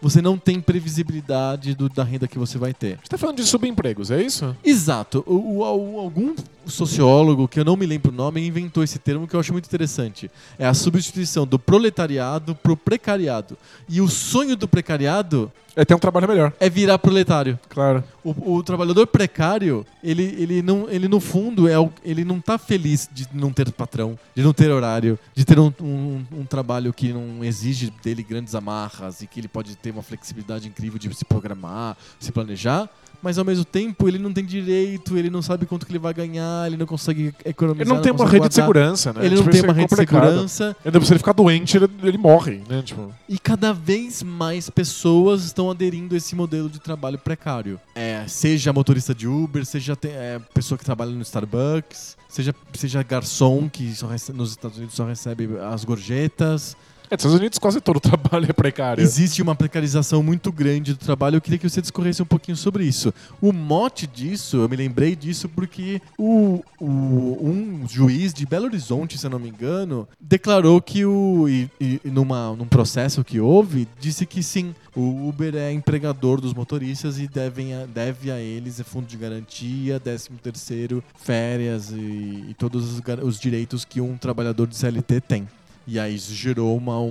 você não tem previsibilidade do- da renda que você vai ter. Você tá falando de subempregos, é isso? Exato. O, o- al- algum sociólogo, que eu não me lembro o nome, inventou esse termo que eu acho muito interessante. É a substituição do proletariado pro precariado. E o sonho do precariado É ter um trabalho melhor, é virar proletário. claro. O, o trabalhador precário, ele, ele, não, ele no fundo, é o- ele não tá feliz de não ter patrão, de não ter horário, de ter um, um- um trabalho que não exige dele grandes amarras e que ele pode ter uma flexibilidade incrível de se programar, se planejar. Mas ao mesmo tempo ele não tem direito, ele não sabe quanto que ele vai ganhar, ele não consegue economizar. Ele não tem uma consegue rede de guardar, segurança, né? Ele Tipo, não tem isso é uma rede de complicado. segurança. Ainda se ele ficar doente, ele, ele morre, né? Tipo, E cada vez mais pessoas estão aderindo a esse modelo de trabalho precário. É, seja motorista de Uber, seja te- é, pessoa que trabalha no Starbucks, seja, seja garçom que só rece- nos Estados Unidos só recebe as gorjetas. é, nos Estados Unidos quase todo trabalho é precário. Existe uma precarização muito grande do trabalho. Eu queria que você discorresse um pouquinho sobre isso. O mote disso, eu me lembrei disso porque o, o- um juiz de Belo Horizonte, se eu não me engano, declarou que o. E, e- e numa, num processo que houve, disse que sim, o Uber é empregador dos motoristas e devem a- deve a eles é fundo de garantia, 13 terceiro, férias e, e todos os gar- os direitos que um trabalhador de CLT tem. E aí isso gerou uma- um,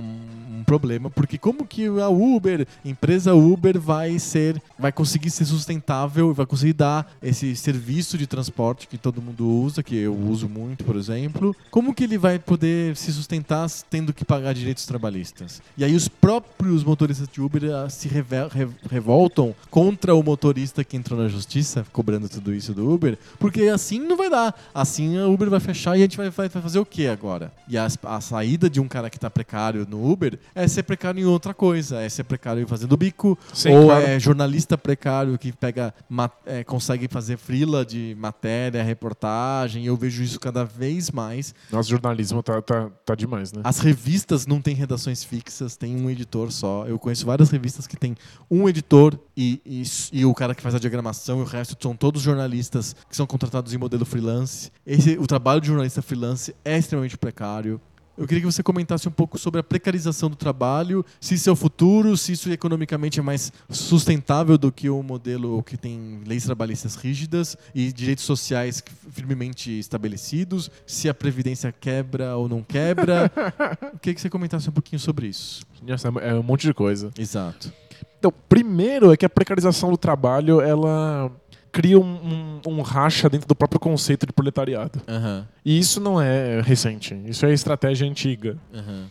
um problema, porque como que a Uber, empresa Uber, vai ser, vai conseguir ser sustentável, vai conseguir dar esse serviço de transporte que todo mundo usa, que eu uso muito, por exemplo, como que ele vai poder se sustentar tendo que pagar direitos trabalhistas? E aí os próprios motoristas de Uber ah, se revel- re- revoltam contra o motorista que entrou na justiça cobrando tudo isso do Uber, porque assim não vai dar. Assim a Uber vai fechar e a gente vai, vai- vai fazer o que agora? E as- a, saída vida de um cara que tá precário no Uber é ser precário em outra coisa. É ser precário fazendo bico, Sim, ou claro. é jornalista precário que pega, ma- é, consegue fazer frila de matéria, reportagem. Eu vejo isso cada vez mais. Nosso jornalismo tá, tá, tá demais, né? As revistas não têm redações fixas, tem um editor só. Eu conheço várias revistas que tem um editor e, e, s- e o cara que faz a diagramação e o resto são todos jornalistas que são contratados em modelo freelance. Esse, o trabalho de jornalista freelance é extremamente precário. Eu queria que você comentasse um pouco sobre a precarização do trabalho, se isso é o futuro, se isso economicamente é mais sustentável do que o modelo que tem leis trabalhistas rígidas e direitos sociais firmemente estabelecidos, se a previdência quebra ou não quebra. Eu queria que você comentasse um pouquinho sobre isso. É um monte de coisa. Exato. Então, primeiro é que a precarização do trabalho, ela cria um, um- um racha dentro do próprio conceito de proletariado. Aham, E isso não é recente, isso é estratégia antiga. aham,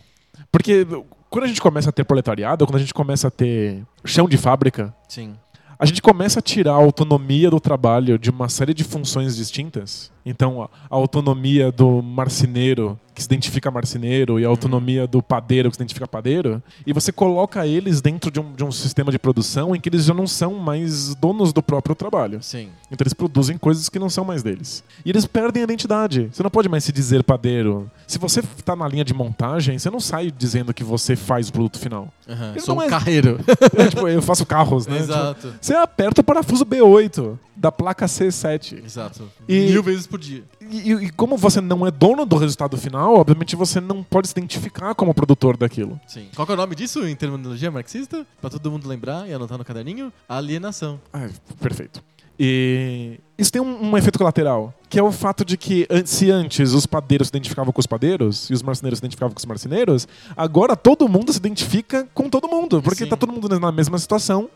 Porque quando a gente começa a ter proletariado, quando a gente começa a ter chão de fábrica, sim. a gente começa a tirar a autonomia do trabalho de uma série de funções distintas. Então, a a autonomia do marceneiro, que se identifica marceneiro, e a autonomia do padeiro, que se identifica padeiro, e você coloca eles dentro de um, de um sistema de produção em que eles já não são mais donos do próprio trabalho. Sim. Então, eles produzem coisas que não são mais deles. E eles perdem a identidade. Você não pode mais se dizer padeiro. Se você está na linha de montagem, você não sai dizendo que você faz o produto final. Aham. Ele Sou não um é- carreiro. É, tipo, eu faço carros, né? Tipo, Exato. você aperta o parafuso B8 da placa C7. Exato. E- Mil vezes por dia. E, e como você não é dono do resultado final, obviamente você não pode se identificar como produtor daquilo. Sim. Qual que é o nome disso em terminologia marxista? Pra todo mundo lembrar e anotar no caderninho? Alienação. Ah, perfeito. E isso tem um, um efeito colateral, que é o fato de que an- se antes os padeiros se identificavam com os padeiros e os marceneiros se identificavam com os marceneiros, agora todo mundo se identifica com todo mundo, porque Sim. tá todo mundo na mesma situação,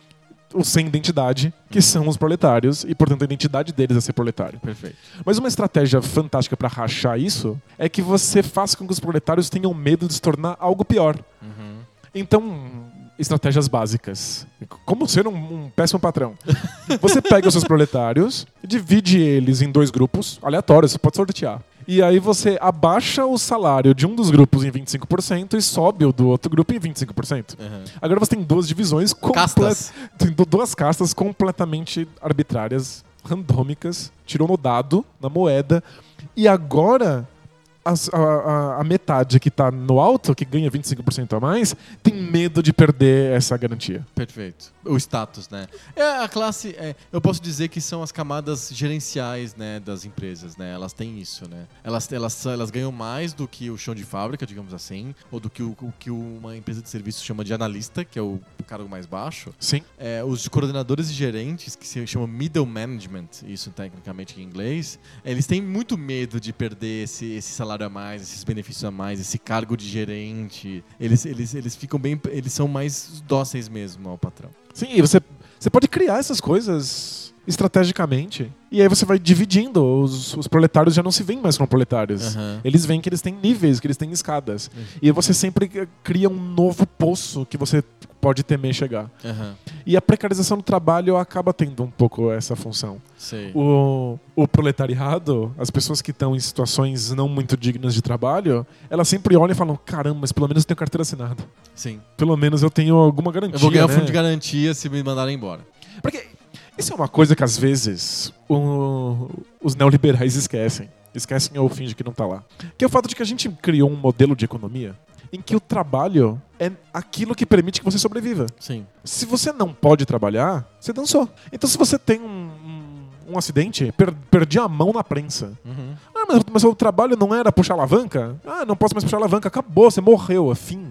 o sem identidade, que são os proletários, e portanto a identidade deles é ser proletário. Perfeito. Mas uma estratégia fantástica pra rachar isso é que você faça com que os proletários tenham medo de se tornar algo pior. Então, estratégias básicas. Como ser um, um péssimo patrão? Você pega os seus proletários, divide eles em dois grupos aleatórios, você pode sortear. E aí você abaixa o salário de um dos grupos em 25% e sobe o do outro grupo em 25%. Aham. Agora você tem duas divisões completas. Castas. Tem du- duas castas completamente arbitrárias, randômicas, tirou no dado, na moeda. E agora, as- a, a- a metade que tá no alto, que ganha 25% a mais, tem medo de perder essa garantia. Perfeito. O status, né? É a classe. é, eu posso dizer que são as camadas gerenciais, né, das empresas, né? Elas têm isso, né? Elas, elas, são- elas ganham mais do que o chão de fábrica, digamos assim, ou do que o, o que uma empresa de serviço chama de analista, que é o cargo mais baixo. Sim. É, os coordenadores e gerentes, que se chama middle management, isso tecnicamente em inglês, eles têm muito medo de perder esse, esse salário a mais, esses benefícios a mais, esse cargo de gerente. Eles, eles, eles ficam bem. Eles são mais dóceis mesmo ao patrão. Sim, e você, você pode criar essas coisas estrategicamente. E aí você vai dividindo. Os, os proletários já não se veem mais como proletários. Aham. Eles veem que eles têm níveis, que eles têm escadas. E você sempre eh, cria um novo poço que você pode temer chegar. Aham. E a precarização do trabalho acaba tendo um pouco essa função. Sei. O, o proletariado, as pessoas que estão em situações não muito dignas de trabalho, elas sempre olham e falam: caramba, mas pelo menos eu tenho carteira assinada. Sim. Pelo menos eu tenho alguma garantia. Eu vou ganhar o né? fundo de garantia se me mandarem embora. Porque isso é uma coisa que às vezes o- os neoliberais esquecem. Esquecem ou fingem que não tá lá. Que é o fato de que a gente criou um modelo de economia em que o trabalho é aquilo que permite que você sobreviva. Sim. Se você não pode trabalhar, você dançou. Então se você tem um, um- um acidente, per- perdi a mão na prensa. Uhum. Ah, mas, mas o trabalho não era puxar alavanca? Ah, não posso mais puxar alavanca. Acabou, você morreu, é fim.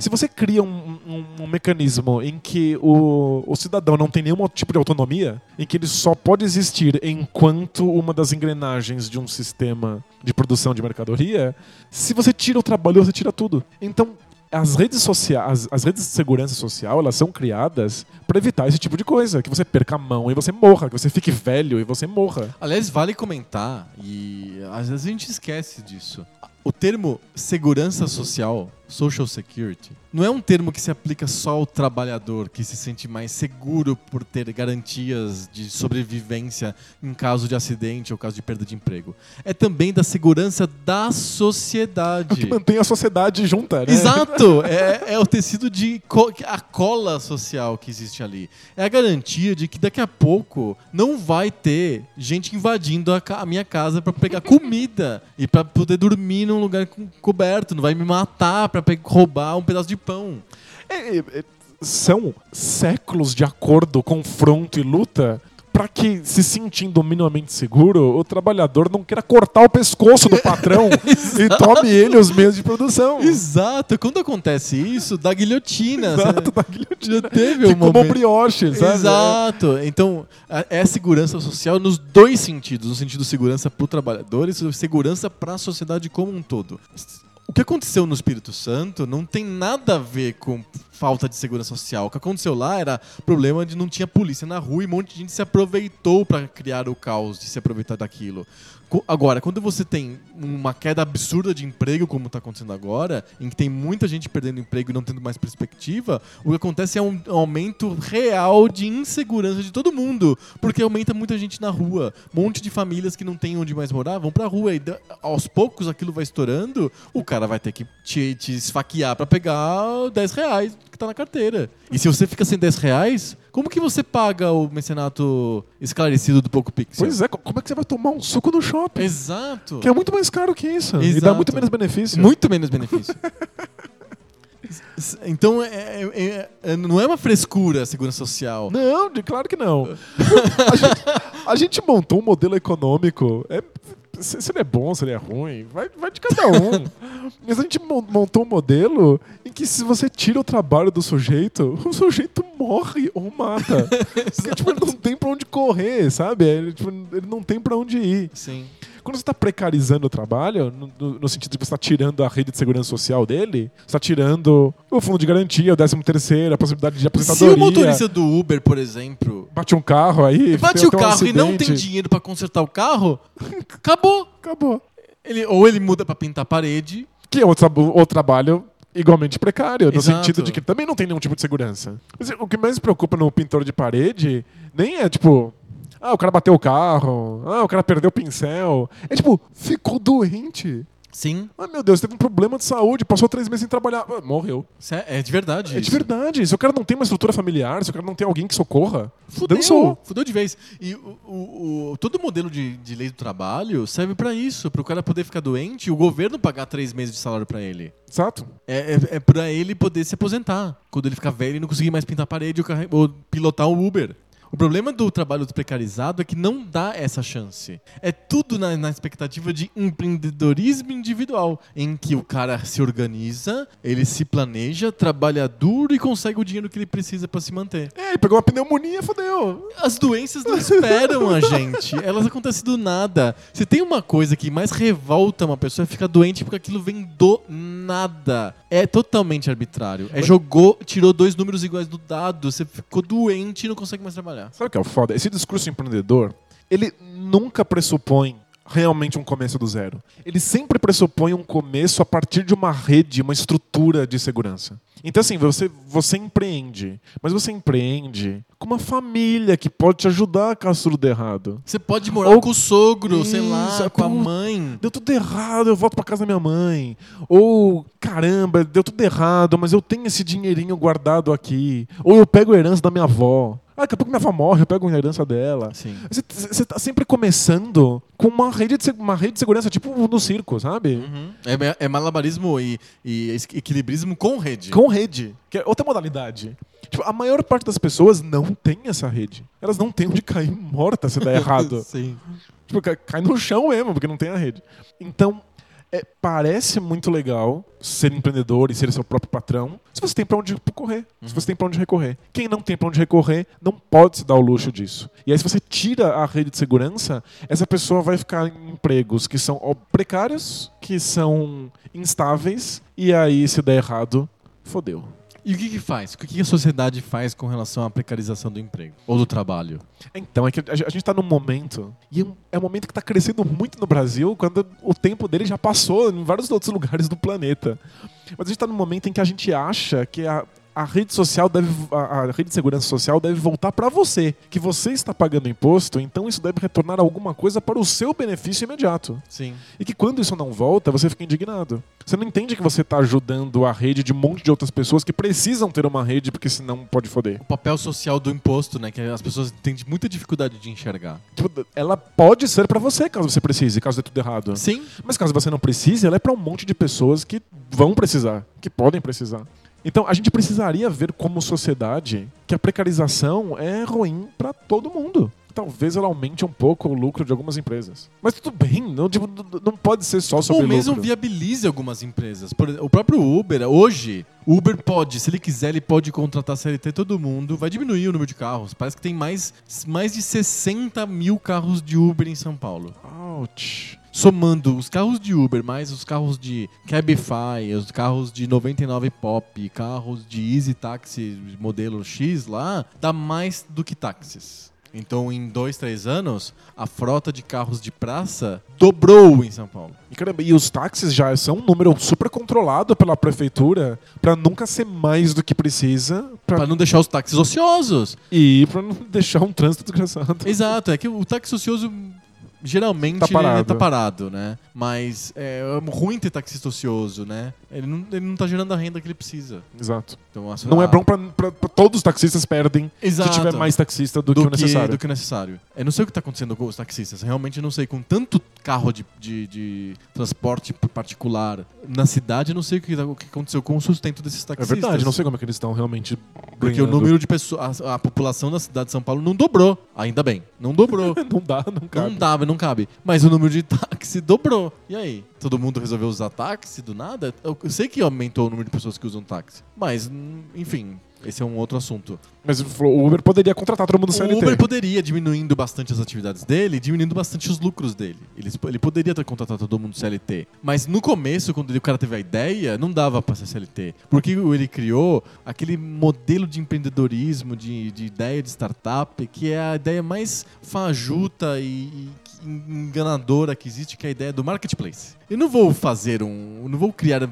Se você cria um, um- um mecanismo em que o, o cidadão não tem nenhum tipo de autonomia, em que ele só pode existir enquanto uma das engrenagens de um sistema de produção de mercadoria, se você tira o trabalho, você tira tudo. Então, as redes sociais, as, as redes de segurança social, elas são criadas para evitar esse tipo de coisa, que você perca a mão e você morra, que você fique velho e você morra. Aliás, vale comentar, e às vezes a gente esquece disso. O termo segurança social Social Security não é um termo que se aplica só ao trabalhador que se sente mais seguro por ter garantias de sobrevivência em caso de acidente ou caso de perda de emprego. É também da segurança da É O que sociedade. mantém a sociedade junta, né? Exato! É, é o tecido de. co- a cola social que existe ali. É a garantia de que daqui a pouco não vai ter gente invadindo a, ca- a minha casa pra pegar comida e pra poder dormir num lugar co- coberto. Não vai me matar pra pe- roubar um pedaço de pão. É, é, é, são séculos de acordo, confronto e luta para que, se sentindo minimamente seguro, o trabalhador não queira cortar o pescoço do patrão e tome ele os meios de produção. Exato! Quando acontece isso, dá guilhotina. Exato, Cê- da guilhotina. Já teve um Que Tá como momento. brioche, sabe? Exato. Então, a- é segurança social nos dois sentidos. No sentido segurança para o trabalhador e se- segurança para a sociedade como um todo. S- O que aconteceu no Espírito Santo não tem nada a ver com falta de segurança social. O que aconteceu lá era problema de não tinha polícia na rua e um monte de gente se aproveitou para criar o caos, de se aproveitar daquilo. Co- Agora, quando você tem uma queda absurda de emprego, como está acontecendo agora, em que tem muita gente perdendo emprego e não tendo mais perspectiva, o que acontece é um aumento real de insegurança de todo mundo, porque aumenta muita gente na rua. Um monte de famílias que não tem onde mais morar vão pra rua e da- aos poucos aquilo vai estourando, o cara vai ter que te, te esfaquear pra pegar 10 reais que tá na carteira. E se você fica sem 10 reais, como que você paga o mecenato esclarecido do Poco Pixel? Pois é, co- como é que você vai tomar um suco no shopping? Exato. Que é muito mais caro que isso. E dá Exato. muito menos benefício. Muito menos benefício. S- s- então, é- é- é- não é uma frescura a segurança social. Não, de- claro que não. a, gente, a gente montou um modelo econômico. É, se, se ele é bom, se ele é ruim, vai, vai de cada um. Mas a gente mon- montou um modelo em que se você tira o trabalho do sujeito, o sujeito morre ou mata. Porque, tipo, ele não tem pra onde correr, sabe? Ele, tipo, ele não tem pra onde ir. Sim. Quando você está precarizando o trabalho, no, no- no sentido de que você está tirando a rede de segurança social dele, você está tirando o fundo de garantia, o décimo terceiro, a possibilidade de Se aposentadoria. o motorista do Uber, por exemplo, Bate um carro aí. bate tem o até um carro e não acidente. tem dinheiro pra consertar o carro, acabou. Acabou. Ele, ou ele muda pra pintar a parede. Que é outro, tra- outro trabalho igualmente precário, no Exato. sentido de que também não tem nenhum tipo de segurança. Mas o que mais me preocupa no pintor de parede nem é tipo. Ah, o cara bateu o carro. Ah, o cara perdeu o pincel. É tipo, ficou doente. Sim, Ah, meu Deus, teve um problema de saúde, passou três meses sem trabalhar. Ah, morreu. isso é é de verdade. É de isso. verdade. Se o cara não tem uma estrutura familiar, se o cara não tem alguém que socorra, Fudeu, dançou. fudeu de vez. E o, o- o- todo modelo de, de lei do trabalho serve pra isso, pro cara poder ficar doente e o governo pagar três meses de salário pra ele. Exato. É, é, é pra ele poder se aposentar. Quando ele ficar velho e não conseguir mais pintar a parede ou, carre- ou pilotar o Uber. O problema do trabalho precarizado é que não dá essa chance. É tudo na, na expectativa de empreendedorismo individual, em que o cara se organiza, ele se planeja, trabalha duro e consegue o dinheiro que ele precisa pra se manter. É, ele pegou uma pneumonia, fudeu. As doenças não esperam a gente. Elas acontecem do nada. Se tem uma coisa que mais revolta uma pessoa é ficar doente porque aquilo vem do nada. É totalmente arbitrário. É jogou, tirou dois números iguais do dado, você ficou doente e não consegue mais trabalhar. Sabe o que é o foda? Esse discurso empreendedor, ele nunca pressupõe realmente um começo do zero. Ele sempre pressupõe um começo a partir de uma rede, uma estrutura de segurança. Então assim, você, você empreende, mas você empreende com uma família que pode te ajudar caso tudo dê errado. Você pode morar Ou- com o sogro, sei Isso, lá, com a puta. mãe. Deu tudo errado, eu volto pra casa da minha mãe. Ou, caramba, deu tudo errado, mas eu tenho esse dinheirinho guardado aqui. Ou eu pego a herança da minha avó. Ah, daqui a pouco minha avó morre, eu pego a herança dela. Sim. Você- Você tá sempre começando com uma rede de, se- uma rede de segurança, tipo no circo, sabe? É, é malabarismo e, e es- equilibrismo com rede. Com rede, que é outra modalidade. Tipo, a maior parte das pessoas não tem essa rede. Elas não têm onde cair morta se der errado. Sim. Tipo, ca- cai no chão mesmo, porque não tem a rede. Então, é, parece muito legal ser empreendedor e ser seu próprio patrão, se você tem pra onde correr, se você tem pra onde recorrer. Quem não tem pra onde recorrer, não pode se dar o luxo disso. E aí, se você tira a rede de segurança, essa pessoa vai ficar em empregos que são ó, precários, que são instáveis, e aí, se der errado, fodeu. E o que, que faz? O que, que a sociedade faz com relação à precarização do emprego ou do trabalho? Então, é que a gen- a gente tá num momento, e é um- é um momento que tá crescendo muito no Brasil, quando o tempo dele já passou em vários outros lugares do planeta. Mas a gente tá num momento em que a gente acha que a, a rede social deve. A, a rede de segurança social deve voltar para você. Que você está pagando imposto, então isso deve retornar alguma coisa para o seu benefício imediato. Sim. E que quando isso não volta, você fica indignado. Você não entende que você tá ajudando a rede de um monte de outras pessoas que precisam ter uma rede, porque senão pode foder. O papel social do imposto, né? Que as pessoas têm de- muita dificuldade de enxergar. Tipo, Ela pode ser para você, caso você precise, caso dê tudo errado. Sim. Mas caso você não precise, ela é para um monte de pessoas que vão precisar, que podem precisar. Então a gente precisaria ver como sociedade que a precarização é ruim para todo mundo. Talvez ela aumente um pouco o lucro de algumas empresas. Mas tudo bem, não, tipo, n- não pode ser só sobre Ou mesmo lucro. viabilize algumas empresas. Por exemplo, o próprio Uber, hoje, o Uber pode, se ele quiser, ele pode contratar CLT todo mundo. Vai diminuir o número de carros. Parece que tem mais, mais de 60 mil carros de Uber em São Paulo. Ouch. Somando os carros de Uber, mais os carros de Cabify, os carros de 99 Pop, carros de Easy Taxi modelo X lá, dá mais do que táxis. Então, em dois, três anos, a frota de carros de praça dobrou em São Paulo. E, caramba, e os táxis já são um número super controlado pela prefeitura para nunca ser mais do que precisa Pra pra... não deixar os táxis ociosos. e para não deixar um trânsito desgraçado. Exato, é que o táxi ocioso geralmente Tá parado. ele tá parado, né? Mas é ruim ter taxista ocioso, né? Ele não, ele não tá gerando a renda que ele precisa. Exato. Então, a- Não é a- bom pra, pra- pra- todos os taxistas perdem Exato. se tiver mais taxista do, do que o necessário. do que o necessário. Eu não sei o que está acontecendo com os taxistas. Realmente não sei. Com tanto carro de, de- de transporte particular na cidade, eu não sei o que, tá- o que aconteceu com o sustento desses É taxistas. verdade, não sei como é que eles estão realmente Porque o ganhando. número de pessoas. A, a população da cidade de São Paulo não dobrou. Ainda bem. Não dobrou. não dá, não cabe. Não dava, não cabe. Mas o número de táxi dobrou. E aí? Todo mundo resolveu usar táxi do nada? Eu eu sei que aumentou o número de pessoas que usam táxi. Mas, hum, enfim, esse é um outro assunto. Mas ele falou, o Uber poderia contratar todo mundo CLT. O Uber poderia, diminuindo bastante as atividades dele, diminuindo bastante os lucros dele. Ele, ele poderia ter contratado todo mundo CLT. Mas no começo, quando ele- o cara teve a ideia, não dava pra ser CLT. Porque o- ele criou aquele modelo de empreendedorismo, de, de ideia de startup, que é a ideia mais fajuta e, e que- enganadora que existe, que é a ideia do marketplace. Eu não vou fazer um. eu não vou criar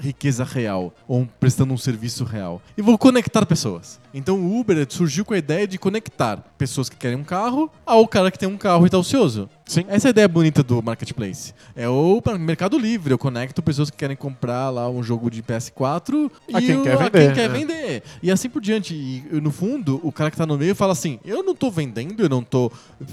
riqueza real ou um- prestando um serviço real. E vou conectar pessoas. Então o Uber surgiu com a ideia de conectar pessoas que querem um carro ao cara que tem um carro e tá ocioso. Sim. Essa é a ideia bonita do marketplace. É o pra- Mercado Livre. Eu conecto pessoas que querem comprar lá um jogo de PS4 A e quem o- quer a vender, quem quer né? vender. E assim por diante. E e, no fundo, o cara que tá no meio fala assim: eu não tô vendendo, eu não tô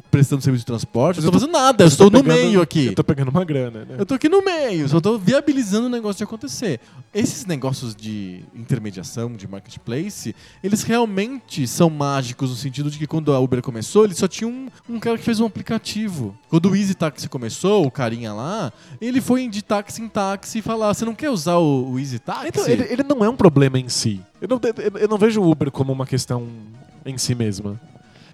prestando serviço de transporte, eu Mas não eu tô tô- fazendo nada, eu estou no Pegando- meio aqui. Eu tô pegando uma grana, né? É. Eu tô aqui no meio, só tô viabilizando o negócio de acontecer. Esses negócios de intermediação, de marketplace, eles realmente são mágicos no sentido de que quando a Uber começou, ele só tinha um, um cara que fez um aplicativo. Quando o Easy Taxi começou, o carinha lá, ele foi de táxi em táxi e falar: você não quer usar o, o Easy Taxi? Então, ele, ele não é um problema em si. Eu não, eu- eu não vejo o Uber como uma questão em si mesma.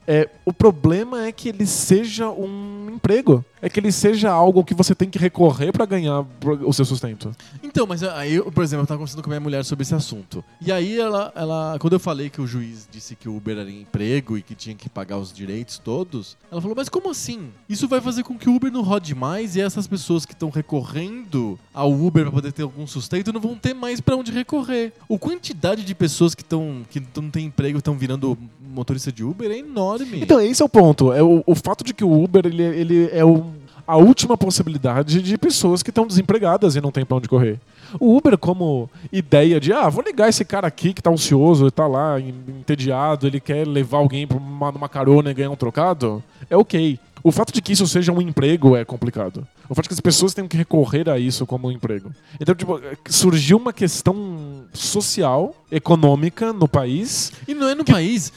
É, o problema é que ele seja um emprego. É que ele seja algo que você tem que recorrer pra ganhar o seu sustento. Então, mas aí, eu, por exemplo, eu tava conversando com a minha mulher sobre esse assunto. E aí ela, ela. Quando eu falei que o juiz disse que o Uber era emprego e que tinha que pagar os direitos todos, ela falou, mas como assim? Isso vai fazer com que o Uber não rode mais e essas pessoas que estão recorrendo ao Uber para poder ter algum sustento não vão ter mais para onde recorrer. O quantidade de pessoas que estão. que não tem emprego estão virando motorista de Uber é enorme. Então, esse é o ponto. É o, o fato de que o Uber ele, ele é o- a última possibilidade de pessoas que estão desempregadas e não tem pra onde correr. O Uber, como ideia de, ah, vou ligar esse cara aqui que tá ansioso, ele tá lá en- entediado, ele quer levar alguém pra uma, numa carona e ganhar um trocado, é ok. O fato de que isso seja um emprego é complicado. O fato de que as pessoas tenham que recorrer a isso como um emprego. Então, tipo, surgiu uma questão social, econômica no país E não é no país.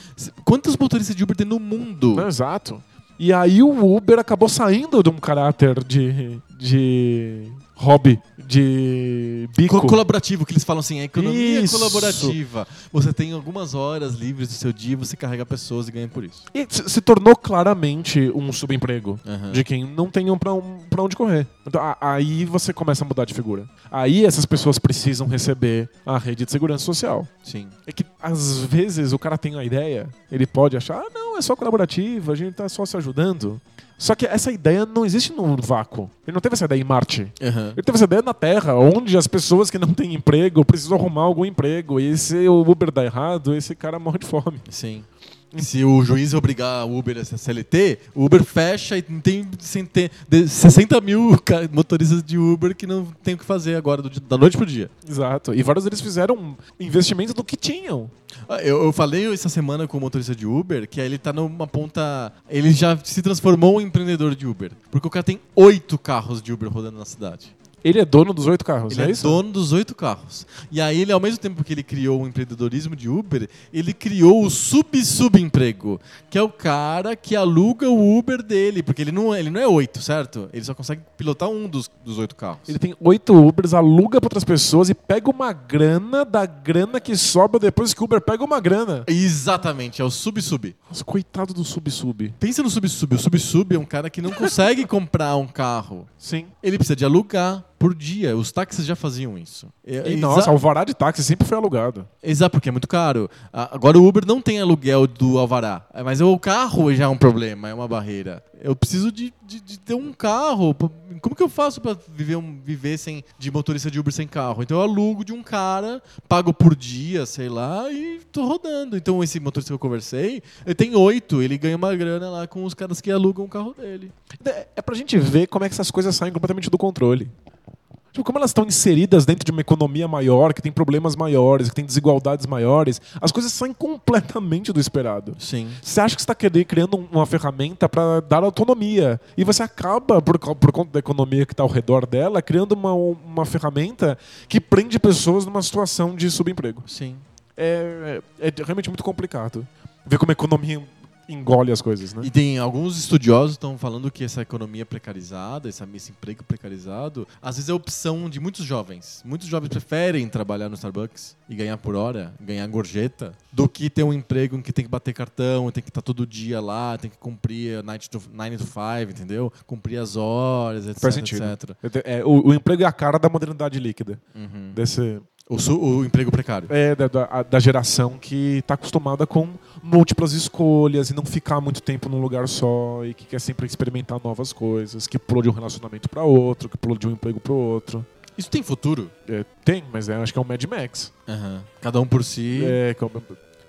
Quantos motoristas de Uber tem no mundo? não, exato. E aí o Uber acabou saindo de um caráter de, de hobby de bico. Co- Colaborativo, que eles falam assim, é economia Isso. colaborativa. Você tem algumas horas livres do seu dia, você carrega pessoas e ganha por isso. E se se tornou claramente um subemprego Aham. de quem não tem um pra, um- pra onde correr. Então, a- aí você começa a mudar de figura. Aí essas pessoas precisam receber a rede de segurança social. Sim. É que às vezes o cara tem uma ideia, ele pode achar, ah, não, é só colaborativo, a gente tá só se ajudando. Só que essa ideia não existe no vácuo. Ele não teve essa ideia em Marte. Aham. Ele teve essa ideia na Terra, onde as pessoas que não têm emprego precisam arrumar algum emprego. E se o Uber dá errado, esse cara morre de fome. Sim. Se o juiz obrigar o Uber a ser CLT, o Uber fecha e não tem centen- de- 60 mil ca- motoristas de Uber que não tem o que fazer agora, do di- da noite pro dia. Exato. E vários deles fizeram investimento do que tinham. Ah, Eu, eu falei essa semana com o motorista de Uber que aí ele tá numa ponta. Ele já se transformou em empreendedor de Uber. Porque o cara tem oito carros de Uber rodando na cidade. Ele é dono dos oito carros, Ele é, é, isso? dono dos oito carros. E aí, ele, ao mesmo tempo que ele criou o empreendedorismo de Uber, ele criou o sub-subemprego, que é o cara que aluga o Uber dele, porque ele não, ele não é oito, certo? Ele só consegue pilotar um dos, dos oito carros. Ele tem oito Ubers, aluga pra outras pessoas e pega uma grana da grana que sobra depois que o Uber pega uma grana. Exatamente, é o sub-sub. Nossa, coitado do sub-sub. Pensa no sub-sub. O sub-sub é um cara que não consegue comprar um carro. Sim. Ele precisa de alugar por dia. Os táxis já faziam isso. É, E, nossa, alvará de táxi sempre foi alugado. Exato, porque é muito caro. A- Agora o Uber não tem aluguel do Alvará, É, mas o carro já é um problema, é uma barreira. Eu preciso de, de- de ter um carro. P- Como que eu faço pra viver, um- viver sem, de motorista de Uber sem carro? Então eu alugo de um cara, pago por dia, sei lá, e tô rodando. Então esse motorista que eu conversei, ele tem oito, ele ganha uma grana lá com os caras que alugam o carro dele. É- É pra gente ver como é que essas coisas saem completamente do controle. Tipo, como elas estão inseridas dentro de uma economia maior, que tem problemas maiores, que tem desigualdades maiores, as coisas saem completamente do esperado. Sim. Você acha que você está criando um- uma ferramenta para dar autonomia. E você acaba, por, co- por conta da economia que está ao redor dela, criando uma, um, uma ferramenta que prende pessoas numa situação de subemprego. Sim. É, é- é realmente muito complicado ver como a economia engole as coisas, né? E tem alguns estudiosos estão falando que essa economia precarizada, essa- esse emprego precarizado, às vezes é a opção de muitos jovens. Muitos jovens preferem trabalhar no Starbucks e ganhar por hora, ganhar gorjeta, do que ter um emprego em que tem que bater cartão, tem que estar todo dia lá, tem que cumprir a 9 to 5, entendeu? Cumprir as horas, etc, Faz sentido. etc. Eu te- é, o, o emprego é a cara da modernidade líquida. Desse, O, su- o emprego precário. Uhum. é, da, da, a- da geração que está acostumada com múltiplas escolhas e não ficar muito tempo num lugar só e que quer sempre experimentar novas coisas, que pulou de um relacionamento para outro, que pulou de um emprego para outro. Isso tem futuro? É, tem, mas é, acho que é um Mad Max. Cada um por si. É, que é um-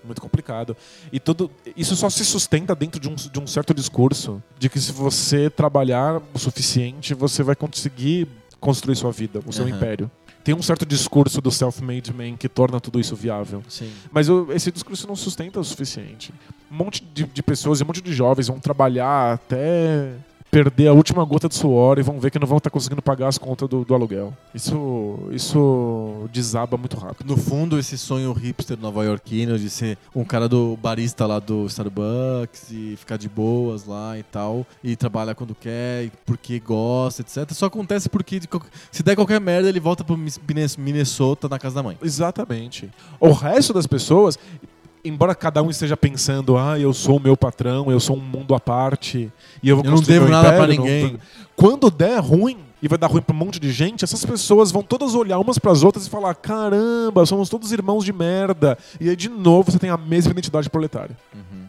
muito complicado. E tudo, isso só se sustenta dentro de um, de um certo discurso de que se você trabalhar o suficiente, você vai conseguir construir sua vida, o seu Aham. império. Tem um certo discurso do self-made man que torna tudo isso viável. Sim. Mas o- esse discurso não sustenta o suficiente. Um monte de, de pessoas e um monte de jovens vão trabalhar até perder a última gota de suor e vão ver que não vão estar conseguindo pagar as contas do, do aluguel. Isso, isso desaba muito rápido. No fundo, esse sonho hipster nova-iorquino de ser um cara do barista lá do Starbucks e ficar de boas lá e tal, e trabalhar quando quer, e porque gosta, etc. Só acontece porque de qualquer- se der qualquer merda, ele volta pro Mis- Mines- Minnesota na casa da mãe. Exatamente. O resto das pessoas, embora cada um esteja pensando, ah, eu sou o meu patrão, eu sou um mundo à parte, e eu vou Eu não construir devo meu nada pra império, não- ninguém. Quando der ruim, e vai dar ruim pra um monte de gente, essas pessoas vão todas olhar umas pras outras e falar: caramba, somos todos irmãos de merda. E aí, de novo, você tem a mesma identidade proletária.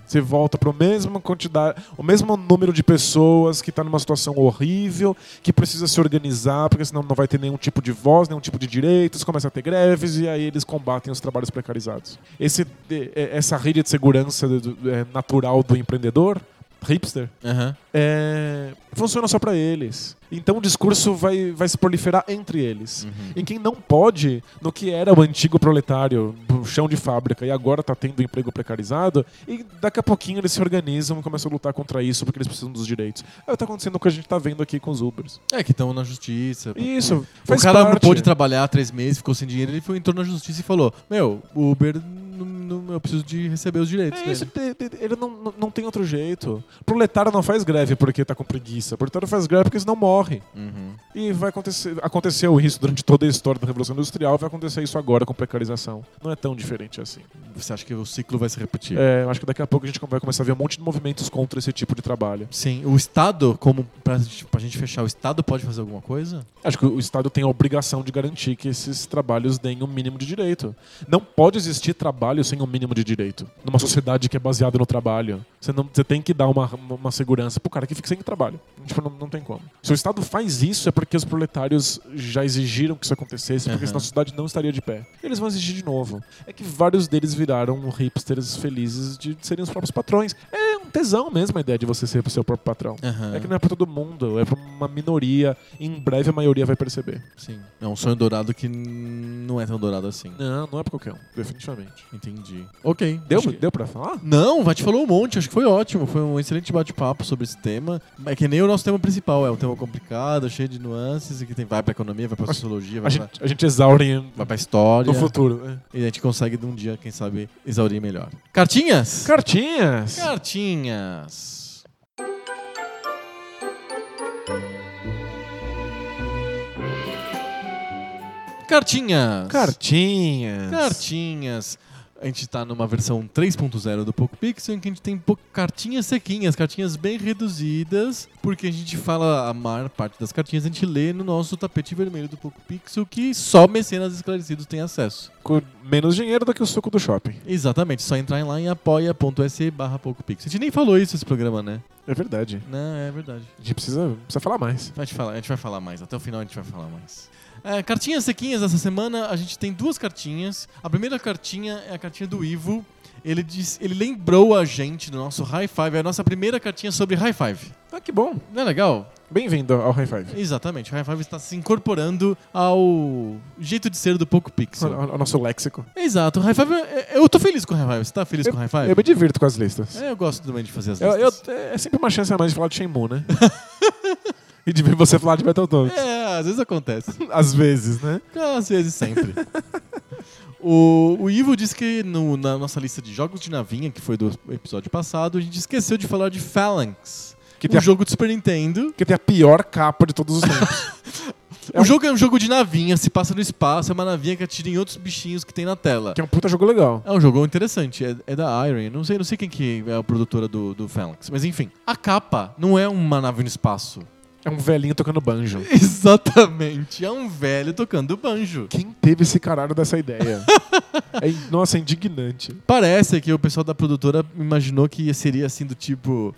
Você volta para mesma quantidade, o mesmo número de pessoas que está numa situação horrível, que precisa se organizar, porque senão não vai ter nenhum tipo de voz, nenhum tipo de direitos, começa a ter greves e aí eles combatem os trabalhos precarizados. Esse, eh, eh, essa rede de segurança do- do- eh, natural do empreendedor, hipster, Aham. é, funciona só pra eles. Então o discurso vai, vai se proliferar entre eles. Em quem não pode, no que era o antigo proletário, o chão de fábrica, e agora tá tendo emprego precarizado, e daqui a pouquinho eles se organizam e começam a lutar contra isso porque eles precisam dos direitos. É o que tá acontecendo o que a gente tá vendo aqui com os Ubers. É, que estão na justiça. Isso, O faz cara não parte. pôde trabalhar três meses, ficou sem dinheiro, ele foi entrou na justiça e falou: Meu, o Uber, não- não- eu preciso de receber os direitos. É dele." isso, ele- ele- ele não, não- não tem outro jeito. Proletário não faz greve porque tá com preguiça. Proletário faz greve porque senão morre. Uhum. E vai acontecer, aconteceu isso durante toda a história da Revolução Industrial, vai acontecer isso agora com precarização. Não é tão diferente assim. Você acha que o ciclo vai se repetir? É, eu acho que daqui a pouco a gente vai começar a ver um monte de movimentos contra esse tipo de trabalho. Sim, o Estado, como pra, gente- pra gente fechar, o Estado pode fazer alguma coisa? Acho que o Estado tem a obrigação de garantir que esses trabalhos deem um mínimo de direito. Não pode existir trabalho sem um mínimo de direito. Numa sociedade que é baseada no trabalho, você, não, você tem que dar uma, uma segurança pro cara que fica sem trabalho. Tipo, não, não tem como. Se o Estado faz isso, é porque os proletários já exigiram que isso acontecesse, porque Aham. senão a sociedade não estaria de pé. Eles vão exigir de novo. É que vários deles viraram hipsters felizes de serem os próprios patrões. É um tesão mesmo a ideia de você ser o seu próprio patrão. Aham. É que não é pra todo mundo, é pra uma minoria. E em breve a maioria vai perceber. Sim. É um sonho dourado que n- não é tão dourado assim. Não, não é pra qualquer um, definitivamente. Entendi. Ok. Deu, acho que- deu pra falar? Não, vai te falou um monte, acho que foi ótimo. Foi um excelente bate-papo sobre esse tema. É que nem o nosso tema principal, é um tema complicado, cheio de nuances, e que tem, vai pra economia, vai pra sociologia, A vai, pra, gente, a gente exaure em- vai pra história. no futuro. né? E a gente consegue de um dia, quem sabe, exaurir melhor. Cartinhas? Cartinhas! Cartinhas. Cartinhas. Cartinhas! Cartinhas. A gente tá numa versão 3.0 do Poco Pixel em que a gente tem po- cartinhas sequinhas, cartinhas bem reduzidas, porque a gente fala a maior parte das cartinhas, a gente lê no nosso tapete vermelho do Poco Pixel que só mecenas esclarecidos têm acesso. Com menos dinheiro do que o suco do shopping. Exatamente, só entrar lá em apoia.se barra PocoPix. A gente nem falou isso nesse programa, né? É verdade. Não, é verdade. A gente precisa, precisa falar mais. Vai te falar, a gente vai falar mais, até o final a gente vai falar mais. É, cartinhas sequinhas essa semana, a gente tem duas cartinhas. A primeira cartinha é a cartinha do Ivo. Ele, diz, ele lembrou a gente do nosso High Five, é a nossa primeira cartinha sobre High Five. Ah, que bom. Não é legal? Bem-vindo ao High Five. Exatamente, o High Five está se incorporando ao jeito de ser do Poco Ao, Pixel. ao- ao nosso léxico. Exato, o High Five, é- é- eu tô feliz com o High Five, você tá feliz com o High Five? Eu me divirto com as listas. É, eu gosto também de fazer as Eu- listas. eu- é sempre uma chance a mais de falar de Shenmue, né? e de ver você falar de Battletoads. É, às vezes acontece. Às vezes, né? Às vezes sempre. o, o Ivo disse que no- na nossa lista de jogos de navinha, que foi do episódio passado, a gente esqueceu de falar de Phalanx. Que um tem a- jogo do Super Nintendo. Que tem a pior capa de todos os tempos. É O um- jogo é um jogo de navinha, se passa no espaço, é uma navinha que atira em outros bichinhos que tem na tela. que é um puta jogo legal. É um jogo interessante, é, é da Iron. Não sei, não sei quem que é a produtora do, do Phalanx, mas enfim. A capa não é uma nave no espaço. É um velhinho tocando banjo. Exatamente, é um velho tocando banjo. Quem teve esse caralho dessa ideia? É in- nossa, é indignante. Parece que o pessoal da produtora imaginou que seria assim do tipo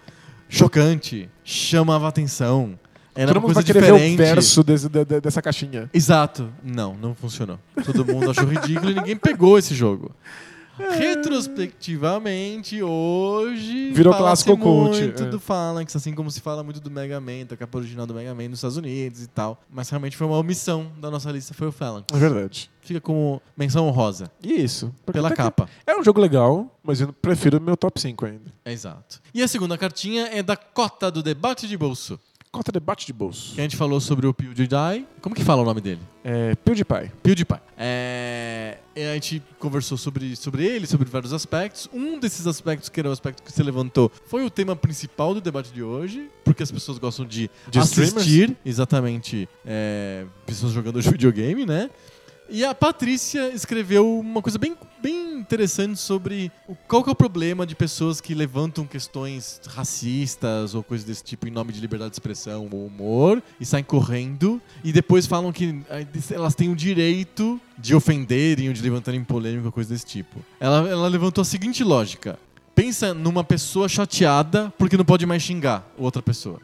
chocante, chamava atenção, era Todo uma mundo coisa vai querer diferente. ver o verso desse- de- de- dessa caixinha. Exato. Não, não funcionou. Todo mundo achou ridículo e ninguém pegou esse jogo. É. Retrospectivamente, hoje. Virou fala-se clássico cult, muito é. do Phalanx, assim como se fala muito do Mega Man, da capa original do Mega Man nos Estados Unidos e tal. Mas realmente foi uma omissão da nossa lista, foi o Phalanx. É verdade. Fica como menção honrosa, E isso. Porque pela até que capa. É um jogo legal, mas eu prefiro o meu top 5 ainda. Exato. E a segunda cartinha é da cota do debate de bolso. Cota debate de bolso. Que a gente falou sobre o PewDiePie. Como que fala o nome dele? É PewDiePie. PewDiePie. É... e A gente conversou sobre, sobre ele, sobre vários aspectos. Um desses aspectos, que era o aspecto que você levantou, foi o tema principal do debate de hoje. Porque as pessoas gostam de, De assistir, streamers? exatamente, é, pessoas jogando videogame, né? E a Patrícia escreveu uma coisa bem, bem interessante sobre o, qual que é o problema de pessoas que levantam questões racistas ou coisas desse tipo em nome de liberdade de expressão ou humor e saem correndo e depois falam que ah, elas têm o direito de ofenderem ou de levantarem polêmica, coisa desse tipo. Ela, ela levantou a seguinte lógica. Pensa numa pessoa chateada porque não pode mais xingar outra pessoa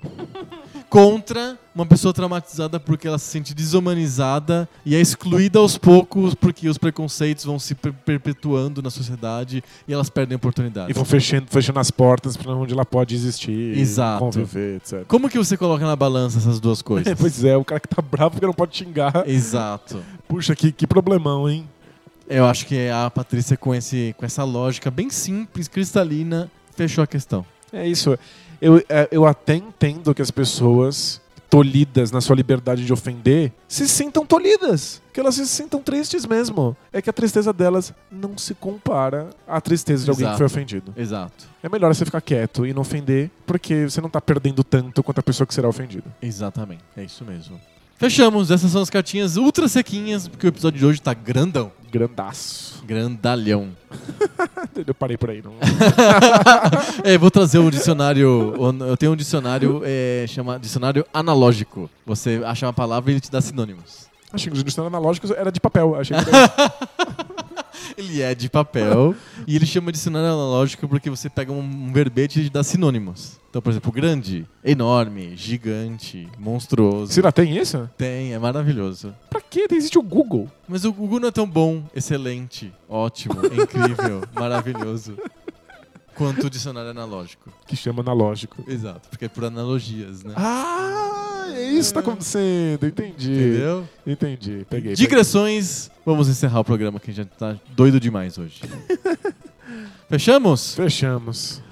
contra uma pessoa traumatizada porque ela se sente desumanizada e é excluída aos poucos porque os preconceitos vão se per- perpetuando na sociedade e elas perdem oportunidades. E vão fechando, fechando as portas pra onde ela pode existir, Exato. conviver, etc. Como que você coloca na balança essas duas coisas? pois é, o cara que tá bravo porque não pode xingar. Exato. Puxa, que, que problemão, hein? Eu acho que a Patrícia com, esse, com essa lógica bem simples, cristalina, fechou a questão. É isso. Eu, é, eu até entendo que as pessoas tolhidas na sua liberdade de ofender se sintam tolhidas. Que elas se sintam tristes mesmo. É que a tristeza delas não se compara à tristeza de alguém Exato. que foi ofendido. Exato. É melhor você ficar quieto e não ofender, porque você não tá perdendo tanto quanto a pessoa que será ofendida. Exatamente. É isso mesmo. Fechamos. Essas são as cartinhas ultra sequinhas, porque o episódio de hoje tá grandão. Grandaço. Grandalhão. Eu parei por aí. Não... É, vou trazer o dicionário. Eu tenho um dicionário é, chama dicionário analógico. Você acha uma palavra e ele te dá sinônimos. Achei que os dicionários analógicos era de papel. Achei que Ele é de papel e ele chama dicionário analógico porque você pega um, um verbete e ele dá sinônimos. Então, por exemplo, grande, enorme, gigante, monstruoso. Será tem isso? Tem, é maravilhoso. Pra que existe o Google? Mas o Google não é tão bom, excelente, ótimo, incrível, maravilhoso. Quanto o dicionário analógico. Que chama analógico. Exato, porque é por analogias, né? Ah, é isso que tá acontecendo. Entendi. Entendeu? Entendi. Peguei. peguei. Digressões, vamos encerrar o programa que a gente tá doido demais hoje. Fechamos? Fechamos.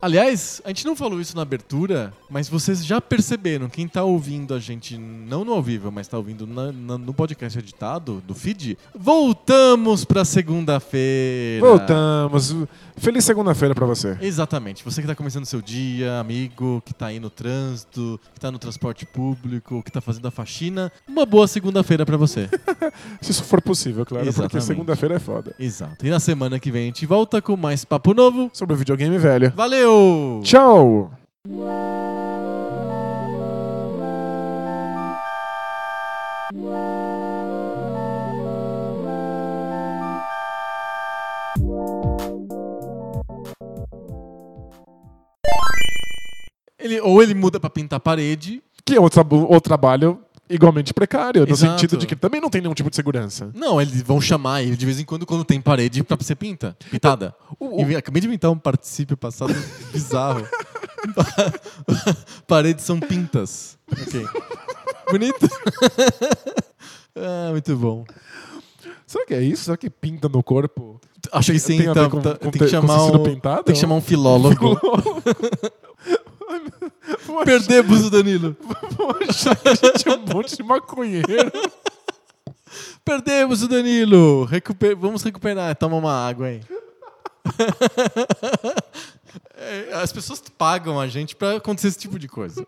Aliás, a gente não falou isso na abertura, mas vocês já perceberam, quem tá ouvindo a gente, não no ao vivo, mas tá ouvindo na- na- no podcast editado, do feed, voltamos pra segunda-feira. Voltamos. Feliz segunda-feira pra você. Exatamente. Você que está começando seu dia, amigo, que está aí no trânsito, que está no transporte público, que está fazendo a faxina, uma boa segunda-feira para você. Se isso for possível, claro, porque Exatamente. segunda-feira é foda. Exato. E na semana que vem a gente volta com mais papo novo. Sobre o videogame velho. Valeu! Tchau! Ele, ou ele muda para pintar a parede. Que é outro, trabo- outro trabalho igualmente precário, no Exato. sentido de que também não tem nenhum tipo de segurança. Não, eles vão chamar ele de vez em quando quando tem parede pra você pinta. Pintada. O- o- E acabei de inventar um particípio passado bizarro. Pa- Paredes são pintas. Ok. Bonito? ah, muito bom. Será que é isso? Será que pinta no corpo? Achei sim, Tem a ver então. com- tá- tem, com te- que com chamar tecido um, pintado? tem que chamar um filólogo. Perdemos o Danilo. Vou achar que a gente é um monte de maconheiro. Perdemos o Danilo. Recupe- Vamos recuperar. Toma uma água aí. É, As pessoas pagam a gente pra acontecer esse tipo de coisa.